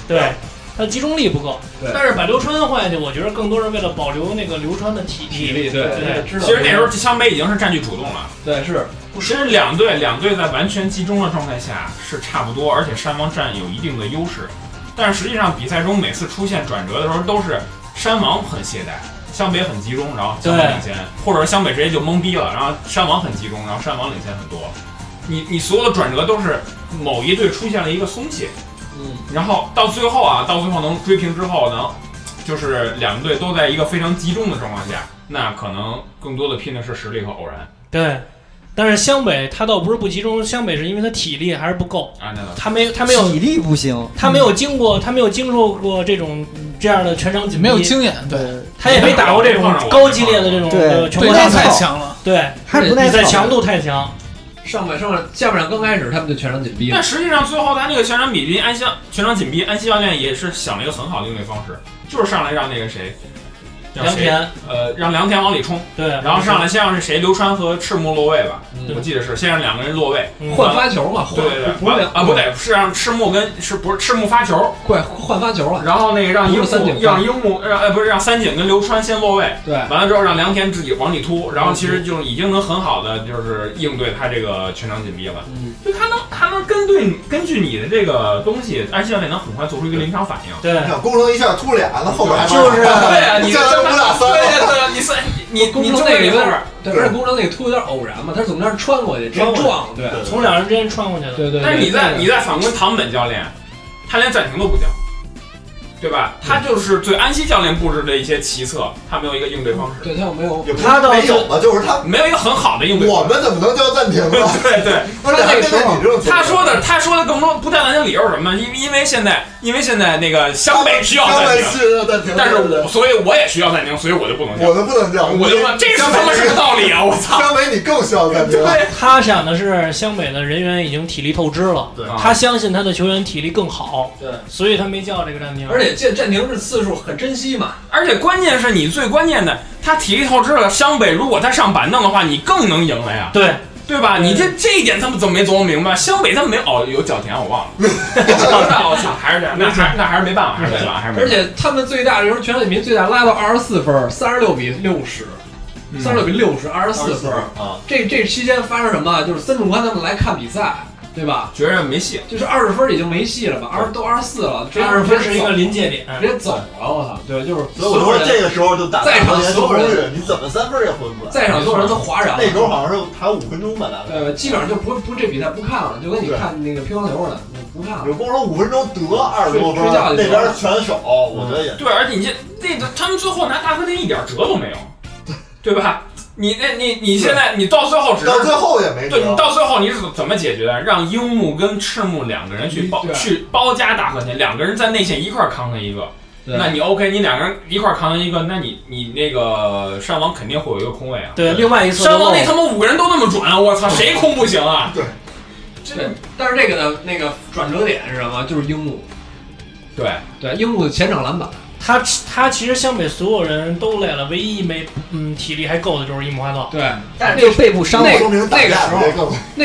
[SPEAKER 13] 对，他的集中力不够
[SPEAKER 9] 对。
[SPEAKER 13] 但是把刘川换下去，我觉得更多是为了保留那个刘川的体
[SPEAKER 9] 体力对
[SPEAKER 13] 对，
[SPEAKER 9] 知道
[SPEAKER 4] 其实那时候湘北已经是占据主动了。
[SPEAKER 9] 对，是。
[SPEAKER 4] 其实两队两队在完全集中的状态下是差不多，而且山王占有一定的优势。但是实际上比赛中每次出现转折的时候，都是山王很懈怠，湘北很集中，然后湘北领先，或者湘北直接就懵逼了，然后山王很集中，然后山王领先很多。你你所有的转折都是某一队出现了一个松懈，
[SPEAKER 9] 嗯，
[SPEAKER 4] 然后到最后啊，到最后能追平之后能，就是两队都在一个非常集中的状况下，那可能更多的拼的是实力和偶然。
[SPEAKER 13] 对，但是湘北他倒不是不集中，湘北是因为他体力还是不够
[SPEAKER 4] 啊，
[SPEAKER 13] 他没他没有
[SPEAKER 8] 体力不行，
[SPEAKER 13] 他没有经过他没有经受过这种这样的全场紧
[SPEAKER 2] 没
[SPEAKER 13] 逼，
[SPEAKER 2] 有经验，对，
[SPEAKER 13] 他也没打过这种高激烈的这种
[SPEAKER 2] 对
[SPEAKER 13] 呃全
[SPEAKER 2] 对
[SPEAKER 13] 国
[SPEAKER 2] 他
[SPEAKER 13] 大赛
[SPEAKER 2] 太强了
[SPEAKER 13] 对，
[SPEAKER 2] 还是不耐
[SPEAKER 13] 比赛
[SPEAKER 2] 操
[SPEAKER 13] 强度太强。
[SPEAKER 9] 上半上半下半场刚开始，他们就全场紧逼了
[SPEAKER 4] 但。实际上，最后他那个全场比例，安西全场紧逼，安西教练也是想了一个很好的应对方式，就是上来让那个谁，让谁
[SPEAKER 13] 良田，
[SPEAKER 4] 呃，让良田往里冲，
[SPEAKER 13] 对，
[SPEAKER 4] 然后上来先让是谁，刘川和赤木落位吧，
[SPEAKER 9] 嗯
[SPEAKER 4] 我记得是先让两个人落位，
[SPEAKER 9] 嗯换发球嘛换
[SPEAKER 4] 对对
[SPEAKER 9] 不是
[SPEAKER 4] 对，
[SPEAKER 9] 两
[SPEAKER 4] 啊不对，是让赤木跟是不是赤木发球，
[SPEAKER 9] 快换发球了，
[SPEAKER 4] 然后那个让樱
[SPEAKER 9] 不是三井
[SPEAKER 4] 木
[SPEAKER 9] 发
[SPEAKER 4] 让樱木让呃不是让三井跟刘川先落位，
[SPEAKER 9] 对
[SPEAKER 4] 完了之后让良田自己往里突，然后其实就是已经能很好的就是应对他这个全场紧逼了，
[SPEAKER 9] 嗯
[SPEAKER 4] 就他能他能根据你根据你的这个东西，安西教练能很快做出一个临场反应，
[SPEAKER 13] 对
[SPEAKER 6] 想攻城一下突俩，那后边还
[SPEAKER 4] 就是啊
[SPEAKER 6] 对
[SPEAKER 4] 对啊你
[SPEAKER 6] 下来五打三，
[SPEAKER 4] 对啊对啊你三你
[SPEAKER 9] 工
[SPEAKER 4] 你
[SPEAKER 9] 程
[SPEAKER 4] 中
[SPEAKER 9] 那
[SPEAKER 4] 卫
[SPEAKER 9] 个
[SPEAKER 4] 里
[SPEAKER 9] 有
[SPEAKER 4] 边
[SPEAKER 9] 点
[SPEAKER 4] 儿，
[SPEAKER 9] 对，而且工程那个突有点偶然嘛，他是从那儿穿过去，直接撞，对，
[SPEAKER 13] 从两人之间穿过去的。
[SPEAKER 9] 对对
[SPEAKER 4] 但是你在你在反观唐本教练，他连暂停都不叫，对吧？他就是对安西教练布置的一些奇策，他没有一个应对方式。
[SPEAKER 9] 对他有没有？
[SPEAKER 6] 他倒没有吧，就是他
[SPEAKER 4] 没有一个很好的应对。
[SPEAKER 6] 我们怎么能叫暂停啊呢 [laughs]
[SPEAKER 4] 对对，
[SPEAKER 6] 而且还面对你这种情况
[SPEAKER 4] 他说的他说的更多不太篮球理由是什么？因因为现在因为现在那个湘北需要暂
[SPEAKER 6] 湘北需要暂停
[SPEAKER 4] 停，但是
[SPEAKER 6] 对对
[SPEAKER 4] 我
[SPEAKER 6] 对
[SPEAKER 4] 所以我也需要暂停，所以我就不能叫，
[SPEAKER 6] 我都不能叫，
[SPEAKER 4] 我就问这是他妈什么道理啊？我操！
[SPEAKER 6] 湘北你更需要暂停，啊
[SPEAKER 13] 他想的是湘北的人员已经体力透支了，他相信他的球员体力更好，
[SPEAKER 9] 对，
[SPEAKER 13] 所以他没叫这个暂停。
[SPEAKER 9] 而且这暂停是次数很珍惜嘛，
[SPEAKER 4] 而且关键是你最关键的，他体力透支了。湘北如果他上板凳的话，你更能赢了呀，
[SPEAKER 13] 对
[SPEAKER 4] 对吧？你这这一点他们怎么没琢磨明白？湘北他们没哦，有角田我 [laughs] 忘了，我操，还是这样，那还那还是没办法，还是没办法，还是没
[SPEAKER 9] 而
[SPEAKER 4] 办法。
[SPEAKER 9] 且他们最大的时候全场比最大拉到二十四分，三十六比六十。
[SPEAKER 4] 嗯
[SPEAKER 9] 三十六比六十，嗯二十四分
[SPEAKER 4] 啊！
[SPEAKER 9] 这这期间发生什么啊？就是孙仲宽他们来看比赛，对吧？
[SPEAKER 4] 觉着没戏，
[SPEAKER 9] 就是二十分已经没戏了吧？二十都二十四了，这
[SPEAKER 13] 20分是一个临界点
[SPEAKER 9] 直接走了，啊我操！对，就是
[SPEAKER 6] 所以我说这个时候就打
[SPEAKER 9] 在场
[SPEAKER 6] 连
[SPEAKER 9] 所有
[SPEAKER 6] 攻
[SPEAKER 9] 人
[SPEAKER 6] 略，你怎么三分也回不来？
[SPEAKER 9] 在场所有人都哗然了
[SPEAKER 6] 那时候好像是还有五分钟吧，大概。
[SPEAKER 9] 呃，基本上就不不这比赛不看了，就跟你
[SPEAKER 6] 对
[SPEAKER 9] 看那个乒乓球似的，你不看了。
[SPEAKER 6] 有光说五分钟得二十多分，
[SPEAKER 9] 睡觉就
[SPEAKER 6] 那
[SPEAKER 9] 得
[SPEAKER 6] 边全守，我觉得也
[SPEAKER 4] 对，而且你这那个他们最后拿大哥那一点辙都没有，对吧？你那你你现在你到最后只是
[SPEAKER 6] 到最后也没辙
[SPEAKER 4] 对你到最后你是怎么解决的？让樱木跟赤木两个人去包
[SPEAKER 9] 对
[SPEAKER 4] 去包夹大和田，两个人在内线一块儿扛了一个。
[SPEAKER 9] 对
[SPEAKER 4] 那你 OK，你两个人一块儿扛一个，那你你那个山王肯定会有一个空位啊。
[SPEAKER 13] 对另外一侧
[SPEAKER 4] 山王
[SPEAKER 13] 就漏
[SPEAKER 4] 那
[SPEAKER 13] 了
[SPEAKER 4] 他妈五个人都那么准，啊我操，谁空不行啊？
[SPEAKER 6] 对，
[SPEAKER 9] 这但是这个的那个转折点是什么？就是樱木，
[SPEAKER 4] 对
[SPEAKER 9] 对，樱木前场篮板，
[SPEAKER 13] 他他其实湘北所有人都累了，唯一没嗯体力还够的就是樱木花道。
[SPEAKER 9] 对，
[SPEAKER 13] 但
[SPEAKER 9] 那那那个时候，那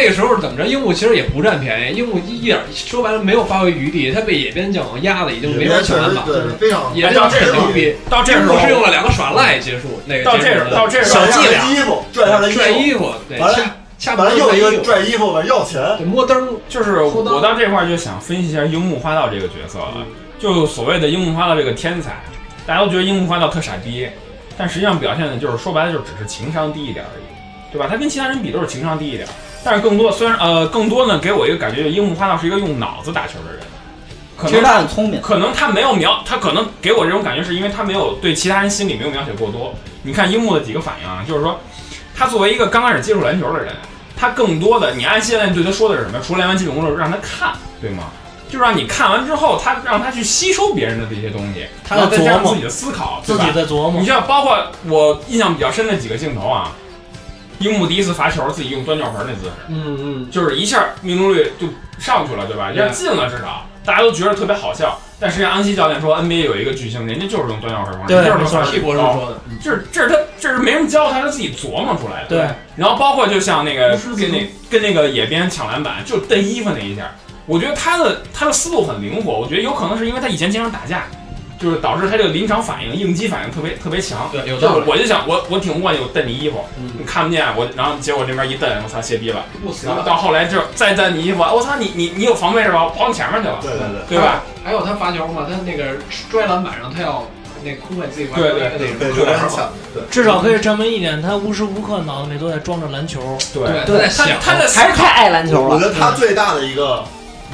[SPEAKER 9] 个时候怎么着？樱木其实也不占便宜，樱木一点说白了没有发挥余地，他被野边脚压的已经没法抢篮板，
[SPEAKER 6] 对对哎非常
[SPEAKER 9] 野边脚很牛逼。
[SPEAKER 4] 到这时候
[SPEAKER 9] 樱木是用了两个耍赖结束那个
[SPEAKER 4] 到这
[SPEAKER 9] 结束的
[SPEAKER 4] 到这时候
[SPEAKER 9] 小伎俩，
[SPEAKER 6] 拽衣服拽下来衣服
[SPEAKER 9] 拽衣服，对，
[SPEAKER 6] 完了
[SPEAKER 9] 掐掐
[SPEAKER 6] 完了又一个拽
[SPEAKER 4] 衣
[SPEAKER 6] 服了要钱，
[SPEAKER 9] 摸灯，
[SPEAKER 4] 就是我到这块儿就想分析一下樱木花道这个角色
[SPEAKER 16] 嗯
[SPEAKER 4] 了，就所谓的樱木花道这个天才，大家都觉得樱木花道特傻逼，但实际上表现的就是说白了就只是情商低一点而已，对吧？他跟其他人比都是情商低一点，但是更多虽然呃更多呢给我一个感觉，樱木花道是一个用脑子打球的人。可能
[SPEAKER 16] 其实他很聪明
[SPEAKER 4] 可能他没有描，他可能给我这种感觉，是因为他没有对其他人心理没有描写过多。你看樱木的几个反应啊，就是说，他作为一个刚开始接触篮球的人，他更多的，你按现在对他说的是什么？除了练完基本功之后，让他看，对吗？就让你看完之后，他让他去吸收别人的这些东西，
[SPEAKER 13] 他
[SPEAKER 4] 然后
[SPEAKER 13] 在
[SPEAKER 4] 再加上
[SPEAKER 13] 琢磨
[SPEAKER 4] 自己的思考，
[SPEAKER 13] 自己
[SPEAKER 4] 对吧
[SPEAKER 13] 在琢磨
[SPEAKER 4] 你像包括我印象比较深的几个镜头啊，樱木第一次罚球，自己用端脚盆那姿势，
[SPEAKER 9] 嗯嗯，
[SPEAKER 4] 就是一下命中率就上去了，对吧？
[SPEAKER 9] 对
[SPEAKER 4] 人家进了至少，大家都觉得特别好笑。但是人家安西教练说，NBA 有一个巨星，人家就是用端脚回防，
[SPEAKER 9] 对
[SPEAKER 4] 人家就是
[SPEAKER 9] 没错
[SPEAKER 4] 用
[SPEAKER 9] 屁股是
[SPEAKER 4] 高
[SPEAKER 9] 说的嗯
[SPEAKER 4] 这是这是他这是没人教他，他自己琢磨出来的。
[SPEAKER 9] 对，
[SPEAKER 4] 然后包括就像那个跟那跟那个野边抢篮板，就蹬衣服那一下。我觉得他的他的思路很灵活，我觉得有可能是因为他以前经常打架，就是导致他这个临场反应、应激反应特别特别强。对，
[SPEAKER 9] 有道理嗯
[SPEAKER 4] 我就想，我我挺过去，我蹬你衣服，你看不见啊我，然后结果这边一蹬，我操，泄逼了。然后到后来就是再蹬你衣服，我操，你你你有防备是吧？我跑你前面去了。对对对，对吧？？
[SPEAKER 9] 还有他罚球嘛，他那个摔篮板上，他要那空位自己
[SPEAKER 4] 对对对对对对
[SPEAKER 9] 对
[SPEAKER 13] 至少可以证明一点，他无时无刻脑子里都在装着篮球。
[SPEAKER 4] 对
[SPEAKER 13] 对，他的思考
[SPEAKER 9] 啊
[SPEAKER 6] 我觉得他最大的一个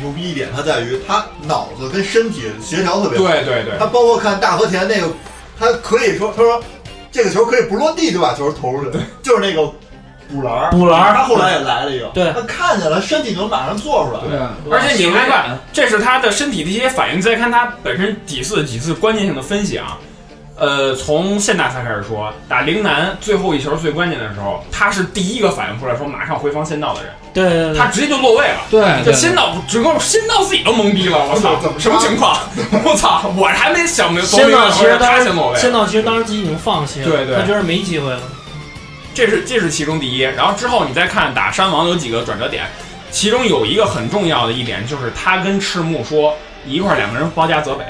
[SPEAKER 6] 牛逼一点，他在于他脑子跟身体协调特别好。
[SPEAKER 4] 对对对
[SPEAKER 6] 他包括看大和田那个，他可以说，他说这个球可以不落地就把球投出去，就是那个补篮儿。
[SPEAKER 4] 补篮儿
[SPEAKER 6] 他后来也来了一个。
[SPEAKER 4] 对
[SPEAKER 6] 他看见了，身体能马上做出来。
[SPEAKER 4] 对而且你来看，这是他的身体的一些反应。再看他本身几次几次关键性的分析啊，呃，从现大赛开始说，打陵南最后一球最关键的时候，他是第一个反应出来说马上回防先到的人，
[SPEAKER 13] 对对对，
[SPEAKER 4] 他直接就落位了。
[SPEAKER 13] 对对
[SPEAKER 4] 这先到整个先到自己都懵逼了，我操，什么情 [laughs] 况？我操，我还没想明白，
[SPEAKER 13] 先到其实
[SPEAKER 4] 他
[SPEAKER 13] 当
[SPEAKER 4] 先落
[SPEAKER 13] 时
[SPEAKER 4] 位，
[SPEAKER 13] 先到其实当时自己已经放弃了，
[SPEAKER 4] 对对
[SPEAKER 13] 他觉得没机会了。
[SPEAKER 4] 这是这是其中第一。然后之后你再看打山王有几个转折点，其中有一个很重要的一点就是他跟赤木说一块儿两个人包夹泽北。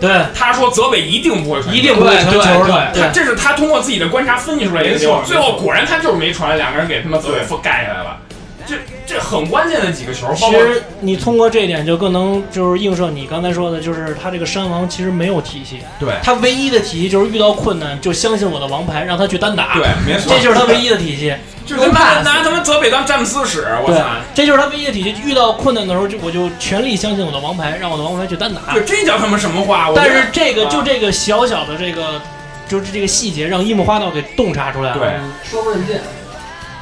[SPEAKER 13] 对，
[SPEAKER 4] 他说泽北一定不会传球，
[SPEAKER 13] 一定不会传球
[SPEAKER 4] 对
[SPEAKER 13] 对对
[SPEAKER 4] 他这是他通过自己的观察分析出来的
[SPEAKER 13] 没
[SPEAKER 4] 结
[SPEAKER 13] 错
[SPEAKER 4] 果。最后果然他就是没传，两个人给他妈泽北盖下来了。这这很关键的几个球，包
[SPEAKER 13] 其
[SPEAKER 4] 括
[SPEAKER 13] 实你通过这一点就更能就是映射你刚才说的，就是他这个山王其实没有体系，
[SPEAKER 4] 对
[SPEAKER 13] 他唯一的体系就是遇到困难就相信我的王牌，让他去单打，
[SPEAKER 4] 对没错
[SPEAKER 13] 这就是他唯一的体系，
[SPEAKER 4] 就是他妈拿他妈泽北当詹姆斯使，我
[SPEAKER 13] 对
[SPEAKER 4] 操！，
[SPEAKER 13] 这就是他唯一的体系。遇到困难的时候，就我就全力相信我的王牌，让我的王牌去单打。
[SPEAKER 4] 对，这叫他妈什么话？我觉
[SPEAKER 13] 但
[SPEAKER 4] 得
[SPEAKER 13] 是这个
[SPEAKER 4] 啊
[SPEAKER 13] 就这个小小的这个，就是这个细节，让樱木花道给洞察出来了。
[SPEAKER 4] 对
[SPEAKER 9] 双刃剑。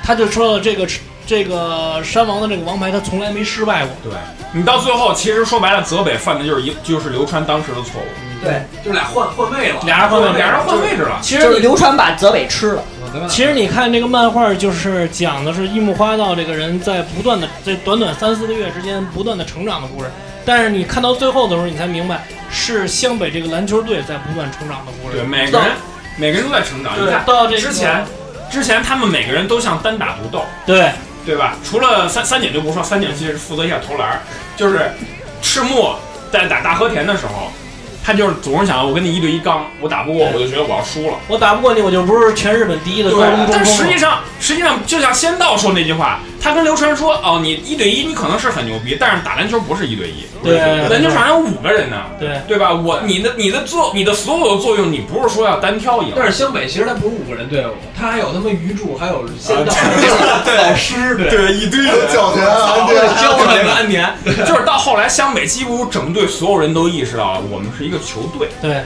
[SPEAKER 13] 他就说了这个这个山王的这个王牌，他从来没失败过。
[SPEAKER 4] 对你到最后，其实说白了，泽北犯的就是一就是流川当时的错误。
[SPEAKER 9] 对，就俩换换位了，
[SPEAKER 4] 俩人换位，俩人换位置了。
[SPEAKER 13] 其实
[SPEAKER 16] 流川把泽北吃了，
[SPEAKER 4] 嗯
[SPEAKER 13] 其实你看这个漫画，就是讲的是樱木花道这个人在不断的在短短三四个月之间不断的成长的故事。但是你看到最后的时候，你才明白是湘北这个篮球队在不断成长的故事。
[SPEAKER 4] 对，每个人每个人都在成长。
[SPEAKER 13] 对
[SPEAKER 4] 你看
[SPEAKER 13] 到这个
[SPEAKER 4] 之前，
[SPEAKER 9] 嗯
[SPEAKER 4] 之前他们每个人都像单打独斗，
[SPEAKER 13] 对
[SPEAKER 4] 对吧？除了三三井就不说，三井其实负责一下投篮儿，就是赤木在打大和田的时候，他就是总是想我跟你一对一刚，我打不过我就觉得我要输了。
[SPEAKER 13] 我打不过你，我就不是全日本第一的
[SPEAKER 4] 对
[SPEAKER 13] 高中，中
[SPEAKER 4] 但
[SPEAKER 13] 锋
[SPEAKER 4] 实际
[SPEAKER 13] 了。
[SPEAKER 4] 上，实际上就像仙道说那句话，他跟刘川说：“哦，你一对一，你可能是很牛逼，但是打篮球不是一对一，
[SPEAKER 13] 对
[SPEAKER 4] 篮球场上有五个人呢，
[SPEAKER 13] 对
[SPEAKER 4] 对吧？我你的你的作你的所有的作用，你不是说要单挑赢。
[SPEAKER 9] 但是湘北其实他不是五个人队伍，他还有他妈鱼柱，还有仙道
[SPEAKER 4] 啊，对
[SPEAKER 9] 老师，
[SPEAKER 4] 对一堆人
[SPEAKER 6] 教田
[SPEAKER 4] 操
[SPEAKER 6] 安田
[SPEAKER 4] 教他们安田，就是到后来湘北几乎整队所有人都意识到了，我们是一个球队，
[SPEAKER 13] 对，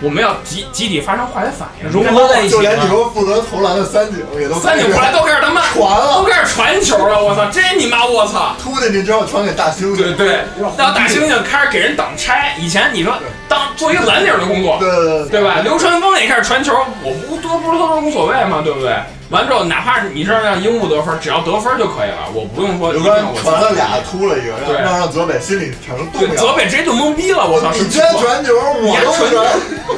[SPEAKER 4] 我们要集集体发生化学反应，
[SPEAKER 6] 融合在一起就连你说负责投篮的三井也都
[SPEAKER 4] 三井过来都开始他妈
[SPEAKER 6] 传了
[SPEAKER 4] 都开始传球了，我操，这你妈我操！
[SPEAKER 6] 突进去之后传给大猩猩，
[SPEAKER 4] 对对，然后大猩猩开始给人挡拆。以前你说当做一个蓝领的工作，
[SPEAKER 6] 对对对
[SPEAKER 4] 吧？流川枫也开始传球，我不多不多都无所谓嘛，对不对？完之后，哪怕你是让樱木得分，只要得分就可以了，我不用说一
[SPEAKER 6] 刘
[SPEAKER 4] 定
[SPEAKER 6] 川
[SPEAKER 4] 我
[SPEAKER 6] 传了俩，突了一个，
[SPEAKER 4] 对
[SPEAKER 6] 让让让泽北心里产生动摇。
[SPEAKER 4] 对泽北直接就懵逼了，我操！
[SPEAKER 6] 你居然传球，
[SPEAKER 4] 你
[SPEAKER 6] 我
[SPEAKER 4] 还
[SPEAKER 6] 都不
[SPEAKER 4] 传
[SPEAKER 6] 传，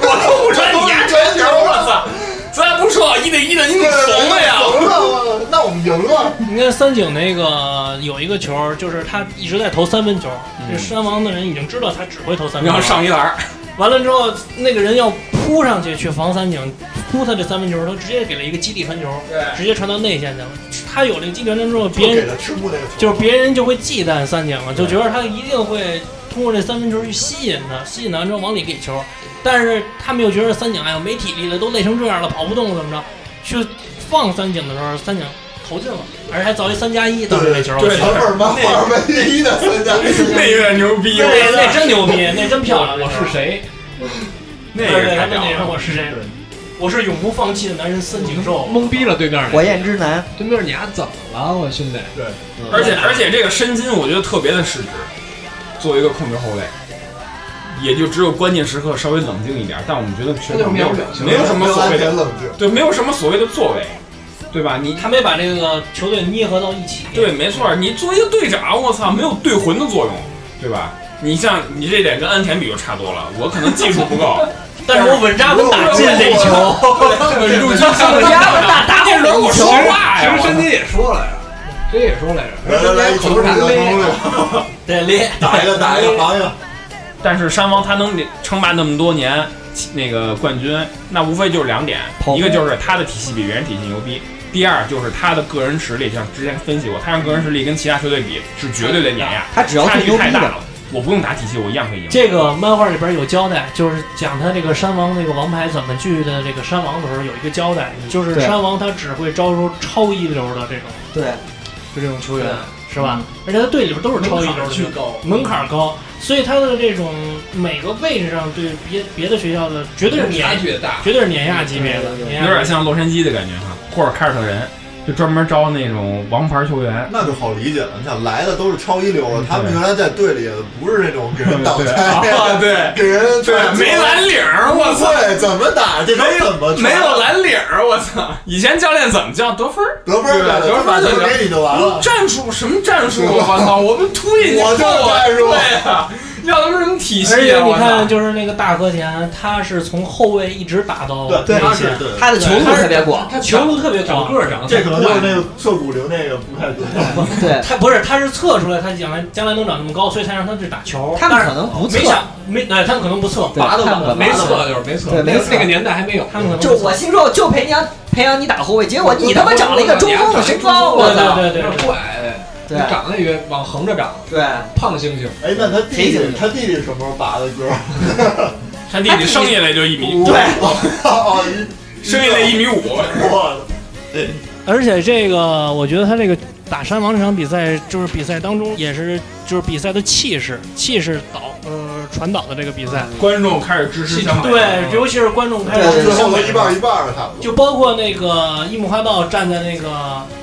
[SPEAKER 4] 我都不传，你还传球，我操！咱不说一对一的，你怎么怂了呀？
[SPEAKER 6] 怂了，我那我们赢了。
[SPEAKER 13] 你看三井那个有一个球，就是他一直在投三分球，
[SPEAKER 4] 嗯
[SPEAKER 13] 这山王的人已经知道他只会投三分球，
[SPEAKER 4] 然后上一篮儿，
[SPEAKER 13] 完了之后，那个人要扑上去去防三井，扑他这三分球，他直接给了一个基地传球，直接传到内线去了。他有这个基地传球之后，别
[SPEAKER 6] 就给
[SPEAKER 13] 人
[SPEAKER 6] 了赤木那个球，
[SPEAKER 13] 就是别人就会忌惮三井了，就觉得他一定会通过这三分球去吸引他，吸引他完之后往里给球。但是他们又觉得三井哎呀没体力了，都累成这样了，跑不动了怎么着？去放三井的时候，三井投进了，而且还造一三加一，当时那球我记得
[SPEAKER 6] 传本漫画唯一的三加一，
[SPEAKER 4] 那有点牛逼，
[SPEAKER 13] 那那真牛逼，那真漂亮。
[SPEAKER 9] 我是谁？
[SPEAKER 4] 那
[SPEAKER 13] 对
[SPEAKER 4] 个
[SPEAKER 13] 对，
[SPEAKER 4] 太
[SPEAKER 13] 他
[SPEAKER 4] 屌
[SPEAKER 13] 问那人
[SPEAKER 4] 了
[SPEAKER 13] 我是谁？我是永不放弃的男人三井寿。
[SPEAKER 9] 懵逼了对面，
[SPEAKER 4] 火
[SPEAKER 9] 焰
[SPEAKER 16] 之男，
[SPEAKER 9] 对面你丫怎么了，啊我兄弟？
[SPEAKER 6] 对，
[SPEAKER 4] 而且而且这个申金，我觉得特别的失职。作为一个控球后卫，也就只有关键时刻稍微冷静一点，但我们觉得全场没有没有什么所谓的
[SPEAKER 6] 冷静，
[SPEAKER 4] 对，没有什么所谓的作为，对吧？你
[SPEAKER 13] 他没把这个球队捏合到一起。
[SPEAKER 4] 对，没错，你作为一个队长，我操，没有队魂的作用，对吧？你像你这点跟安田比就差多了，我可能技术不 [laughs] 够，
[SPEAKER 13] 但是我稳扎稳打进这球，
[SPEAKER 4] 我
[SPEAKER 13] 稳扎稳打打好
[SPEAKER 4] 这轮我说话呀，
[SPEAKER 9] 其实申金也说了呀，哎这也说来着，
[SPEAKER 6] 来来来口头禅
[SPEAKER 4] 勒，
[SPEAKER 9] 对勒，
[SPEAKER 6] 打一个打一个打一个。
[SPEAKER 4] 但是山王他能称霸那么多年，那个冠军，那无非就是两点，一个就是他的体系比别人体系牛逼。第二就是他的个人实力，像之前分析过，他让个人实力跟其他球队比是绝对的碾压，
[SPEAKER 8] 他只要
[SPEAKER 4] 差
[SPEAKER 8] 最
[SPEAKER 4] 距
[SPEAKER 8] 牛逼
[SPEAKER 4] 太
[SPEAKER 8] 的
[SPEAKER 4] 大了，我不用打体系，我一样可以赢。
[SPEAKER 13] 这个漫画里边有交代，就是讲他这个山王那个王牌怎么去的这个山王的时候有一个交代，就是
[SPEAKER 8] 对
[SPEAKER 13] 山王他只会招收超一流的这种，
[SPEAKER 8] 对，
[SPEAKER 13] 就这种球员嗯是吧？而且他队里边都是超一流的球员，门槛儿高，所以他的这种每个位置上对别别的学校的绝对是碾
[SPEAKER 4] 差距也大
[SPEAKER 13] 绝对是碾压级别的，碾压
[SPEAKER 4] 有点像洛杉矶的感觉哈，或者凯尔特人，就专门招那种王牌球员。
[SPEAKER 6] 那就好理解了。你想来的都是超一流了，他们原来在队里不是那种给人挡拆
[SPEAKER 4] 嗯对啊 [laughs] 对
[SPEAKER 6] [laughs] 给人
[SPEAKER 4] 对没蓝领儿我操
[SPEAKER 6] 对，怎么打这种怎么传
[SPEAKER 4] 没有蓝领儿，我操！以前教练怎么叫得分儿？
[SPEAKER 6] 得分儿
[SPEAKER 4] 对吧
[SPEAKER 6] 对
[SPEAKER 4] 得分儿
[SPEAKER 6] 就
[SPEAKER 4] 行
[SPEAKER 6] 给你就完了
[SPEAKER 4] 战术什么战术？我操！我们突进去
[SPEAKER 6] 我就
[SPEAKER 4] 扣啊
[SPEAKER 6] 战术
[SPEAKER 4] 对呀，要他妈什么体
[SPEAKER 13] 而
[SPEAKER 4] 系
[SPEAKER 13] 且
[SPEAKER 4] 啊？
[SPEAKER 13] 你
[SPEAKER 4] 我操！
[SPEAKER 13] 看，就是那个大和田，他是从后卫一直打到
[SPEAKER 4] 嗯
[SPEAKER 6] 对
[SPEAKER 13] 内
[SPEAKER 6] 对
[SPEAKER 13] 线
[SPEAKER 6] 对对，
[SPEAKER 13] 他
[SPEAKER 6] 对
[SPEAKER 13] 他球路特别高，
[SPEAKER 6] 这可能就是那个侧骨龄那个不太准。
[SPEAKER 16] [laughs]
[SPEAKER 13] 对，他不是，他是测出来他将来将来能长那么高，所以才让他去打球。
[SPEAKER 9] 他们
[SPEAKER 13] 但是
[SPEAKER 9] 可能不测
[SPEAKER 13] 没想没对，他们可能不测，
[SPEAKER 9] 对拔都拔他们可能没测拔都就是没测对没测那个年代还没有
[SPEAKER 13] 他们可能
[SPEAKER 9] 就
[SPEAKER 13] 不测
[SPEAKER 16] 我心说，我就培养培养你打后卫，结果你他妈长了一个中锋的身高，我操！
[SPEAKER 13] 对对对，
[SPEAKER 9] 有点怪，哎
[SPEAKER 16] 对
[SPEAKER 9] 你长得也往横着长，
[SPEAKER 16] 对，
[SPEAKER 9] 胖猩猩。
[SPEAKER 6] 哎，那他弟弟
[SPEAKER 9] 谁
[SPEAKER 6] 他弟弟什么时候拔的歌？
[SPEAKER 4] 他弟弟生下来就一米，
[SPEAKER 6] 对，哦，
[SPEAKER 4] 生下来一米五，
[SPEAKER 6] 我对，
[SPEAKER 13] 而且这个，我觉得他这个打山王这场比赛，就是比赛当中也是，就是比赛的气势，气势导呃传导的这个比赛，
[SPEAKER 4] 观众开始支持相
[SPEAKER 13] 对，尤其是观众开始
[SPEAKER 6] 对，
[SPEAKER 13] 支
[SPEAKER 6] 哎最后
[SPEAKER 13] 持湘北
[SPEAKER 6] 一半儿一半儿了，差不多。
[SPEAKER 13] 就包括那个樱木花道站在那个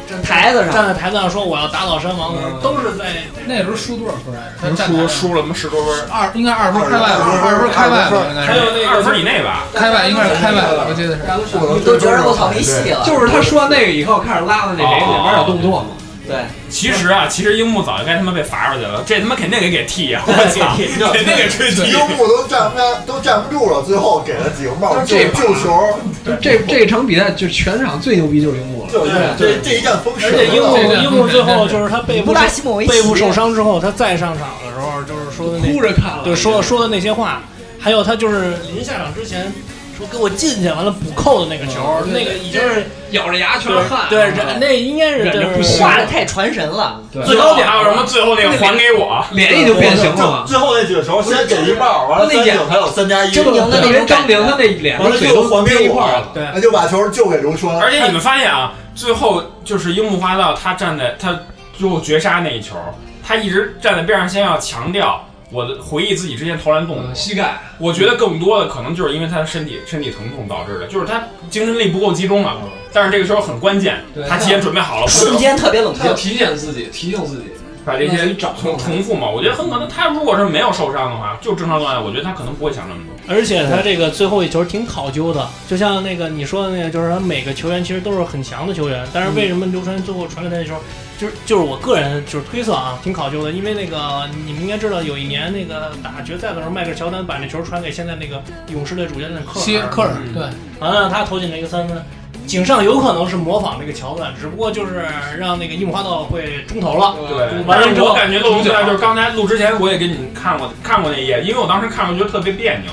[SPEAKER 13] 站
[SPEAKER 16] 台子上
[SPEAKER 13] 站在台子上说我要打倒山王的时候，都是在
[SPEAKER 2] 那时候输多少分来着？他站
[SPEAKER 4] 输输了他妈十多分，
[SPEAKER 2] 二应该二分开外吧，二分开外吧，应该是
[SPEAKER 4] 还有那个二分以内吧，
[SPEAKER 2] 开外应该是开外吧，我记得是。
[SPEAKER 16] 我都觉得我操没戏了。
[SPEAKER 9] 就是他说完那个以后，开始拉的那谁里边有动作嘛？
[SPEAKER 16] 对，
[SPEAKER 4] 其实啊，其实樱木早就该他妈被罚出去了，这他妈肯定给给踢 [laughs] 啊！我操，肯定给吹踢。
[SPEAKER 6] 樱木都站不下，都站不住了，最后给了几个帽儿救
[SPEAKER 9] 这
[SPEAKER 6] 救球。
[SPEAKER 9] 就这这场比赛，就全场最牛逼就是樱木了。
[SPEAKER 6] 就是这这一战封神
[SPEAKER 13] 而且樱
[SPEAKER 6] 了
[SPEAKER 13] 木樱木最后就是他背部
[SPEAKER 16] 布拉西莫维奇
[SPEAKER 13] 背部受伤之后，他再上场的时候，就是说的那
[SPEAKER 9] 哭着看了
[SPEAKER 13] 对说说的那些话，还有他就是临下场之前说给我进去，完了补扣的那个球，那个已经是
[SPEAKER 9] 咬着牙全是汗，
[SPEAKER 13] 对忍那应该是就是
[SPEAKER 16] 画的太传神了，
[SPEAKER 4] 最高点还有什么？最后那个还给我，啊
[SPEAKER 9] 脸已经变形了嘛
[SPEAKER 6] 最后那几个球，先给一帽儿，完了
[SPEAKER 9] 那
[SPEAKER 6] 三
[SPEAKER 9] 眼
[SPEAKER 6] 井还有三加一，
[SPEAKER 9] 正赢的那种感觉正赢的那脸
[SPEAKER 6] 完了
[SPEAKER 9] 嘴
[SPEAKER 6] 就
[SPEAKER 9] 都
[SPEAKER 6] 还给
[SPEAKER 9] 憋一
[SPEAKER 6] 我
[SPEAKER 9] 块儿
[SPEAKER 6] 了
[SPEAKER 9] 了，对
[SPEAKER 6] 那就把球就给刘川。
[SPEAKER 4] 而且你们发现啊，最后就是樱木花道他站在他最后绝杀那一球，他一直站在边上，先要强调我的回忆自己之前投篮动
[SPEAKER 16] 嗯
[SPEAKER 4] 作，
[SPEAKER 9] 膝盖。
[SPEAKER 4] 我觉得更多的可能就是因为他的身体身体疼痛导致的，就是他精神力不够集中了。但是这个时候很关键，他提前准备好了，
[SPEAKER 16] 嗯瞬间嗯特别冷静
[SPEAKER 9] 他要提醒自己，提醒自己，
[SPEAKER 4] 把这
[SPEAKER 9] 让自
[SPEAKER 4] 些
[SPEAKER 9] 己掌
[SPEAKER 4] 重
[SPEAKER 9] 控
[SPEAKER 4] 重复嘛。我觉得很可能他如果是没有受伤的话，就正常状态，我觉得他可能不会想那么多。
[SPEAKER 13] 而且他这个最后一球挺考究的，就像那个你说的那个，就是他每个球员其实都是很强的球员，但是为什么刘川最后传给他那球，就是就是我个人就是推测啊，挺考究的，因为那个你们应该知道，有一年那个打决赛的时候，迈克尔乔丹把那球传给现在那个勇士队主教练科
[SPEAKER 2] 西
[SPEAKER 13] 尔，
[SPEAKER 2] 科尔对，
[SPEAKER 13] 完了他投进了一个三分。井上有可能是模仿那个桥段，只不过就是让那个樱木花道会中投
[SPEAKER 9] 啊
[SPEAKER 13] 了。
[SPEAKER 4] 对，
[SPEAKER 13] 完了
[SPEAKER 4] 但
[SPEAKER 13] 之
[SPEAKER 4] 是
[SPEAKER 13] 后
[SPEAKER 4] 我感觉漏出
[SPEAKER 13] 主角
[SPEAKER 4] 来就是刚才录之前我也给你们看过看过那一页，因为我当时看过觉得特别别扭。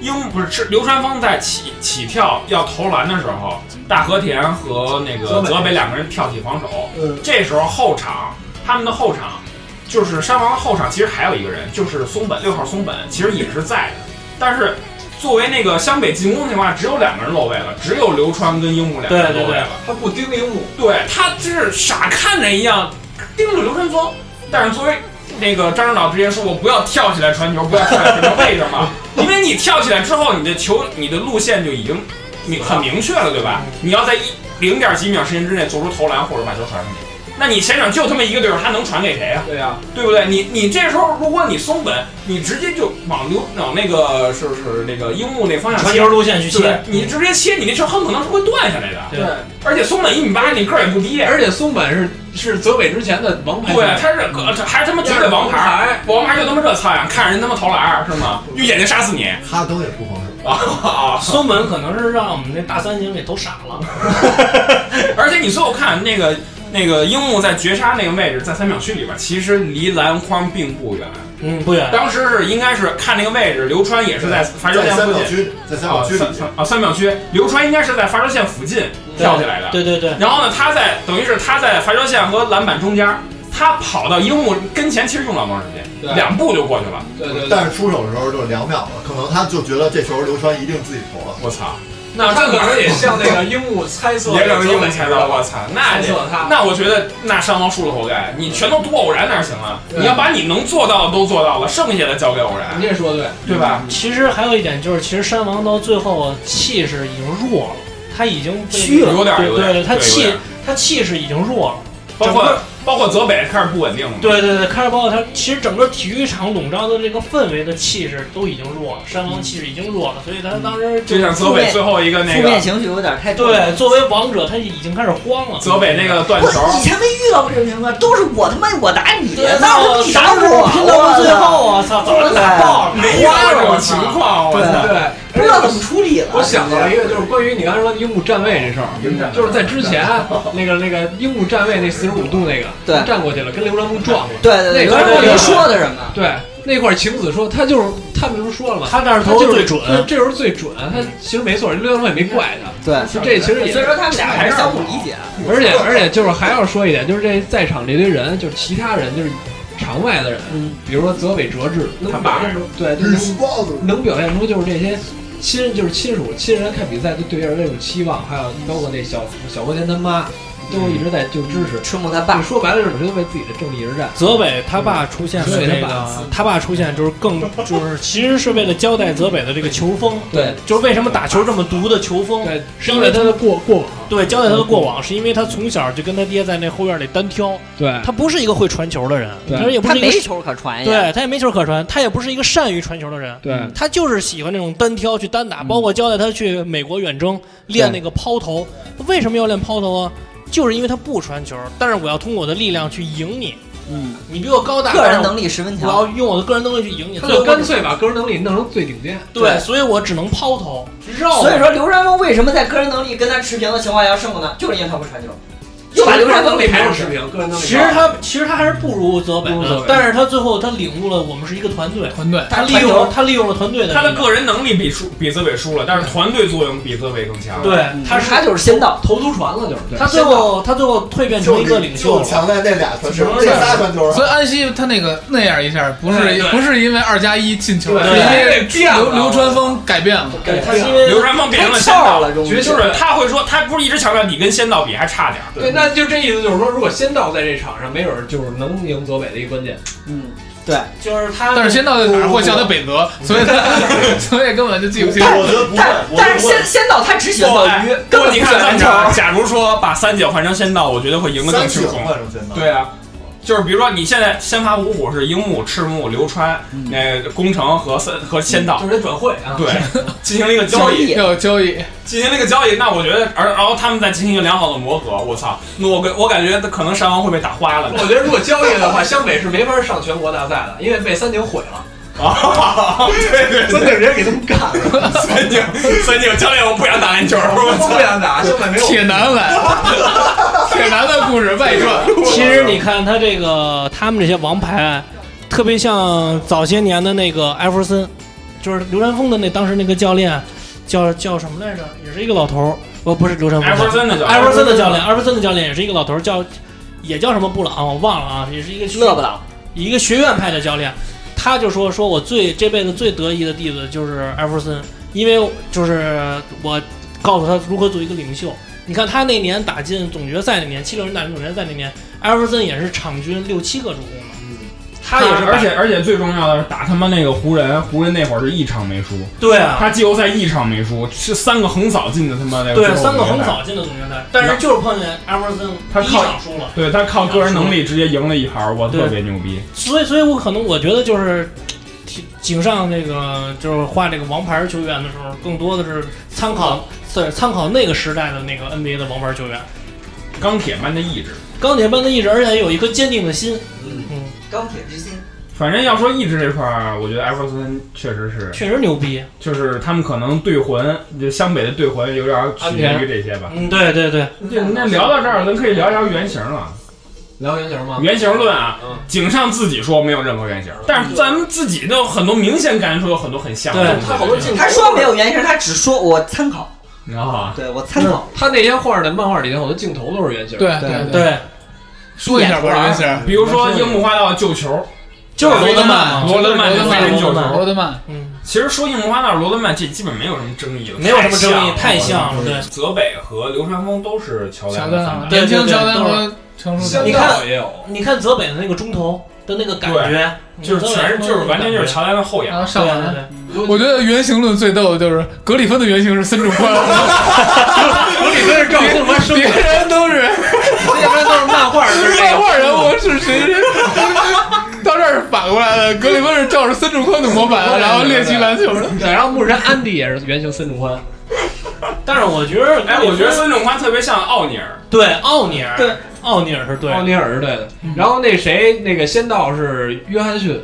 [SPEAKER 4] 樱木不是是流川枫在起起跳要投篮的时候，大和田和那个
[SPEAKER 9] 泽北
[SPEAKER 4] 泽北两个人跳起防守，
[SPEAKER 9] 嗯
[SPEAKER 4] 这时候后场他们的后场就是山王后场其实还有一个人，就是松本六号松本其实也是在的，但是。作为那个湘北进攻的情况下，只有两个人漏位了，只有流川跟樱木两个人
[SPEAKER 13] 对对
[SPEAKER 4] 漏位
[SPEAKER 13] 对
[SPEAKER 4] 了。
[SPEAKER 9] 他不盯樱木，
[SPEAKER 4] 对他真是傻看着一样盯着刘春峰，但是作为那个张指导直接说，我不要跳起来传球，不要跳起来传球，为什么？因为你跳起来之后，你的球你的路线就已经明很明确了，对吧？你要在一零点几秒时间之内做出投篮或者把球传出去。那你前场就他妈一个队友，他能传给谁啊？
[SPEAKER 9] 对呀、
[SPEAKER 4] 对不对？你你这时候如果你松本，你直接就往刘往那个是是那个樱木那方向切
[SPEAKER 13] 传球路线去切
[SPEAKER 4] 对你直接切，你那球很可能是会断下来的。
[SPEAKER 9] 对，
[SPEAKER 4] 而且松本一米八，你个儿也不低，啊
[SPEAKER 9] 而且松本是是泽北之前的王
[SPEAKER 6] 哎
[SPEAKER 9] 牌，
[SPEAKER 4] 对，他是个这还是他妈绝对王牌，王牌就他妈这菜，啊看着人他妈投篮儿是吗？用眼睛杀
[SPEAKER 6] [laughs]
[SPEAKER 4] 死你。
[SPEAKER 6] 哈登也不防守。
[SPEAKER 4] 啊，
[SPEAKER 13] 松本可能是让我们那大三型给投傻了。
[SPEAKER 4] 而且你最后看那个那个樱木在绝杀那个位置，在三秒区里边，其实离篮筐并不远。
[SPEAKER 13] 嗯，不远。
[SPEAKER 4] 当时是应该是看那个位置，流川也是在罚球线附近，
[SPEAKER 6] 在三秒区在三秒区里
[SPEAKER 4] 啊三啊，三秒区，流川应该是在罚球线附近跳起来的。
[SPEAKER 13] 对对对。
[SPEAKER 4] 然后呢，他在等于是他在罚球线和篮板中间，他跑到樱木跟前，其实用不了多长时
[SPEAKER 6] 对
[SPEAKER 4] 间，两步就过去了。
[SPEAKER 6] 对对。但是出手的时候就两秒了，可能他就觉得这球流川一定自己投了。
[SPEAKER 4] 我操！那这可能也像 [laughs] 那个樱木猜测也让樱木猜到，我操，那
[SPEAKER 9] 猜
[SPEAKER 4] 这
[SPEAKER 9] 测他
[SPEAKER 4] 那我觉得那上方输了活该，你全都多偶然哪行啊？你要把你能做到的都做到了，剩下的交给偶然。
[SPEAKER 9] 你也说对，
[SPEAKER 4] 对吧？
[SPEAKER 13] 其实还有一点就是，其实山王到最后气势已经弱了，他已经被
[SPEAKER 4] 虚了有点
[SPEAKER 13] 对
[SPEAKER 4] 有
[SPEAKER 13] 对
[SPEAKER 4] 点
[SPEAKER 13] 对，
[SPEAKER 4] 对
[SPEAKER 13] 他
[SPEAKER 4] 有
[SPEAKER 13] 气
[SPEAKER 4] 点
[SPEAKER 13] 他气势已经弱了，
[SPEAKER 4] 包
[SPEAKER 13] 整
[SPEAKER 4] 括
[SPEAKER 13] 个
[SPEAKER 4] 包括泽北开始不稳定了。
[SPEAKER 13] 对对对，开始包括他，其实整个体育场笼罩的这个氛围的气势都已经弱了，山王气势已经弱了，所以他当时
[SPEAKER 4] 就像泽北最后嗯一个那
[SPEAKER 16] 负
[SPEAKER 4] 个
[SPEAKER 16] 面情绪有点太多了
[SPEAKER 13] 对，作为王者他已经开始慌了。
[SPEAKER 4] 泽北那个断
[SPEAKER 16] 不是
[SPEAKER 8] [laughs]
[SPEAKER 16] 以前没遇到过这种情况，都是我他妈我打你，
[SPEAKER 13] 对
[SPEAKER 16] 哪有你打我？
[SPEAKER 13] 拼到了最后我操早就打爆了
[SPEAKER 16] 对
[SPEAKER 9] 没有
[SPEAKER 4] 哎
[SPEAKER 9] 这种情况我操
[SPEAKER 16] 对，不知道怎么处理了。
[SPEAKER 9] 我想到了一个，就是关于你刚才说樱木站位这事儿，就是在之前那个那个樱木站位那四十五度那个，
[SPEAKER 16] 对
[SPEAKER 9] 站过去了，跟流川枫撞过去，
[SPEAKER 16] 对对对
[SPEAKER 9] 那块
[SPEAKER 16] 流川
[SPEAKER 9] 儿
[SPEAKER 16] 枫
[SPEAKER 9] 那个
[SPEAKER 16] 说的什么
[SPEAKER 9] 对，那块儿晴子说他就是他们不是说了吗？
[SPEAKER 13] 他那儿投
[SPEAKER 9] 就是
[SPEAKER 13] 最准
[SPEAKER 9] 他这时候最准，他其实没错，流川枫也没怪他，
[SPEAKER 16] 对
[SPEAKER 9] 这其实也
[SPEAKER 16] 所以说他们俩还是相互理解。
[SPEAKER 9] 而且而且就是还要说一点，就是这在场这堆人，就是其他人就是场外的人，比如说泽北哲治，能表现出对，
[SPEAKER 6] 嗯
[SPEAKER 9] 就是能能表现出就是这些亲就是亲属亲人看比赛对对别人那种期望，还有包括那小小和田他妈。都一直在就支持
[SPEAKER 16] 春木他爸，
[SPEAKER 9] 说白了就是为自己的正义而战。
[SPEAKER 13] 泽北他爸出现
[SPEAKER 9] 对
[SPEAKER 13] 是这
[SPEAKER 9] 他爸
[SPEAKER 13] 个，他爸出现就是更就是其实是为了交代泽北的这个球风，
[SPEAKER 9] 对，
[SPEAKER 13] 就是为什么打球这么毒的球风，对，是因为
[SPEAKER 9] 交代他的过过往，
[SPEAKER 13] 对，交代他的过往是因为他从小就跟他爹在那后院里单挑，
[SPEAKER 9] 对
[SPEAKER 13] 他不是一个会传球的人，
[SPEAKER 9] 对
[SPEAKER 13] 他也不是一个
[SPEAKER 16] 他没球可传呀
[SPEAKER 13] 对他也没球可传，他也不是一个善于传球的人，
[SPEAKER 9] 对
[SPEAKER 13] 他就是喜欢那种单挑去单打，包括交代他去美国远征练那个抛投，为什么要练抛投啊？就是因为他不传球，但是我要通过我的力量去赢你。
[SPEAKER 16] 嗯，
[SPEAKER 13] 你比我高大，
[SPEAKER 9] 个人能力十
[SPEAKER 16] 分
[SPEAKER 9] 强
[SPEAKER 13] 我要用我的个人能力去赢你，
[SPEAKER 9] 他
[SPEAKER 13] 所以
[SPEAKER 9] 就
[SPEAKER 13] 我
[SPEAKER 9] 干脆把个人能力弄成最顶尖。
[SPEAKER 13] 对，所以我只能抛投绕。
[SPEAKER 16] 所以说，刘山峰为什么在个人能力跟他持平的情况下胜呢？就是因为他不传球，又把刘山峰给
[SPEAKER 9] 还
[SPEAKER 16] 上
[SPEAKER 9] 是持平，个人能力。
[SPEAKER 13] 其实他其实他还是不如泽北
[SPEAKER 9] 不如泽北
[SPEAKER 13] 的，但是他最后他领悟了我们是一个团队，
[SPEAKER 2] 团队
[SPEAKER 13] 他利用了他利用了团队的
[SPEAKER 4] 他的
[SPEAKER 13] 力量
[SPEAKER 4] 个人能力比输比泽北输了，但是团队作用比泽北更强。
[SPEAKER 13] 对，他是
[SPEAKER 16] 到
[SPEAKER 9] 投足传了，就是
[SPEAKER 13] 他最后他最后蜕变成一个领袖了，
[SPEAKER 6] 啊
[SPEAKER 2] 所以安西他那个那样一下，不是
[SPEAKER 13] 对对
[SPEAKER 2] 不是因为二加一进球，
[SPEAKER 13] 对
[SPEAKER 2] 是因为
[SPEAKER 4] 对
[SPEAKER 2] 流流川枫改变了，
[SPEAKER 4] 刘禅峰变成了仙道，
[SPEAKER 2] 觉
[SPEAKER 4] 就
[SPEAKER 2] 得
[SPEAKER 4] 是他会说，他不是一直强调你跟仙道比还差点儿。
[SPEAKER 9] 对，那就这意思，就是说，如果仙道在这场上，没准儿就是能赢泽北的一关键。
[SPEAKER 16] 嗯，对，
[SPEAKER 13] 就是他
[SPEAKER 2] 但是仙道在哪儿会叫他北泽，所以他 [laughs] 所以根本就记不清。
[SPEAKER 6] 但我觉得不会
[SPEAKER 16] 但我但是仙仙道他只喜欢
[SPEAKER 4] 不
[SPEAKER 16] 钓鱼
[SPEAKER 4] 哎
[SPEAKER 16] 根本不
[SPEAKER 4] 不你看
[SPEAKER 16] 喜欢
[SPEAKER 4] 咱
[SPEAKER 16] 篮
[SPEAKER 4] 假
[SPEAKER 16] 球
[SPEAKER 4] 假如说把三井换成仙道，我觉得会赢得更
[SPEAKER 6] 三井
[SPEAKER 4] 轻松
[SPEAKER 6] 换成仙道。
[SPEAKER 4] 对啊，就是比如说你现在先发五虎是樱木、赤木、流川、那个宫城和三和仙道，
[SPEAKER 9] 嗯就是转会啊， [laughs]
[SPEAKER 4] 对，进行了一个交易，
[SPEAKER 2] 要有交易，
[SPEAKER 4] 进行了一个交易。那我觉得，而然后他们再进行一个良好的磨合，我操，那我跟我感觉可能山王会被打花了。
[SPEAKER 9] [laughs] 我觉得如果交易的话，湘北是没法上全国大赛的，因为被三井毁了。
[SPEAKER 4] 啊，对 [laughs] 对对，
[SPEAKER 9] 三井直接给他们干了。
[SPEAKER 4] [laughs] 三井，三井教练，我不想打篮球，我操
[SPEAKER 9] 不想打湘北没有
[SPEAKER 2] 铁男来了，铁男的故事外传。
[SPEAKER 13] 其实你看他这个，他们这些王牌，特别像早些年的那个艾弗森，就是刘禅峰的那当时那个教练，叫叫什么来着？也是一个老头儿，哦不不是刘禅峰，
[SPEAKER 4] 艾弗森的教练
[SPEAKER 13] 艾弗森的教练，艾弗森的教练也是一个老头儿，叫也叫什么布朗，我忘了啊，也是一个学
[SPEAKER 16] 勒布朗，
[SPEAKER 13] 一个学院派的教练。他就说说我最这辈子最得意的弟子就是艾弗森，因为就是我告诉他如何做一个领袖。你看他那年打进总决赛那年，七六人打进总决赛那年，艾弗森也是场均六七个助攻呢。他也是把，
[SPEAKER 4] 而且而且最重要的是打他妈那个湖人，湖人那会儿是一场没输。
[SPEAKER 13] 对啊
[SPEAKER 4] 他季后赛一场没输，是三个横扫进的他妈那个最
[SPEAKER 13] 对啊
[SPEAKER 4] 后
[SPEAKER 13] 三个
[SPEAKER 4] 决赛
[SPEAKER 13] 横扫进的总决赛，但是就是碰见艾弗森
[SPEAKER 4] 他
[SPEAKER 13] 第一
[SPEAKER 4] 靠
[SPEAKER 13] 场输了。
[SPEAKER 4] 对他靠个人能力直接赢了一盘，我
[SPEAKER 13] 对
[SPEAKER 4] 特别牛逼。
[SPEAKER 13] 所以，所以我可能我觉得就是，井井上那个就是画这个王牌球员的时候，更多的是参考，是参考那个时代的那个 NBA 的王牌球员，
[SPEAKER 4] 钢铁般的意志，
[SPEAKER 13] 钢铁般的意志，而且有一颗坚定的心。嗯，
[SPEAKER 16] 钢铁之心。
[SPEAKER 4] 反正要说意志这块儿，我觉得艾弗森确实是，
[SPEAKER 13] 确实牛逼。
[SPEAKER 4] 就是他们可能对魂，就湘北的对魂有点儿取决于这些吧。
[SPEAKER 13] 嗯，对对对。
[SPEAKER 4] 对，那聊到这儿，咱可以聊一聊原型了。
[SPEAKER 9] 聊原型吗？
[SPEAKER 4] 原型论啊，
[SPEAKER 13] 嗯
[SPEAKER 4] 井上自己说没有任何原型，但是咱们自己都有很多明显感觉出有很多很像的东西。
[SPEAKER 16] 他说没有原型，他只说我参考。
[SPEAKER 4] 啊，
[SPEAKER 16] 对我参考。
[SPEAKER 9] 他那些画的漫画里头，好多镜头都是原型。
[SPEAKER 2] 对对对说一下吧原
[SPEAKER 13] [laughs]
[SPEAKER 2] 型
[SPEAKER 4] 比如说樱木花道救球，
[SPEAKER 2] 就是罗德
[SPEAKER 4] 曼，
[SPEAKER 2] 曼
[SPEAKER 4] 罗德
[SPEAKER 2] 就是罗德曼
[SPEAKER 4] 飞人救球，
[SPEAKER 2] 罗德曼。
[SPEAKER 13] 啊嗯，
[SPEAKER 4] 其实说樱木花道、罗德曼，这基本没有什么争议了，
[SPEAKER 13] 没有什么争议
[SPEAKER 4] 太
[SPEAKER 13] 太像了对
[SPEAKER 4] 泽北和流川枫都是乔丹啊的
[SPEAKER 2] 啊
[SPEAKER 4] 翻版，
[SPEAKER 13] 对对对
[SPEAKER 2] 成
[SPEAKER 4] 熟的
[SPEAKER 13] 你看
[SPEAKER 4] 也有，
[SPEAKER 13] 你看泽北的那个中投的那个感觉，嗯
[SPEAKER 4] 对就是全是就是完全就是乔丹的后仰
[SPEAKER 13] 然后
[SPEAKER 2] 上篮
[SPEAKER 13] 对啊对对
[SPEAKER 2] 我觉得原型论最逗的就是格里芬的原型是森主宽，格
[SPEAKER 13] 里芬是赵信宽生
[SPEAKER 2] 别
[SPEAKER 13] 的
[SPEAKER 2] 人都是，
[SPEAKER 13] 要不然都是漫画人
[SPEAKER 2] 漫画人物是谁？ [laughs] 到这儿是反过来的，格里芬是照着森主宽的模板，然后练习篮球的。
[SPEAKER 9] 对，然后牧人安迪也是原型孙仲宽。
[SPEAKER 13] 但是我觉得，
[SPEAKER 4] 哎，我觉得孙仲宽特别像奥尼尔，
[SPEAKER 13] 对奥尼尔，
[SPEAKER 9] 对
[SPEAKER 13] 奥尼尔是对，
[SPEAKER 9] 奥尼尔是对的。然后那谁，那个仙道是约翰逊，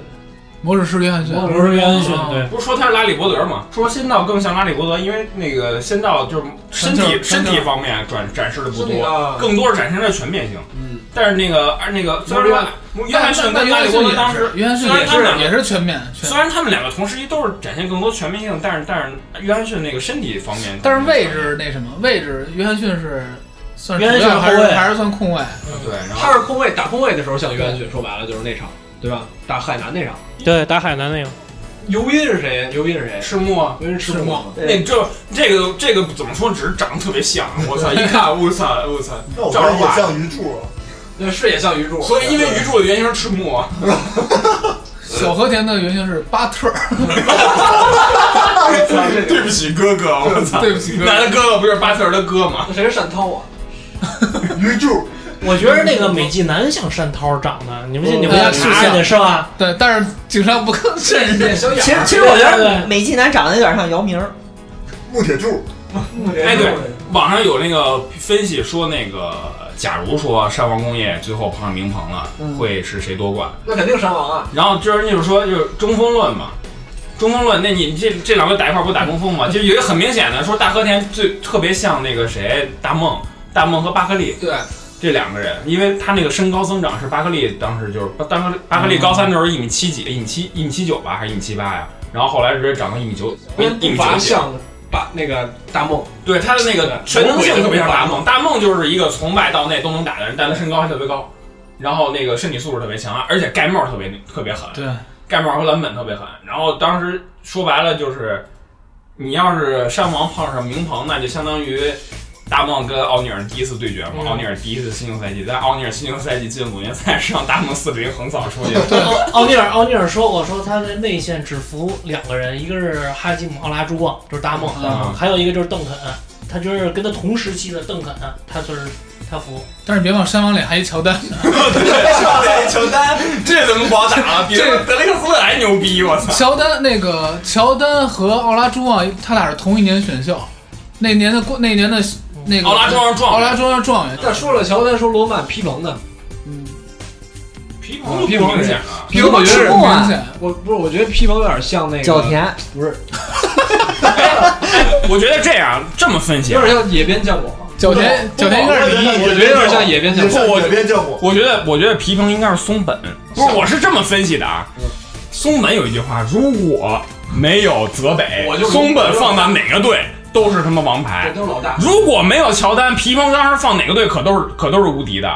[SPEAKER 2] 魔术师约翰逊
[SPEAKER 9] 魔术师约翰逊对
[SPEAKER 4] 不是说他是拉里伯德吗？说仙道更像拉里伯德，因为那个仙道就是身体
[SPEAKER 9] 传
[SPEAKER 4] 身
[SPEAKER 9] 球
[SPEAKER 4] 体方面展展示的不
[SPEAKER 9] 身体
[SPEAKER 4] 多
[SPEAKER 9] 啊，
[SPEAKER 4] 更多是展现了全面性。
[SPEAKER 9] 嗯，
[SPEAKER 4] 但是那个而那个虽然说约翰逊
[SPEAKER 2] 但
[SPEAKER 4] 跟
[SPEAKER 2] 约
[SPEAKER 4] 拉
[SPEAKER 2] 翰
[SPEAKER 4] 里
[SPEAKER 2] 逊
[SPEAKER 4] 伯德
[SPEAKER 2] 也是
[SPEAKER 4] 当时，
[SPEAKER 2] 约翰逊
[SPEAKER 4] 虽然
[SPEAKER 2] 也
[SPEAKER 4] 他们两
[SPEAKER 2] 是
[SPEAKER 4] 个
[SPEAKER 2] 也是全面，全
[SPEAKER 4] 虽然他们两个同时期都是展现更多全面性，但是但是约翰逊那个身体方面，
[SPEAKER 2] 但是位置那什么位置，约翰逊是算是
[SPEAKER 4] 约翰逊
[SPEAKER 2] 主要还
[SPEAKER 4] 后
[SPEAKER 2] 是
[SPEAKER 4] 卫
[SPEAKER 2] 还是算控卫？
[SPEAKER 4] 对，然后
[SPEAKER 9] 他是控卫打控卫的时候像约翰逊，说白了就是那场，对吧？打海南那场，
[SPEAKER 13] 对打海南那个，
[SPEAKER 9] 尤因是谁？尤因是谁？
[SPEAKER 4] 赤木啊，
[SPEAKER 9] 尤因是赤木
[SPEAKER 4] 哇。那就这个这个怎么说，只是长得特别
[SPEAKER 2] [laughs]
[SPEAKER 4] 像，我操，一看我操我操
[SPEAKER 6] 那，我
[SPEAKER 4] 照着
[SPEAKER 6] 看也
[SPEAKER 4] 画
[SPEAKER 6] 像鱼柱，
[SPEAKER 9] 那是也像鱼柱
[SPEAKER 4] 所以因为鱼柱的原型是赤木啊，
[SPEAKER 2] 小和田的原型是巴特，
[SPEAKER 4] 对不起哥哥，我操，
[SPEAKER 2] 对不起哥哥
[SPEAKER 4] 男的哥哥不就是巴特尔的哥吗？
[SPEAKER 9] 谁是山涛啊？
[SPEAKER 6] [laughs] 鱼柱，
[SPEAKER 13] 我觉得那个美纪男像山涛长得，你们
[SPEAKER 4] 哦
[SPEAKER 13] 信？你回家
[SPEAKER 2] 呃是
[SPEAKER 13] 查去
[SPEAKER 2] 像
[SPEAKER 13] 是吧？
[SPEAKER 2] 对，但是井上不可信任。
[SPEAKER 16] 其实其实我觉得美纪男长得有点像姚明，
[SPEAKER 6] 木铁柱，
[SPEAKER 4] 哎，对，网上有那个分析说，那个假如说山王工业最后碰上明鹏了，
[SPEAKER 2] 嗯
[SPEAKER 4] 会是谁夺冠？
[SPEAKER 9] 那肯定山王啊。
[SPEAKER 4] 然后就是就是说就是中锋论嘛，中锋论，那你这这两个打一块儿不打中锋嘛？就有一个很明显的说，大和田最特别像那个谁大梦，大梦和巴克利。
[SPEAKER 9] 对。
[SPEAKER 4] 这两个人，因为他那个身高增长是巴克利当时就是巴当时巴克利高三的时候一米七几，一米七一米七九吧，还是一米七八呀？然后后来直接长到一米九，一
[SPEAKER 9] 跟
[SPEAKER 4] 米
[SPEAKER 9] 步
[SPEAKER 4] 九
[SPEAKER 9] 伐
[SPEAKER 4] 几。
[SPEAKER 9] 像把那个大梦，
[SPEAKER 4] 对他的那个全能性特别像大梦，大梦就是一个从外到内都能打的人，但他身高还特别高，然后那个身体素质特别强，啊而且盖帽特别特别狠，
[SPEAKER 2] 对，
[SPEAKER 4] 盖帽和蓝本特别狠。然后当时说白了就是，你要是山王碰上明鹏，那就相当于大梦跟奥尼尔第一次对决嘛，
[SPEAKER 13] 嗯
[SPEAKER 4] 奥尼尔第一次新秀赛季，但奥尼尔新秀赛季进总决赛是让大梦四比零横扫出去。
[SPEAKER 13] 对，奥奥尼尔奥尼尔说过，说他的内线只服两个人，一个是哈基姆奥拉朱旺，就是大梦，
[SPEAKER 4] [laughs] 嗯
[SPEAKER 13] 还有一个就是邓肯，他就是跟他同时期的邓肯，啊他就是他服。
[SPEAKER 2] 但是别忘山王里还一乔丹，
[SPEAKER 4] 乔丹，这怎么不好打了？比
[SPEAKER 2] 这啊
[SPEAKER 4] 德雷克斯勒还牛逼，我操！
[SPEAKER 2] [laughs] 乔丹那个乔丹和奥拉朱旺，他俩是同一年选秀，那年的那年的那个
[SPEAKER 4] 奥拉朱旺是状元
[SPEAKER 2] 奥拉朱旺是状元。
[SPEAKER 9] 但说了乔丹，说罗曼皮蓬呢？
[SPEAKER 4] 皮皮
[SPEAKER 9] 蓬皮
[SPEAKER 4] 蓬
[SPEAKER 9] 蓬
[SPEAKER 4] 明显
[SPEAKER 9] 啊
[SPEAKER 4] 啊，
[SPEAKER 9] 皮蓬我觉得是
[SPEAKER 2] 皮蓬是，
[SPEAKER 9] 我不是，我觉得皮蓬有点像那个
[SPEAKER 16] 角田，
[SPEAKER 9] 不是，
[SPEAKER 4] 我觉得这样这么分析
[SPEAKER 9] 有
[SPEAKER 4] 啊，
[SPEAKER 9] 点像野边教母。
[SPEAKER 2] 角田角田应该是一，
[SPEAKER 4] 我
[SPEAKER 9] 我
[SPEAKER 4] 觉
[SPEAKER 9] 觉
[SPEAKER 4] 得有
[SPEAKER 9] 得有
[SPEAKER 4] 点像
[SPEAKER 9] 点像
[SPEAKER 4] 野
[SPEAKER 9] 野
[SPEAKER 4] 边
[SPEAKER 9] 边
[SPEAKER 4] 教
[SPEAKER 9] 教
[SPEAKER 4] 母我
[SPEAKER 9] 母。
[SPEAKER 6] 教母
[SPEAKER 4] 我觉得，我觉得皮蓬应该是松本，不是，我是这么分析的啊。松本有一句话，如果没有泽北，
[SPEAKER 9] 我就
[SPEAKER 4] 松本放到哪个队都是他妈王牌，
[SPEAKER 9] 都是老大
[SPEAKER 4] 如果没有乔丹，皮蓬当时放哪个队可都是可都是无敌的。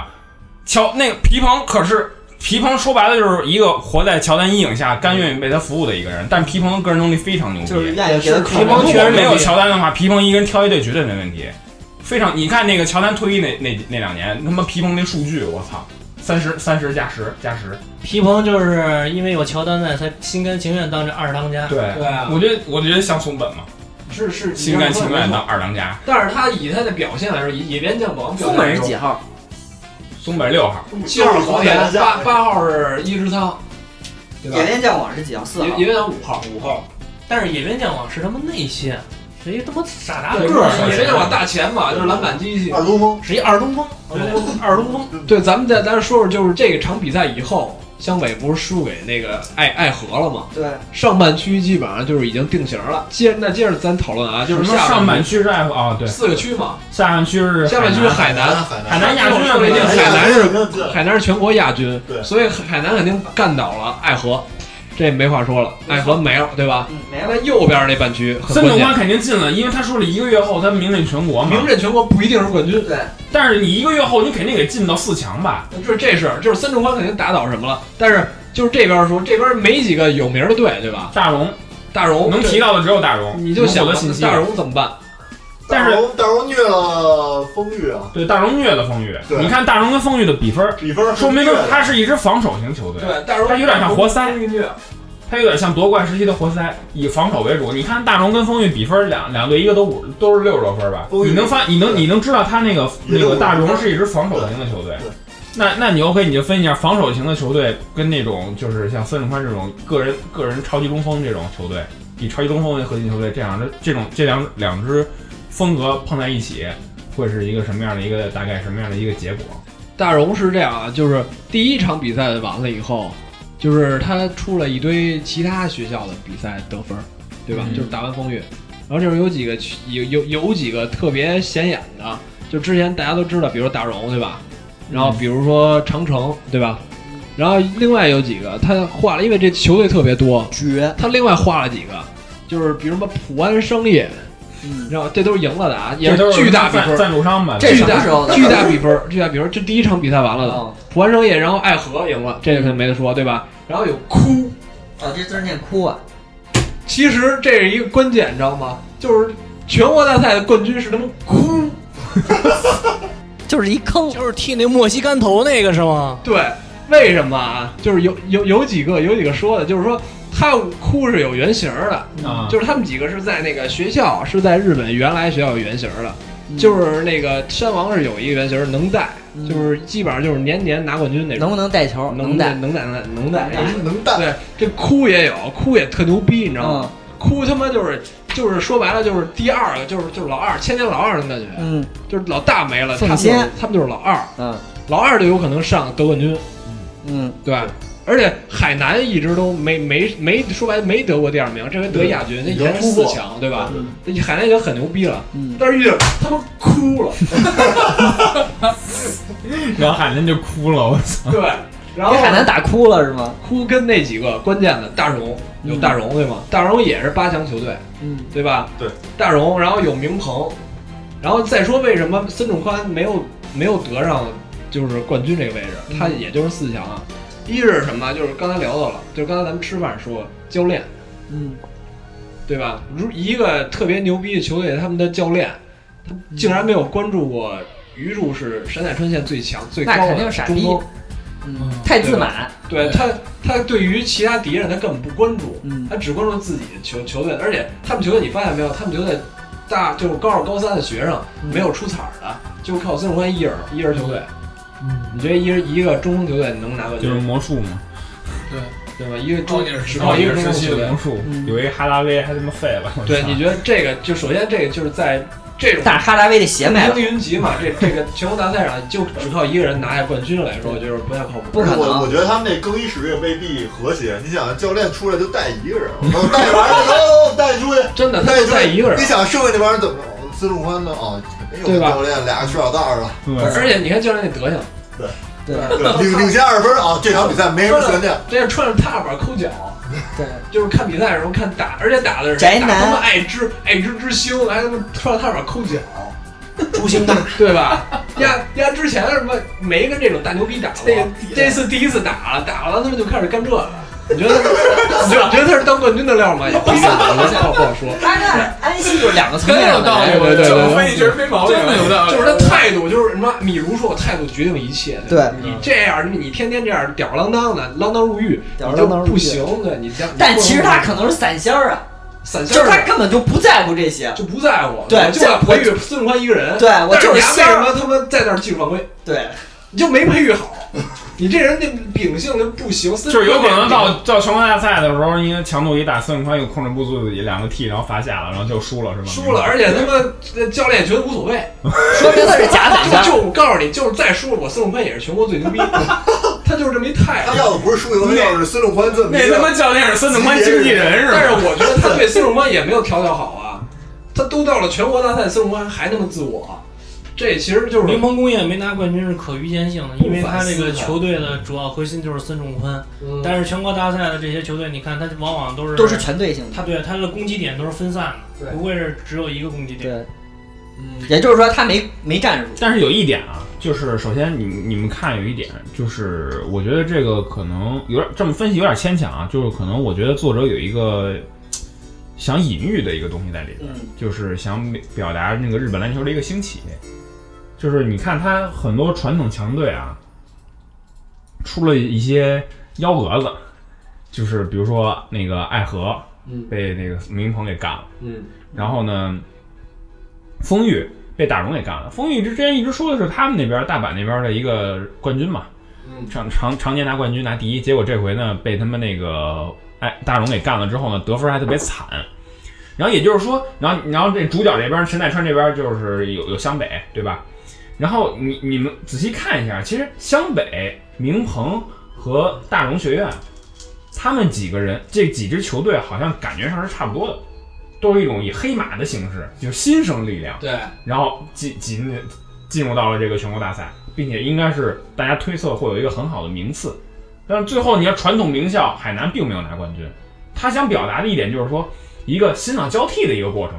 [SPEAKER 4] 乔那个皮蓬可是皮蓬说白了就是一个活在乔丹阴影下，甘愿意为他服务的一个人。但皮蓬的个人能力非常牛逼，
[SPEAKER 16] 就是愿意给他考虑
[SPEAKER 4] 皮蓬确实没有乔丹的话，皮蓬一个人挑一队绝对没问题。非常，你看那个乔丹退役那那那两年，他妈皮蓬那数据，我操，三十三十加十加十，
[SPEAKER 13] 皮蓬就是因为有乔丹在，他心甘情愿当这二当家。
[SPEAKER 4] 对，
[SPEAKER 9] 啊
[SPEAKER 4] 我觉得我觉得像松本嘛，
[SPEAKER 9] 是是
[SPEAKER 4] 心甘情愿当。二当家。
[SPEAKER 9] 但是他以他的表现来说，野边教母
[SPEAKER 4] 松本是几
[SPEAKER 16] 号？
[SPEAKER 4] 松本六号，
[SPEAKER 9] 七号是和田，八八号是伊之仓，对吧？
[SPEAKER 16] 野边教网是几号？四号。
[SPEAKER 9] 野野边教母五号，五号。
[SPEAKER 13] 但是野边将网是他妈内线，谁他妈傻大
[SPEAKER 9] 对，
[SPEAKER 13] 个
[SPEAKER 9] 不
[SPEAKER 13] 儿啊
[SPEAKER 9] 是，人家往大前嘛，就是篮板机器。
[SPEAKER 6] 二中锋，
[SPEAKER 13] 是一二中锋，啊
[SPEAKER 9] 二中锋。对，咱们再咱说说，就是这个场比赛以后，湘北不是输给那个爱爱河了吗？
[SPEAKER 16] 对，
[SPEAKER 9] 上半区基本上就是已经定型了。接那接着咱讨论啊，就是
[SPEAKER 4] 什么
[SPEAKER 9] 下
[SPEAKER 4] 上半区是爱啊，对，
[SPEAKER 9] 四个区嘛，
[SPEAKER 4] 下半区是
[SPEAKER 9] 下半区是海南，
[SPEAKER 4] 海南亚军啊
[SPEAKER 9] 说没定，
[SPEAKER 4] 了，
[SPEAKER 9] 海南
[SPEAKER 4] 是
[SPEAKER 9] 是海南是全国亚军，所以海南肯定干倒了爱河，这没话说了，爱河没了，对吧？
[SPEAKER 16] 嗯没
[SPEAKER 9] 那右边那半区很
[SPEAKER 4] 孙
[SPEAKER 9] 关
[SPEAKER 4] 正光
[SPEAKER 9] 键，
[SPEAKER 4] 肯定进了，因为他说了一个月后他名震全国嘛，名
[SPEAKER 9] 震全国不一定是冠军，
[SPEAKER 16] 对，
[SPEAKER 4] 但是你一个月后你肯定得进到四强吧？
[SPEAKER 9] 就是这事儿，就是孙正光肯定打倒什么了，但是就是这边说这边没几个有名的队，对吧？
[SPEAKER 4] 大荣，
[SPEAKER 9] 大荣
[SPEAKER 4] 能提到的只有大荣，
[SPEAKER 9] 你就想
[SPEAKER 4] 我
[SPEAKER 9] 吧
[SPEAKER 4] 的信息，
[SPEAKER 9] 大荣怎么办？
[SPEAKER 4] 但是
[SPEAKER 6] 大荣大荣虐了风裕啊，
[SPEAKER 4] 对大荣虐了丰裕，
[SPEAKER 6] 对
[SPEAKER 4] 你看大荣跟丰裕的比分，
[SPEAKER 6] 比分
[SPEAKER 4] 说明
[SPEAKER 6] 是虐的
[SPEAKER 4] 他是一支防守型球队，
[SPEAKER 9] 对大荣
[SPEAKER 4] 他有点像活塞，他有点像夺冠时期的活塞，以防守为主。你看大荣跟丰裕比分，两两队一个都五都是六十多分吧，
[SPEAKER 6] 丰裕
[SPEAKER 4] 你能发你能你能知道他那个
[SPEAKER 6] 也
[SPEAKER 4] 那
[SPEAKER 6] 就
[SPEAKER 4] 个大
[SPEAKER 6] 50
[SPEAKER 4] 荣
[SPEAKER 6] 分
[SPEAKER 4] 是一支防守型的球队。那那你 OK，你就分一下防守型的球队跟那种就是像孙正宽这种个人个人超级中锋这种球队，以超级中锋为核心球队，这两支这种这两两支风格碰在一起，会是一个什么样的一个大概什么样的一个结果？
[SPEAKER 9] 大荣是这样啊，就是第一场比赛完了以后，就是他出了一堆其他学校的比赛得分，对吧？
[SPEAKER 4] 嗯
[SPEAKER 9] 就是打完风雨，然后就是有几个区有有有几个特别显眼的，就之前大家都知道，比如说大荣，对吧？然
[SPEAKER 4] 嗯
[SPEAKER 9] 后比如说长城，对吧？然后另外有几个他画了，因为这球队特别多，
[SPEAKER 8] 绝。
[SPEAKER 9] 他另外画了几个，就是比如什么普安商业，
[SPEAKER 8] 嗯，
[SPEAKER 9] 然后这都是赢了的啊，也
[SPEAKER 4] 这都是
[SPEAKER 9] 巨大比分，
[SPEAKER 4] 赞助商吧？
[SPEAKER 9] 巨大巨大比分，巨大比分，这第一场比赛完了
[SPEAKER 4] 嗯
[SPEAKER 16] 哦
[SPEAKER 9] 的，普安商业，然后爱河赢了，这个没得说，对吧？然后有哭，
[SPEAKER 16] 啊，这字儿念哭啊，
[SPEAKER 9] 其实这是一个关键，你知道吗？就是全国大赛的冠军是他妈哭，
[SPEAKER 8] 就是一坑，
[SPEAKER 13] 就是剃那莫西干头那个是吗？
[SPEAKER 9] 对，为什么啊？就是有有有几个有几个说的，就是说他哭是有原型儿的，
[SPEAKER 4] 啊
[SPEAKER 9] 就是他们几个是在那个学校，是在日本原来学校有原型儿的，就是那个山王是有一个原型儿能带，就是基本上就是年年拿冠军那种。
[SPEAKER 16] 能不能带球？
[SPEAKER 9] 嗯能
[SPEAKER 16] 带，嗯
[SPEAKER 9] 能带，能带，
[SPEAKER 6] 能带。
[SPEAKER 9] 对，这哭也有，哭也特牛逼，你知道吗？哭他妈就是就是说白了就是第二个，就是就是老二，千年老二那种感觉，
[SPEAKER 16] 嗯，
[SPEAKER 9] 就是老大没了，他
[SPEAKER 16] 奉
[SPEAKER 9] 们就是
[SPEAKER 16] 先
[SPEAKER 9] 他们就是老二，
[SPEAKER 16] 嗯，
[SPEAKER 9] 老二就有可能上得冠军，
[SPEAKER 16] 嗯，
[SPEAKER 9] 对吧。而且海南一直都没没没说白了没得过第二名，这回得亚军，那
[SPEAKER 6] 已
[SPEAKER 9] 以
[SPEAKER 6] 经
[SPEAKER 9] 前是
[SPEAKER 6] 突破
[SPEAKER 9] 四强，对吧？海南已经很牛逼了，
[SPEAKER 16] 嗯，
[SPEAKER 9] 但是遇见他妈哭了，
[SPEAKER 16] [laughs]
[SPEAKER 4] 然后海南就哭了，我操！
[SPEAKER 9] 对，然后
[SPEAKER 16] 给海南打哭了是吗？
[SPEAKER 9] 哭跟那几个关键的大荣有大荣对吗？大荣也是八强球队，
[SPEAKER 16] 嗯，
[SPEAKER 9] 对吧？
[SPEAKER 6] 对，
[SPEAKER 9] 大荣，然后有明鹏，然后再说为什么孙仲宽没有没有得上就是冠军这个位置，他也就是四强啊。一是什么？就是刚才聊到了，就是刚才咱们吃饭说教练，
[SPEAKER 16] 嗯，
[SPEAKER 9] 对吧？如一个特别牛逼的球队，他们的教练，他竟然没有关注过鱼柱是山海川线最强最高
[SPEAKER 16] 那肯定
[SPEAKER 9] 的
[SPEAKER 16] 是傻
[SPEAKER 9] 中
[SPEAKER 16] 逼
[SPEAKER 9] 锋。
[SPEAKER 16] 嗯，太自满，
[SPEAKER 9] 对他，他对于其他敌人他根本不关注，
[SPEAKER 16] 嗯
[SPEAKER 9] 他只关注自己的球球队，而且他们球队你发现没有，他们球队大就是高二高三的学生
[SPEAKER 16] 嗯
[SPEAKER 9] 没有出彩儿的，就是靠孙中山一人一人球队。
[SPEAKER 2] 嗯
[SPEAKER 9] 你觉得一人一个中锋球队能拿冠
[SPEAKER 4] 就是
[SPEAKER 9] 军？
[SPEAKER 4] 魔术嘛，
[SPEAKER 2] 对
[SPEAKER 9] 对吧？一个
[SPEAKER 2] 奥
[SPEAKER 9] 中
[SPEAKER 2] 尼尔
[SPEAKER 9] 只靠一个中
[SPEAKER 4] 时
[SPEAKER 9] 锋
[SPEAKER 4] 期的嗯
[SPEAKER 9] 球队
[SPEAKER 4] 哦魔。术，有一哈达威还他妈废了。我
[SPEAKER 9] 对，
[SPEAKER 4] 操
[SPEAKER 9] 你觉得这个就首先这个就是在这种
[SPEAKER 16] 但是哈达威的鞋卖了
[SPEAKER 9] 风，云集嘛，这这个全国大赛上就只靠一个人拿下冠军来说，我觉得不太靠谱。
[SPEAKER 6] 而且我我觉得他们那更衣室也未必和谐。你想，教练出来就带一个人，然后带完了，然后带
[SPEAKER 9] [laughs]
[SPEAKER 6] 出去，
[SPEAKER 9] 真的
[SPEAKER 6] 带出去
[SPEAKER 9] 他就带一个人
[SPEAKER 6] 你想剩下那帮人怎么着？孙仲宽呢？哦，肯定
[SPEAKER 9] 对
[SPEAKER 6] 有
[SPEAKER 9] 吧
[SPEAKER 6] 教练俩个小带儿了。
[SPEAKER 9] 而且你看教练那德行，
[SPEAKER 6] 对
[SPEAKER 16] 对
[SPEAKER 6] 领领先二分啊！这场比赛没什么悬念。
[SPEAKER 9] 这是穿着踏板抠脚，
[SPEAKER 16] 对，
[SPEAKER 9] 就是看比赛的时候看打，而且打的是
[SPEAKER 16] 宅
[SPEAKER 9] 打
[SPEAKER 16] 男
[SPEAKER 9] 他妈爱之爱之之星，还他妈穿着踏板
[SPEAKER 16] [laughs]
[SPEAKER 9] 抠脚，
[SPEAKER 8] 诛心大，
[SPEAKER 9] [laughs] 对吧？压压之前什么没跟这种大牛逼打过，这次第一次打了，打了他们就开始干这个。你觉得他，你觉得他是当冠军的料吗？也不一定，不好不好说。
[SPEAKER 16] 他这安息就是两个层
[SPEAKER 2] 很
[SPEAKER 16] 面
[SPEAKER 2] 有
[SPEAKER 16] 的
[SPEAKER 2] 道
[SPEAKER 16] 人
[SPEAKER 2] 理，
[SPEAKER 9] 哎对对对
[SPEAKER 2] 我分析觉得没毛病，
[SPEAKER 9] 真的
[SPEAKER 2] 有道理
[SPEAKER 9] 就是他态度，就是什么米卢说，我态度决定一切。
[SPEAKER 16] 对
[SPEAKER 9] 你这样，你天天这样吊儿郎当的，锒铛入狱，
[SPEAKER 16] 吊儿
[SPEAKER 9] 你就
[SPEAKER 16] 郎当入狱
[SPEAKER 9] 不行。对，你这样。
[SPEAKER 16] 但其实他可能是散仙儿啊，
[SPEAKER 9] 散仙
[SPEAKER 16] 就
[SPEAKER 9] 儿
[SPEAKER 16] 是他根本就不在乎这些，
[SPEAKER 9] 就不在乎，
[SPEAKER 16] 对
[SPEAKER 9] 我就想
[SPEAKER 16] 这
[SPEAKER 9] 培育孙中山一个人。
[SPEAKER 16] 对我
[SPEAKER 9] 但是
[SPEAKER 16] 就是
[SPEAKER 9] 你丫为
[SPEAKER 16] 仙
[SPEAKER 9] 什
[SPEAKER 16] 儿
[SPEAKER 9] 么他妈在那儿技术犯规？
[SPEAKER 16] 对，
[SPEAKER 9] 你就没培育好，你这人这秉性就不行。孙
[SPEAKER 4] 就
[SPEAKER 9] 中
[SPEAKER 4] 是
[SPEAKER 9] 山
[SPEAKER 4] 有可能
[SPEAKER 9] 这
[SPEAKER 4] 到
[SPEAKER 9] 个
[SPEAKER 4] 到全国大赛的时候，因为强度一大，孙永宽又控制不住自己，两个 T 然后罚下了，然后就输了是吗？
[SPEAKER 9] 输了，而且他妈这教练觉得无所谓，
[SPEAKER 16] 说明他是假散仙
[SPEAKER 9] 就
[SPEAKER 16] 儿。 [laughs]
[SPEAKER 9] 我告诉你，就是再输，我孙中山也是全国最牛逼。他就是这么一态度。
[SPEAKER 17] 他要的不是输赢，他要的是孙正宽这么一
[SPEAKER 4] 那
[SPEAKER 17] 个
[SPEAKER 4] 他妈教练是孙正宽经纪人是吧？
[SPEAKER 9] 但是我觉得他对孙正宽也没有调教好啊，他都到了全国大赛，孙正宽还那么自我，这其实就是
[SPEAKER 13] 柠檬工业没拿冠军是可预见性的，因为他这个球队的主要核心就是孙仲宽。
[SPEAKER 9] 嗯
[SPEAKER 13] 但是全国大赛的这些球队，你看他往往都是
[SPEAKER 9] 都是全队性的
[SPEAKER 13] 他对他的攻击点都是分散的，不会是只有一个攻击点。
[SPEAKER 8] 对，
[SPEAKER 16] 嗯
[SPEAKER 8] 也就是说他没没战术。
[SPEAKER 4] 但是有一点啊，就是首先你你们看有一点，就是我觉得这个可能有点这么分析有点牵强啊，就是可能我觉得作者有一个嘖想隐喻的一个东西在里边，
[SPEAKER 9] 嗯
[SPEAKER 4] 就是想表达那个日本篮球的一个兴起，就是你看他很多传统强队啊，出了一些幺蛾子，就是比如说那个爱河
[SPEAKER 9] 嗯
[SPEAKER 4] 被那个明鹏给干了，
[SPEAKER 9] 嗯，
[SPEAKER 4] 然后呢，丰裕被打荣给干了。丰裕之前一直说的是他们那边大阪那边的一个冠军嘛，常常常年拿冠军拿第一，结果这回呢被他们那个哎大荣给干了之后呢，得分还特别惨。然后也就是说，然后然后这主角这边陈乃川这边就是有有湘北对吧？然后你你们仔细看一下，其实湘北、明鹏和大荣学院，他们几个人这几支球队好像感觉上是差不多的，都是一种以黑马的形式，就是新生力量，
[SPEAKER 9] 对，
[SPEAKER 4] 然后进进进入到了这个全国大赛，并且应该是大家推测会有一个很好的名次。但是最后，你看传统名校海南并没有拿冠军，他想表达的一点就是说，一个新老交替的一个过程，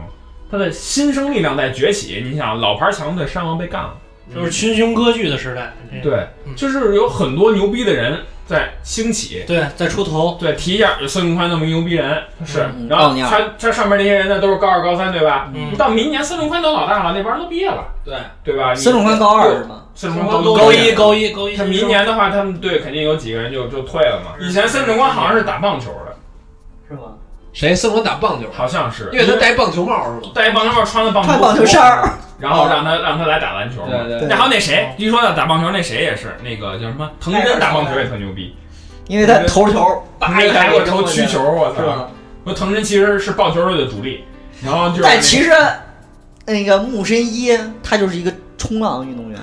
[SPEAKER 4] 他的新生力量在崛起。你想，老牌强队山王被干了，
[SPEAKER 13] 就是群雄割据的时代。
[SPEAKER 4] 嗯对，就是有很多牛逼的人在兴起，
[SPEAKER 13] 对，在出头，
[SPEAKER 4] 对，提一下有孙中宽那么一牛逼人，是，
[SPEAKER 13] 嗯
[SPEAKER 4] 然后
[SPEAKER 13] 奥尼尔
[SPEAKER 4] 他他上面那些人呢都是高二高三，对吧？到明年孙中宽都老大了，那帮人都毕业了，
[SPEAKER 9] 嗯对
[SPEAKER 4] 对吧？你
[SPEAKER 8] 孙仲宽高二是吗
[SPEAKER 4] 孙中宽
[SPEAKER 13] 高一高一高一
[SPEAKER 4] 他明年的话，他们队肯定有几个人就就退了
[SPEAKER 9] 嗯
[SPEAKER 4] 嘛。以前孙中宽好像是打棒球的，
[SPEAKER 8] 是吗？
[SPEAKER 9] 谁？孙中打棒球？
[SPEAKER 4] 好像是，
[SPEAKER 9] 因为他戴棒球帽是吗？
[SPEAKER 4] 戴棒球帽，穿了棒
[SPEAKER 9] 穿棒球衫儿
[SPEAKER 4] 然后让他让他来打篮球嘛。
[SPEAKER 9] 对对
[SPEAKER 4] 那还有那谁，一说到打棒球，那谁也是，那个叫什么滕真打棒球也特牛逼，
[SPEAKER 8] 因为他投球，
[SPEAKER 4] 叭一
[SPEAKER 8] 打
[SPEAKER 4] 开我投曲球，我操！说滕真其实是棒球队的主力，然后就是
[SPEAKER 8] 但
[SPEAKER 4] 那
[SPEAKER 8] 其实那个木申一他就是一个冲浪运动员，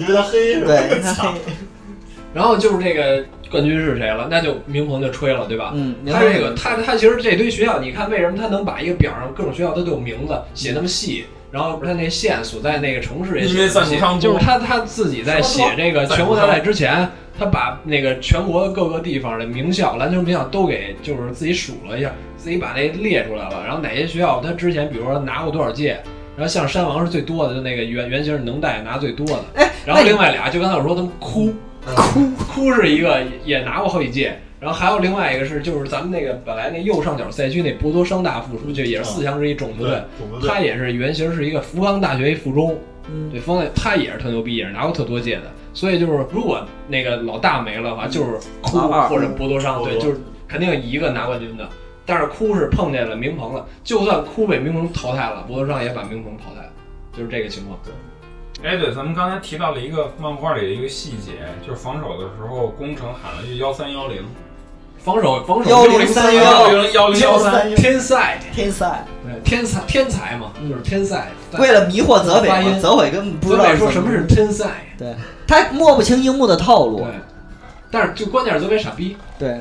[SPEAKER 6] 因为他黑是吧
[SPEAKER 8] 对，因为他
[SPEAKER 6] [laughs]
[SPEAKER 8] 黑。
[SPEAKER 9] 然后就是这个冠军是谁了，那就明鹏就吹了，对吧？
[SPEAKER 8] 嗯
[SPEAKER 9] 他这个
[SPEAKER 8] 明鹏
[SPEAKER 9] 他他其实这堆学校，你看为什么他能把一个表上各种学校他都有名字写那么细，然后他那县所在那个城市也
[SPEAKER 4] 因为
[SPEAKER 9] 写那
[SPEAKER 4] 赞
[SPEAKER 9] 么
[SPEAKER 4] 助
[SPEAKER 9] 细
[SPEAKER 4] 商，多
[SPEAKER 9] 就是他他自己在写这个全国大赛之前，他把那个全国各个地方的名校篮球名校都给就是自己数了一下，自己把那列出来了，然后哪些学校他之前比如说拿过多少届。然后像山王是最多的，就那个原原型是能带拿最多的，然后另外俩就刚才我说他们哭，
[SPEAKER 8] 哭
[SPEAKER 9] 哭是一个也拿过好几届，然后还有另外一个是就是咱们那个本来那右上角赛区那博多商大附属就也是四强之一种子队，他也是原型是一个福冈大学一附中，
[SPEAKER 8] 嗯
[SPEAKER 9] 对，方磊他也是特牛逼，也是拿过特多届的，所以就是如果那个老大没了的话，就是哭
[SPEAKER 8] 嗯老二嗯
[SPEAKER 9] 或者博多商，
[SPEAKER 8] 博
[SPEAKER 9] 对，
[SPEAKER 8] 多
[SPEAKER 9] 就是肯定有一个拿冠军的，但是哭是碰见了明鹏了，就算哭被明鹏淘汰了，博多商也把明鹏淘汰了，就是这个情况。对。
[SPEAKER 4] 哎，对，咱们刚才提到了一个漫画里的一个细节，就是防守的时候，宫城喊了一句幺三幺零，
[SPEAKER 9] 防守防守
[SPEAKER 4] 幺零幺零幺三，
[SPEAKER 9] 啊天赛
[SPEAKER 8] 天赛
[SPEAKER 9] 对天才天才嘛，就是天才。
[SPEAKER 8] 嗯为了迷惑泽北
[SPEAKER 9] 发
[SPEAKER 8] 嘛，
[SPEAKER 9] 音
[SPEAKER 8] 泽北根本不知
[SPEAKER 9] 泽
[SPEAKER 8] 道
[SPEAKER 9] 北说什么是天赛，
[SPEAKER 8] 对他摸不清樱木的套路，
[SPEAKER 9] 但是就关键是泽北傻逼，
[SPEAKER 8] 对，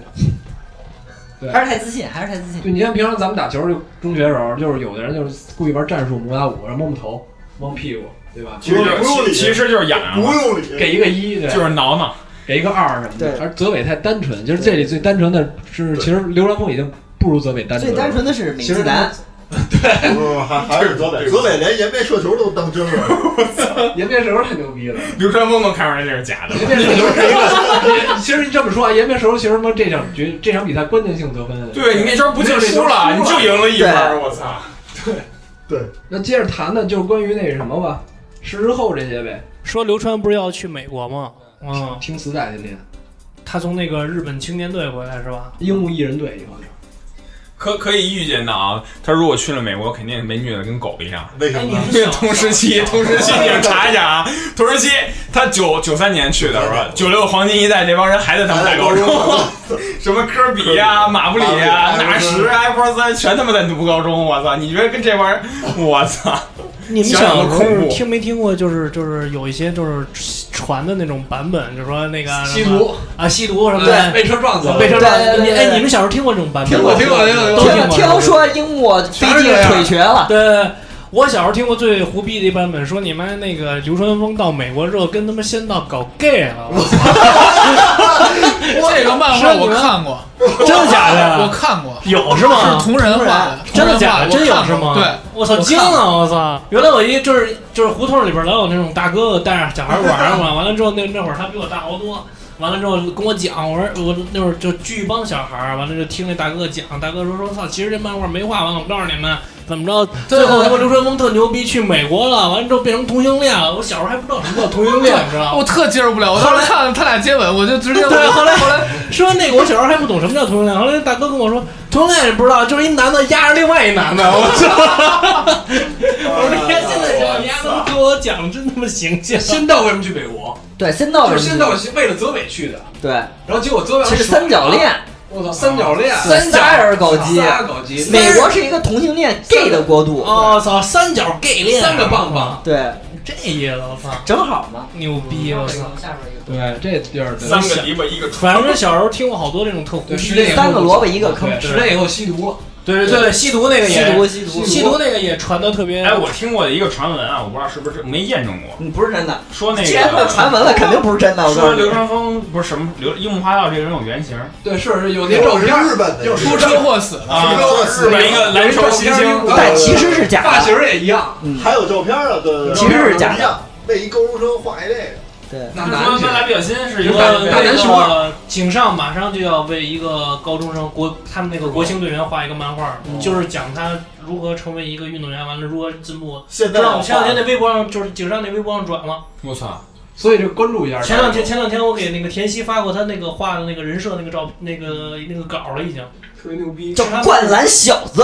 [SPEAKER 9] 对，
[SPEAKER 8] 还是太自信，还是太自信。
[SPEAKER 9] 对，你像平常咱们打球，就中学时候，就是有的人就是故意玩战术，摩打五，然后摸摸头，摸摸屁股，对吧？
[SPEAKER 4] 其实就是不用理其实就是痒痒嘛不
[SPEAKER 6] [laughs]
[SPEAKER 4] 用理
[SPEAKER 9] 给一个一，对
[SPEAKER 4] 就是挠挠，
[SPEAKER 9] 给一个二什么的。
[SPEAKER 4] 对
[SPEAKER 9] 而泽北太单纯，就是这里最单纯的是，其实刘兰峰已经不如泽北单纯了。
[SPEAKER 8] 最单纯的是美
[SPEAKER 9] 其实
[SPEAKER 8] 自南
[SPEAKER 9] 对，
[SPEAKER 6] 不嗯还还是泽北，泽北连颜面射球都当真了。
[SPEAKER 9] 颜面射球太牛逼了，
[SPEAKER 4] 流川枫能看出来那是假的吗。
[SPEAKER 9] [laughs] 颜面射球是一个，其实你这么说啊，颜面射球其实他妈这场决这场比赛关键性得分。
[SPEAKER 4] 对你那球不进输了，你就赢了一分儿，我操！
[SPEAKER 9] 对
[SPEAKER 6] 对，
[SPEAKER 9] 那接着谈谈就是关于那什么吧，十之后这些呗。
[SPEAKER 13] 说刘川不是要去美国吗？嗯，
[SPEAKER 9] 听磁带去练。
[SPEAKER 13] 他从那个日本青年队回来是吧？
[SPEAKER 9] 樱木一人队以后
[SPEAKER 4] 可可以预见到啊，他如果去了美国，肯定被虐的跟狗一样。
[SPEAKER 6] [laughs] 为什
[SPEAKER 4] 么？因为 [laughs] 同时 [laughs] 期，同时期你们查一下啊，同时期他九九三年去的是 [laughs] 吧？九六黄金一代这帮人还在他
[SPEAKER 6] 哎
[SPEAKER 4] 们代高中， [laughs] 什么科比呀、马布里呀、
[SPEAKER 6] 马布里
[SPEAKER 4] 纳什、啊
[SPEAKER 6] 艾
[SPEAKER 4] [laughs] 艾弗森，全他妈在读高中。我操！你觉得跟这帮人，我操！
[SPEAKER 13] 你们
[SPEAKER 3] 想
[SPEAKER 13] 小
[SPEAKER 3] 想
[SPEAKER 13] 时
[SPEAKER 3] 都
[SPEAKER 13] 候
[SPEAKER 3] 恐怖。
[SPEAKER 13] 听没听过？就是就是有一些就是传的那种版本，就说那个
[SPEAKER 3] 吸
[SPEAKER 13] 什么
[SPEAKER 3] 毒
[SPEAKER 13] 啊，吸毒什么
[SPEAKER 9] 对被车撞死了
[SPEAKER 13] 被车撞死
[SPEAKER 9] 对对
[SPEAKER 13] 你
[SPEAKER 9] 对
[SPEAKER 13] 哎
[SPEAKER 9] 对，
[SPEAKER 13] 你们小时候听过这种版本吗？
[SPEAKER 9] 听过听过听过
[SPEAKER 13] 都听过。
[SPEAKER 9] 听听说
[SPEAKER 13] 鹦鹉
[SPEAKER 9] 全是这样腿
[SPEAKER 13] 瘸了。 [laughs] 对。我小时候听过最胡逼的一版本，说你妈那个流川枫到美国之后跟他们仙道搞 gay [laughs] 了，我
[SPEAKER 2] 这个漫画我看过，
[SPEAKER 13] 真的假的呀
[SPEAKER 2] 我看过，
[SPEAKER 13] 有 [laughs] 是吗？
[SPEAKER 2] 是同人画的，
[SPEAKER 13] 真的假的？
[SPEAKER 2] 同
[SPEAKER 13] 真
[SPEAKER 2] 人
[SPEAKER 13] 有
[SPEAKER 2] 画
[SPEAKER 13] 是
[SPEAKER 2] 的
[SPEAKER 13] 吗？
[SPEAKER 2] 对，
[SPEAKER 13] 我操，惊
[SPEAKER 2] 看
[SPEAKER 13] 了！我操，原来我一就是就是胡同里边老有那种大哥哥带着小孩玩儿 [laughs] 嘛，完了之后那那会儿他比我大好多。完了之后跟我讲，我说我那会儿就聚一帮小孩儿，完了就听那大哥讲，大哥说说操，其实这漫画没画完，我告诉你们怎么着，最后他妈流川枫特牛逼去美国了，完了之后变成同性恋了，我小时候还不知道什么叫同性恋，你知道吗？
[SPEAKER 2] 我特接受不了，我当时看了他俩接吻，我就直接
[SPEAKER 13] [laughs] 对，后来
[SPEAKER 2] 后来
[SPEAKER 13] 说那个我小时候还不懂什么叫同性恋，后来大哥跟我说同性恋也不知道，就是一男的压着另外一男 [laughs] 的，我操！我说你看现在想想，你丫他妈跟我讲，真他妈形象。
[SPEAKER 9] 仙道为什么去美国？
[SPEAKER 8] 对，仙道
[SPEAKER 9] 就是
[SPEAKER 8] 是
[SPEAKER 9] 仙道是为了泽北去的，
[SPEAKER 8] 对，
[SPEAKER 9] 然后结果泽北
[SPEAKER 8] 其实三角恋，
[SPEAKER 9] 我操，三角恋，
[SPEAKER 8] 三角
[SPEAKER 9] 仨
[SPEAKER 8] 仨人搞基
[SPEAKER 9] 仨人搞基，
[SPEAKER 8] 美国是一个同性恋 gay 的国度。
[SPEAKER 13] 哦，操，三角 gay 恋，
[SPEAKER 9] 三个棒棒，
[SPEAKER 8] 对，
[SPEAKER 13] 这意思我操，
[SPEAKER 8] 正好嘛，
[SPEAKER 13] 牛逼我操！
[SPEAKER 9] 对，这地儿
[SPEAKER 13] 三个
[SPEAKER 9] 篱笆一个
[SPEAKER 13] 反正小时候听过好多这种特胡
[SPEAKER 9] 对，
[SPEAKER 13] 逼
[SPEAKER 9] 十
[SPEAKER 13] 的
[SPEAKER 9] 年以后对十年以后吸毒了。
[SPEAKER 13] 对对对，吸毒那个也吸毒那个也传的特别。
[SPEAKER 3] [laughs] 哎，我听过的一个传闻啊，我不知道是不是没验证过，
[SPEAKER 8] 嗯你不是真的。
[SPEAKER 3] 说那个
[SPEAKER 8] 既然叫传闻了，肯定不是真的。我告诉
[SPEAKER 3] 说
[SPEAKER 8] 你
[SPEAKER 3] 流，川枫不是什么流樱木花道这个人有原型，
[SPEAKER 9] 对，是是有那照片儿，就是
[SPEAKER 3] 出
[SPEAKER 9] 车
[SPEAKER 3] [laughs]
[SPEAKER 2] 祸死了
[SPEAKER 3] 啊，日本一个篮球新星，
[SPEAKER 9] 发型也一样，
[SPEAKER 6] 还有照片啊，对对对，
[SPEAKER 9] 其实是假的
[SPEAKER 6] 一样，那一高中生画一这个，
[SPEAKER 8] 对，
[SPEAKER 6] 那
[SPEAKER 3] 说那来比较新是一个
[SPEAKER 13] 那
[SPEAKER 3] 那
[SPEAKER 13] 个井上马上就要为一个高中生国他们那个国青队员画一个漫画，就是讲他如何成为一个运动员，完了如何进步。
[SPEAKER 9] 现在
[SPEAKER 13] 知道我前两天那微博上就是井上那微博上转了。
[SPEAKER 3] 我操！
[SPEAKER 9] 所以就关注一下。
[SPEAKER 13] 前两天前两天我给那个田曦发过他那个画的那个人设那个照那个那个稿了已经。
[SPEAKER 9] 特别牛逼，
[SPEAKER 13] 叫。
[SPEAKER 8] 灌篮小子，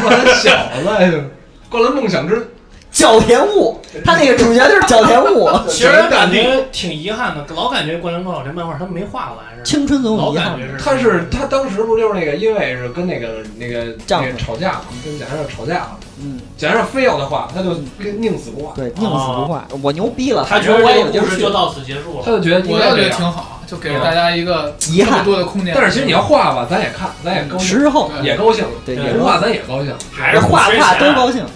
[SPEAKER 9] 灌篮小子，灌篮梦想之
[SPEAKER 8] 角田悟，他那个主角就是角田悟
[SPEAKER 13] 其实感觉挺遗憾的，老感觉《灌篮高手》这漫画他没画完似的。
[SPEAKER 8] [laughs] 青春总有
[SPEAKER 13] 老
[SPEAKER 8] 遗
[SPEAKER 13] 感
[SPEAKER 8] 憾
[SPEAKER 13] 觉是。
[SPEAKER 9] 他是他当时不就是那个，因为是跟那个那个
[SPEAKER 8] 丈夫
[SPEAKER 9] 那个吵架嘛，跟贾先生吵架了，
[SPEAKER 8] 嗯，
[SPEAKER 9] 贾先生非要他画，他就跟宁死不画，
[SPEAKER 8] 对，宁死不画，哦我牛逼了。
[SPEAKER 13] 他觉得
[SPEAKER 8] 我
[SPEAKER 13] 这
[SPEAKER 8] 有
[SPEAKER 13] 个
[SPEAKER 8] 劲
[SPEAKER 13] 故
[SPEAKER 8] 儿
[SPEAKER 13] 事
[SPEAKER 8] 去
[SPEAKER 13] 就到此结束了。
[SPEAKER 9] 他就觉得应
[SPEAKER 2] 嗯我
[SPEAKER 9] 该
[SPEAKER 2] 倒
[SPEAKER 9] 这
[SPEAKER 2] 觉得
[SPEAKER 9] 样
[SPEAKER 2] 挺好，就给了大家一个
[SPEAKER 8] 遗
[SPEAKER 2] 这
[SPEAKER 8] 憾
[SPEAKER 2] 么多的空间。
[SPEAKER 9] 但是其实你要画吧，咱也看，咱也高兴，
[SPEAKER 8] 十后
[SPEAKER 9] 也高兴，
[SPEAKER 8] 对
[SPEAKER 9] 不画咱也高兴，
[SPEAKER 3] 还是不缺钱啊
[SPEAKER 9] 啊
[SPEAKER 8] 兴，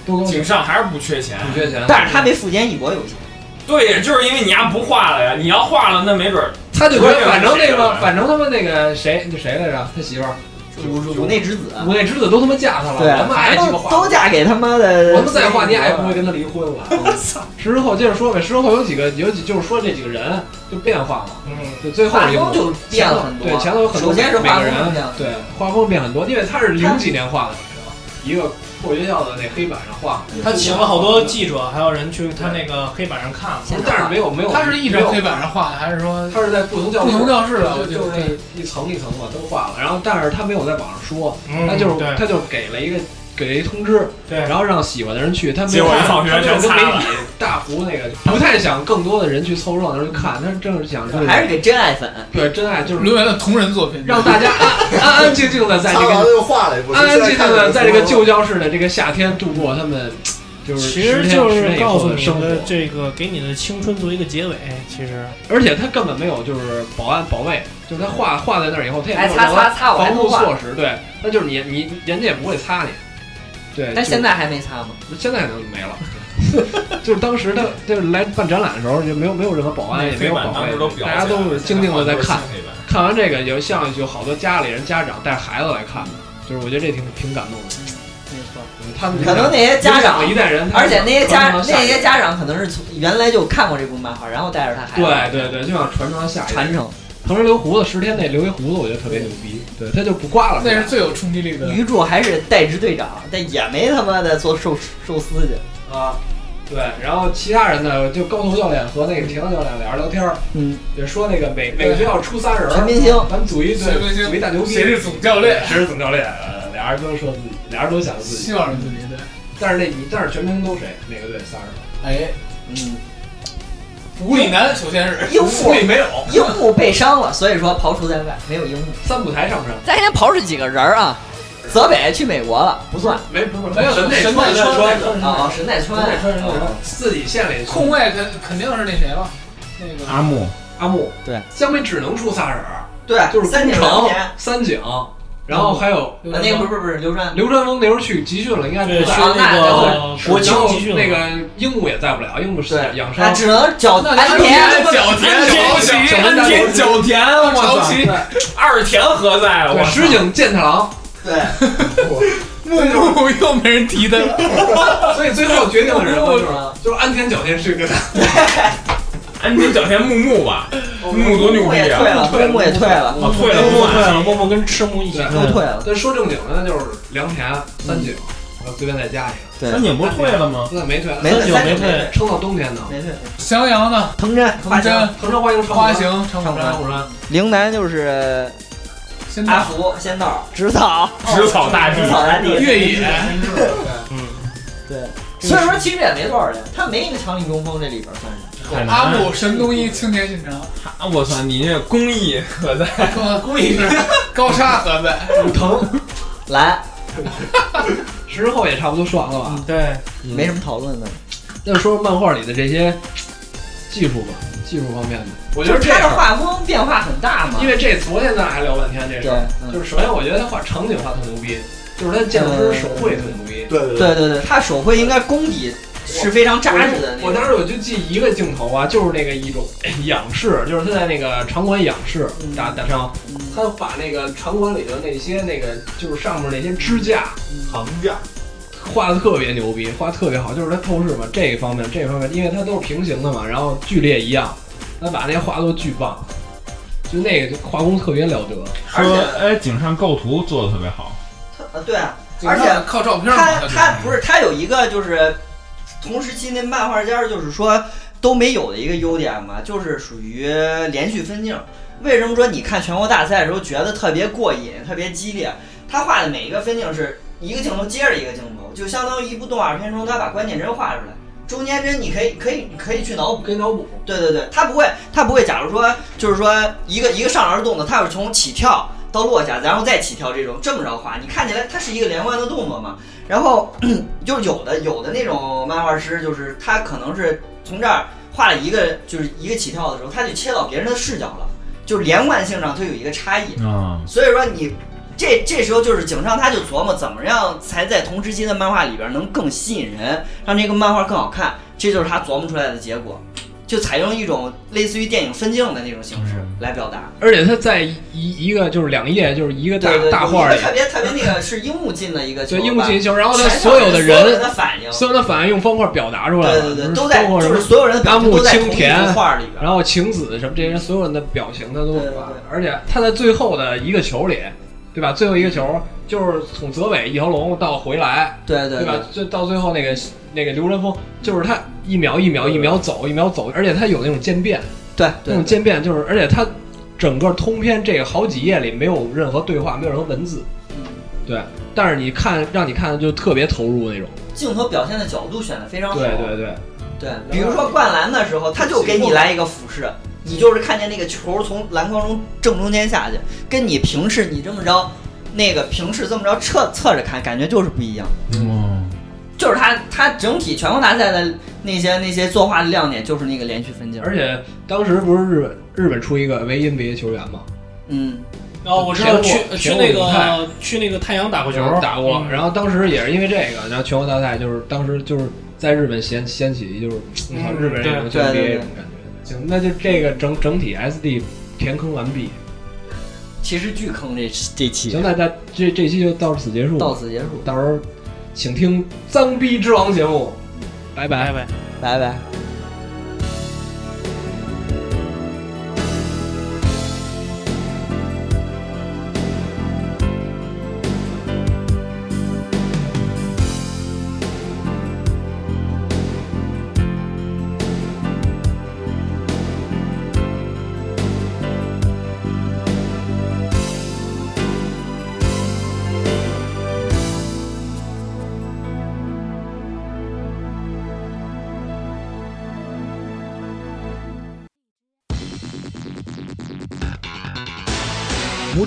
[SPEAKER 9] 都高兴
[SPEAKER 3] 井上还是不缺钱，啊
[SPEAKER 9] 不缺钱
[SPEAKER 8] 但是他没富坚义博有钱。
[SPEAKER 3] 对呀，就是因为你丫不画了呀，你要画了那没准儿
[SPEAKER 9] 他就觉得反正那
[SPEAKER 2] 啊
[SPEAKER 9] 个，
[SPEAKER 3] 正
[SPEAKER 9] 反正他们那个谁，那谁来着？他媳妇儿，
[SPEAKER 8] 五内之子，
[SPEAKER 9] 五内之子都他妈嫁他了，
[SPEAKER 8] 对
[SPEAKER 9] 我他妈爱鸡巴画，
[SPEAKER 8] 都嫁给他妈的
[SPEAKER 9] 我他妈再画你也不会跟他离婚了。我操！十 [laughs] 之后接着说呗，十之后有几个，有几就是说这几个人就变化嘛，
[SPEAKER 13] 嗯，
[SPEAKER 9] 就最后一
[SPEAKER 8] 画
[SPEAKER 9] 幕
[SPEAKER 8] 风就变了很多
[SPEAKER 9] 对，前头有很多
[SPEAKER 8] 首先是画
[SPEAKER 9] 每
[SPEAKER 8] 风
[SPEAKER 9] 个人
[SPEAKER 8] 变了
[SPEAKER 9] 对，画风变很多，因为他是零几年画的，你知道吗？一个破学校的那黑板上画的，
[SPEAKER 13] 他请了好多记者，还有人去他那个黑板上看。
[SPEAKER 9] 但是没有没有，
[SPEAKER 2] 他是一张黑板上画的，还是说
[SPEAKER 9] 他是在不同教室
[SPEAKER 2] 不同教室的？我
[SPEAKER 9] 就
[SPEAKER 2] 记
[SPEAKER 9] 就是
[SPEAKER 2] 得
[SPEAKER 9] 那一层一层嘛都画了，然后但是他没有在网上说，
[SPEAKER 2] 嗯
[SPEAKER 9] 他就是
[SPEAKER 2] 对
[SPEAKER 9] 他就给了一个给了一通知，
[SPEAKER 13] 对，
[SPEAKER 9] 然后让喜欢的人去，他没
[SPEAKER 3] 结
[SPEAKER 9] 有
[SPEAKER 3] 果一放学
[SPEAKER 9] 他没有
[SPEAKER 3] 全
[SPEAKER 9] 跟
[SPEAKER 3] 擦
[SPEAKER 9] 媒
[SPEAKER 3] 了
[SPEAKER 9] 体大胡那个不太想更多的人去凑热闹去看，他正是想
[SPEAKER 8] 还是给真爱粉，
[SPEAKER 9] 对真爱就是
[SPEAKER 2] 沦为了同人作品，
[SPEAKER 9] 让大
[SPEAKER 8] [laughs]
[SPEAKER 9] 家安安安静静的在这
[SPEAKER 6] 苍老
[SPEAKER 9] 个
[SPEAKER 6] 又画了一部
[SPEAKER 9] 安安静静的在这
[SPEAKER 6] 现在看
[SPEAKER 9] 个
[SPEAKER 6] 着就
[SPEAKER 9] 旧教室的这个夏天度过他们就是
[SPEAKER 13] 其
[SPEAKER 9] 10
[SPEAKER 13] 实
[SPEAKER 9] 天
[SPEAKER 13] 就
[SPEAKER 9] 10
[SPEAKER 13] 是
[SPEAKER 9] 天以
[SPEAKER 13] 告
[SPEAKER 9] 后
[SPEAKER 13] 诉
[SPEAKER 9] 的
[SPEAKER 13] 你
[SPEAKER 9] 生活
[SPEAKER 13] 的这个给你的青春做一个结尾。其实，
[SPEAKER 9] 而且他根本没有就是保安保卫，就是他画画在那儿以后，他也没
[SPEAKER 8] 哎
[SPEAKER 9] 有
[SPEAKER 8] 擦
[SPEAKER 9] 防
[SPEAKER 8] 擦擦我还
[SPEAKER 9] 防
[SPEAKER 8] 不
[SPEAKER 9] 护
[SPEAKER 8] 画
[SPEAKER 9] 措施，对，那就是你你人家也不会擦你，对。
[SPEAKER 8] 但
[SPEAKER 9] 就
[SPEAKER 8] 现在还没擦吗？
[SPEAKER 9] 现在都没了。 [laughs] 就是当时他就是来办展览的时候，就没有没有任何保安，
[SPEAKER 3] 那
[SPEAKER 9] 也没有
[SPEAKER 3] 黑板
[SPEAKER 9] 保
[SPEAKER 3] 当
[SPEAKER 9] 卫
[SPEAKER 3] 时都裱，起来
[SPEAKER 9] 大家都是静静的在看
[SPEAKER 3] 现在换成黑板。
[SPEAKER 9] 看完这个，有像有好多家里人家长带孩子来看，就是我觉得这挺挺感动的。嗯
[SPEAKER 8] 没错，
[SPEAKER 9] 他们
[SPEAKER 8] 可能那些家长
[SPEAKER 9] 影响了一代人，
[SPEAKER 8] 而且那些家
[SPEAKER 9] 传承到
[SPEAKER 8] 那
[SPEAKER 9] 下一代
[SPEAKER 8] 些家长可能是从原来就看过这部漫画，然后带着他孩子。
[SPEAKER 9] 对对对，就想传承到下一代
[SPEAKER 8] 传承。
[SPEAKER 9] 同时留胡子十天内留一胡子，我觉得特别牛逼。对，他就不刮了。
[SPEAKER 2] 那是最有冲击力的。
[SPEAKER 8] 鱼柱还是代职队长，但也没他妈的做寿寿司去。
[SPEAKER 9] 啊，对。然后其他人呢，就高头教练和那个田头教练俩人聊天儿，
[SPEAKER 8] 嗯，
[SPEAKER 9] 也说那个每每个学校出仨人儿，
[SPEAKER 8] 全明星
[SPEAKER 9] 咱们组一
[SPEAKER 2] 全明
[SPEAKER 9] 队，
[SPEAKER 2] 星
[SPEAKER 9] 组一大牛逼。
[SPEAKER 2] 谁是总教练
[SPEAKER 9] 谁是总教练？呃俩人都说自己，俩人都想自己，
[SPEAKER 2] 希望是自己对。
[SPEAKER 9] 但是那你但是全明星都谁？哪个队仨人？
[SPEAKER 2] 哎，
[SPEAKER 8] 嗯，
[SPEAKER 2] 无里南首先是
[SPEAKER 8] 樱木
[SPEAKER 9] 没有，
[SPEAKER 8] 樱木被伤了，所以说刨除在外，没有樱木。
[SPEAKER 9] 三舞台上不上？
[SPEAKER 8] 咱先刨出几个人儿啊，泽北去美国了，不算。
[SPEAKER 9] 没不是没有神奈川
[SPEAKER 8] 啊啊，哦神奈川，啊
[SPEAKER 9] 自己县里
[SPEAKER 2] 控卫肯肯定是那谁了，那个
[SPEAKER 4] 阿木，
[SPEAKER 9] 阿木，
[SPEAKER 8] 对，
[SPEAKER 9] 湘北只能出仨人儿，
[SPEAKER 16] 对
[SPEAKER 9] 就是
[SPEAKER 16] 三井
[SPEAKER 9] 宫
[SPEAKER 16] 良
[SPEAKER 9] 城
[SPEAKER 16] 田、
[SPEAKER 9] 三井，然
[SPEAKER 8] 嗯
[SPEAKER 9] 后还
[SPEAKER 8] 啊
[SPEAKER 9] 有
[SPEAKER 16] 那个不是不是不是刘川，
[SPEAKER 9] 刘传峰那时候去集训了，应该
[SPEAKER 16] 对
[SPEAKER 9] 不在
[SPEAKER 16] 去那个
[SPEAKER 9] 然
[SPEAKER 13] 哦
[SPEAKER 9] 后
[SPEAKER 16] 国青集训了
[SPEAKER 9] 那个鹦鹉也在不了，鹦鹉是养
[SPEAKER 16] 那
[SPEAKER 9] 伤，
[SPEAKER 8] 啊
[SPEAKER 16] 只能脚安田
[SPEAKER 4] 角田
[SPEAKER 9] 安田
[SPEAKER 4] 角田角田我操二田何在
[SPEAKER 3] 啊
[SPEAKER 4] 了？我
[SPEAKER 9] 对，石井健太郎，
[SPEAKER 16] 对，
[SPEAKER 2] 木木 [laughs] 又没人提他
[SPEAKER 13] [laughs]
[SPEAKER 2] 了，
[SPEAKER 9] 所以最后决定的人就是就是安田角田是个，
[SPEAKER 3] 哎
[SPEAKER 4] 安田角田木木吧，
[SPEAKER 3] 啊
[SPEAKER 4] 木木多牛逼
[SPEAKER 9] 哦也
[SPEAKER 4] 啊！
[SPEAKER 9] 退了木木也退了
[SPEAKER 4] 哦，退了，
[SPEAKER 9] 木木
[SPEAKER 4] 木
[SPEAKER 9] 退了
[SPEAKER 4] 木木跟赤木一起
[SPEAKER 9] 对，但说正经的，那就是良田、三井，然后随便再加一个。
[SPEAKER 4] 对三井不是退了吗
[SPEAKER 9] 那没退，
[SPEAKER 4] 没
[SPEAKER 9] 三井
[SPEAKER 4] 退没
[SPEAKER 9] 退
[SPEAKER 4] 退，
[SPEAKER 9] 撑到冬天呢。
[SPEAKER 16] 没退。
[SPEAKER 2] 襄阳呢？
[SPEAKER 8] 藤真，
[SPEAKER 2] 藤真，
[SPEAKER 9] 藤真欢迎
[SPEAKER 2] 花形，长
[SPEAKER 9] 长
[SPEAKER 2] 谷川
[SPEAKER 9] 谷川，
[SPEAKER 8] 陵南就是
[SPEAKER 2] 仙
[SPEAKER 16] 阿福仙道，
[SPEAKER 8] 植草，
[SPEAKER 4] 植草大地
[SPEAKER 8] 植草大地，
[SPEAKER 2] 越野，
[SPEAKER 8] 嗯，对。
[SPEAKER 16] 所以说其实也没多少人，他没一个强力中锋这里边算
[SPEAKER 4] 太
[SPEAKER 16] 是。
[SPEAKER 4] 难
[SPEAKER 2] 阿木神东一青年信长，
[SPEAKER 4] 啊我操，你这工艺可在？
[SPEAKER 2] 故意是高沙
[SPEAKER 9] [laughs]
[SPEAKER 2] 何在？
[SPEAKER 9] 武藤
[SPEAKER 8] 来，
[SPEAKER 9] 十之后也差不多说完了吧？
[SPEAKER 13] 对，
[SPEAKER 8] 没什么讨论的。
[SPEAKER 9] 那说说漫画里的这些技术吧，技术方面的，我觉得
[SPEAKER 16] 就
[SPEAKER 9] 这
[SPEAKER 16] 是他
[SPEAKER 9] 事
[SPEAKER 16] 的
[SPEAKER 9] 儿
[SPEAKER 16] 画风变化很大嘛。
[SPEAKER 9] 因为这昨天咱俩还聊半天这事儿，
[SPEAKER 8] 嗯
[SPEAKER 9] 就是首先我觉得他画场景画特牛逼，就是他建筑师手绘特牛逼，
[SPEAKER 17] 对
[SPEAKER 8] 对对对，他手绘应该功底是非常扎实的。那
[SPEAKER 9] 我
[SPEAKER 8] 种
[SPEAKER 9] 当时我就记一个镜头啊，就是那个一种哎仰视，就是他在那个场馆仰视打打仗，嗯他把那个场馆里头那些那个就是上面那些支架、
[SPEAKER 8] 嗯
[SPEAKER 17] 行架
[SPEAKER 9] 画的特别牛逼，画得特别好，就是他透视嘛这一方面这一方面，因为它都是平行的嘛，然后剧烈一样，他把那些画都巨棒，就那个就画工特别了得，
[SPEAKER 4] 说哎，井上构图做的特别好，
[SPEAKER 8] 啊，对啊，
[SPEAKER 2] 就是
[SPEAKER 8] 而且
[SPEAKER 2] 靠照片嘛
[SPEAKER 8] 他
[SPEAKER 2] 就是
[SPEAKER 8] 他不是他有一个就是同时期那漫画家就是说都没有的一个优点嘛，就是属于连续分镜。为什么说你看全国大赛的时候觉得特别过瘾、特别激烈？他画的每一个分镜是一个镜头接着一个镜头，就相当于一部动画片中他把关键帧画出来。中间帧你可以可以可以去脑补，
[SPEAKER 9] 可以脑补。
[SPEAKER 8] 对对对，他不会他不会，假如说就是说一个一个上篮的动作，他是从起跳到落下，然后再起跳这种这么着画，你看起来它是一个连贯的动作嘛。然后 [clears throat] 就是有的有的那种漫画师，就是他可能是从这儿画了一个就是一个起跳的时候，他就切到别人的视角了，就是连贯性上它有一个差异。
[SPEAKER 4] 啊，
[SPEAKER 8] 所以说你这这时候就是井上他就琢磨怎么样才在同时期的漫画里边能更吸引人，让这个漫画更好看，这就是他琢磨出来的结果，就采用一种类似于电影分镜的那种形式
[SPEAKER 9] 嗯
[SPEAKER 8] 来表达。
[SPEAKER 9] 而且他在一一一个就是两页，就是一个大
[SPEAKER 8] 对对，
[SPEAKER 9] 大
[SPEAKER 8] 有一
[SPEAKER 9] 画
[SPEAKER 8] 个
[SPEAKER 9] 里，
[SPEAKER 8] 特别特别那个是樱木进的一个球
[SPEAKER 9] 对
[SPEAKER 8] 吧，
[SPEAKER 9] 樱木进球，然后他
[SPEAKER 8] 全场
[SPEAKER 9] 所有的
[SPEAKER 8] 所有
[SPEAKER 9] 人
[SPEAKER 8] 的反应，
[SPEAKER 9] 所有的反应用方块表达出来了，
[SPEAKER 8] 对对对
[SPEAKER 9] 就是
[SPEAKER 8] 都在
[SPEAKER 9] 包括什
[SPEAKER 8] 就
[SPEAKER 9] 么
[SPEAKER 8] 是所有人的表
[SPEAKER 9] 阿
[SPEAKER 8] 情
[SPEAKER 9] 木
[SPEAKER 8] 都在同
[SPEAKER 9] 青
[SPEAKER 8] 一幅
[SPEAKER 9] 田
[SPEAKER 8] 画里边
[SPEAKER 9] 然后晴子什么这些人所有人的表情他都有吧，而且他在最后的一个球里，对吧？最后一个球就是从泽北一条龙到回来，
[SPEAKER 8] 对对
[SPEAKER 9] 对吧？就到最后那个那个刘仁峰，就是他一秒一秒一秒走一秒走，而且他有那种渐变，
[SPEAKER 8] 对
[SPEAKER 9] 那种渐变就是，而且他整个通篇这个好几页里没有任何对话，没有任何文字，
[SPEAKER 8] 嗯
[SPEAKER 9] 对，但是你看让你看就特别投入那种，
[SPEAKER 8] 镜头表现的角度选的非常好。
[SPEAKER 9] 对对对。
[SPEAKER 8] 对，比如说灌篮的时候，他就给你来一个俯视，你就是看见那个球从篮筐中正中间下去，跟你平视你这么着，那个平视这么着侧侧着看，感觉就是不一样。
[SPEAKER 4] 嗯，
[SPEAKER 8] 就是他他整体全国大赛的那些那些作画的亮点就是那个连续分镜，
[SPEAKER 9] 而且当时不是日本日本出一个唯 NBA 球员吗？
[SPEAKER 8] 嗯，
[SPEAKER 13] 然哦后我知道去
[SPEAKER 9] 田
[SPEAKER 13] 去
[SPEAKER 9] 田
[SPEAKER 13] 那
[SPEAKER 9] 武泰
[SPEAKER 13] 个去那个太阳打过球，
[SPEAKER 9] 呃打过，
[SPEAKER 13] 嗯
[SPEAKER 9] 然后当时也是因为这个，然后全国大赛就是当时就是在日本掀掀起，就是
[SPEAKER 13] 嗯
[SPEAKER 9] 我操日本人有
[SPEAKER 13] 对
[SPEAKER 9] NBA 这
[SPEAKER 13] 对对
[SPEAKER 9] 种感觉。行，那就这个整整体 SD 填坑完毕。
[SPEAKER 8] 其实巨坑这这期。
[SPEAKER 9] 行，那咱这这期就到此结束。
[SPEAKER 8] 到此结束，
[SPEAKER 9] 到时候请听《脏逼之王》节目，拜拜
[SPEAKER 13] 拜
[SPEAKER 8] 拜
[SPEAKER 13] 拜
[SPEAKER 8] 拜。
[SPEAKER 9] 五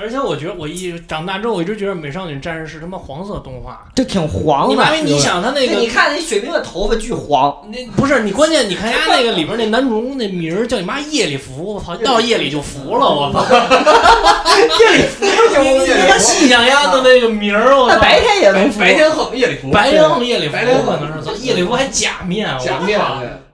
[SPEAKER 13] 而且我觉得我一长大之后，我一直觉得《美少女战士》是他妈黄色动画，
[SPEAKER 8] 这挺黄的。
[SPEAKER 13] 因为你想他哦那个，
[SPEAKER 8] 对你看那水兵的头发巨黄，
[SPEAKER 13] 那不是你，关键你看人家那个里边那男主人公那名儿叫你妈夜里服，我操，到夜里就服了，我操， [laughs] 夜里服你妈细想丫的那个名儿，我操，
[SPEAKER 8] 那白天也能服
[SPEAKER 13] 白天横
[SPEAKER 18] 夜里服
[SPEAKER 13] 白天横夜里服，
[SPEAKER 18] 白天横
[SPEAKER 13] 可能是夜里服还假面，我操啊
[SPEAKER 18] 假面对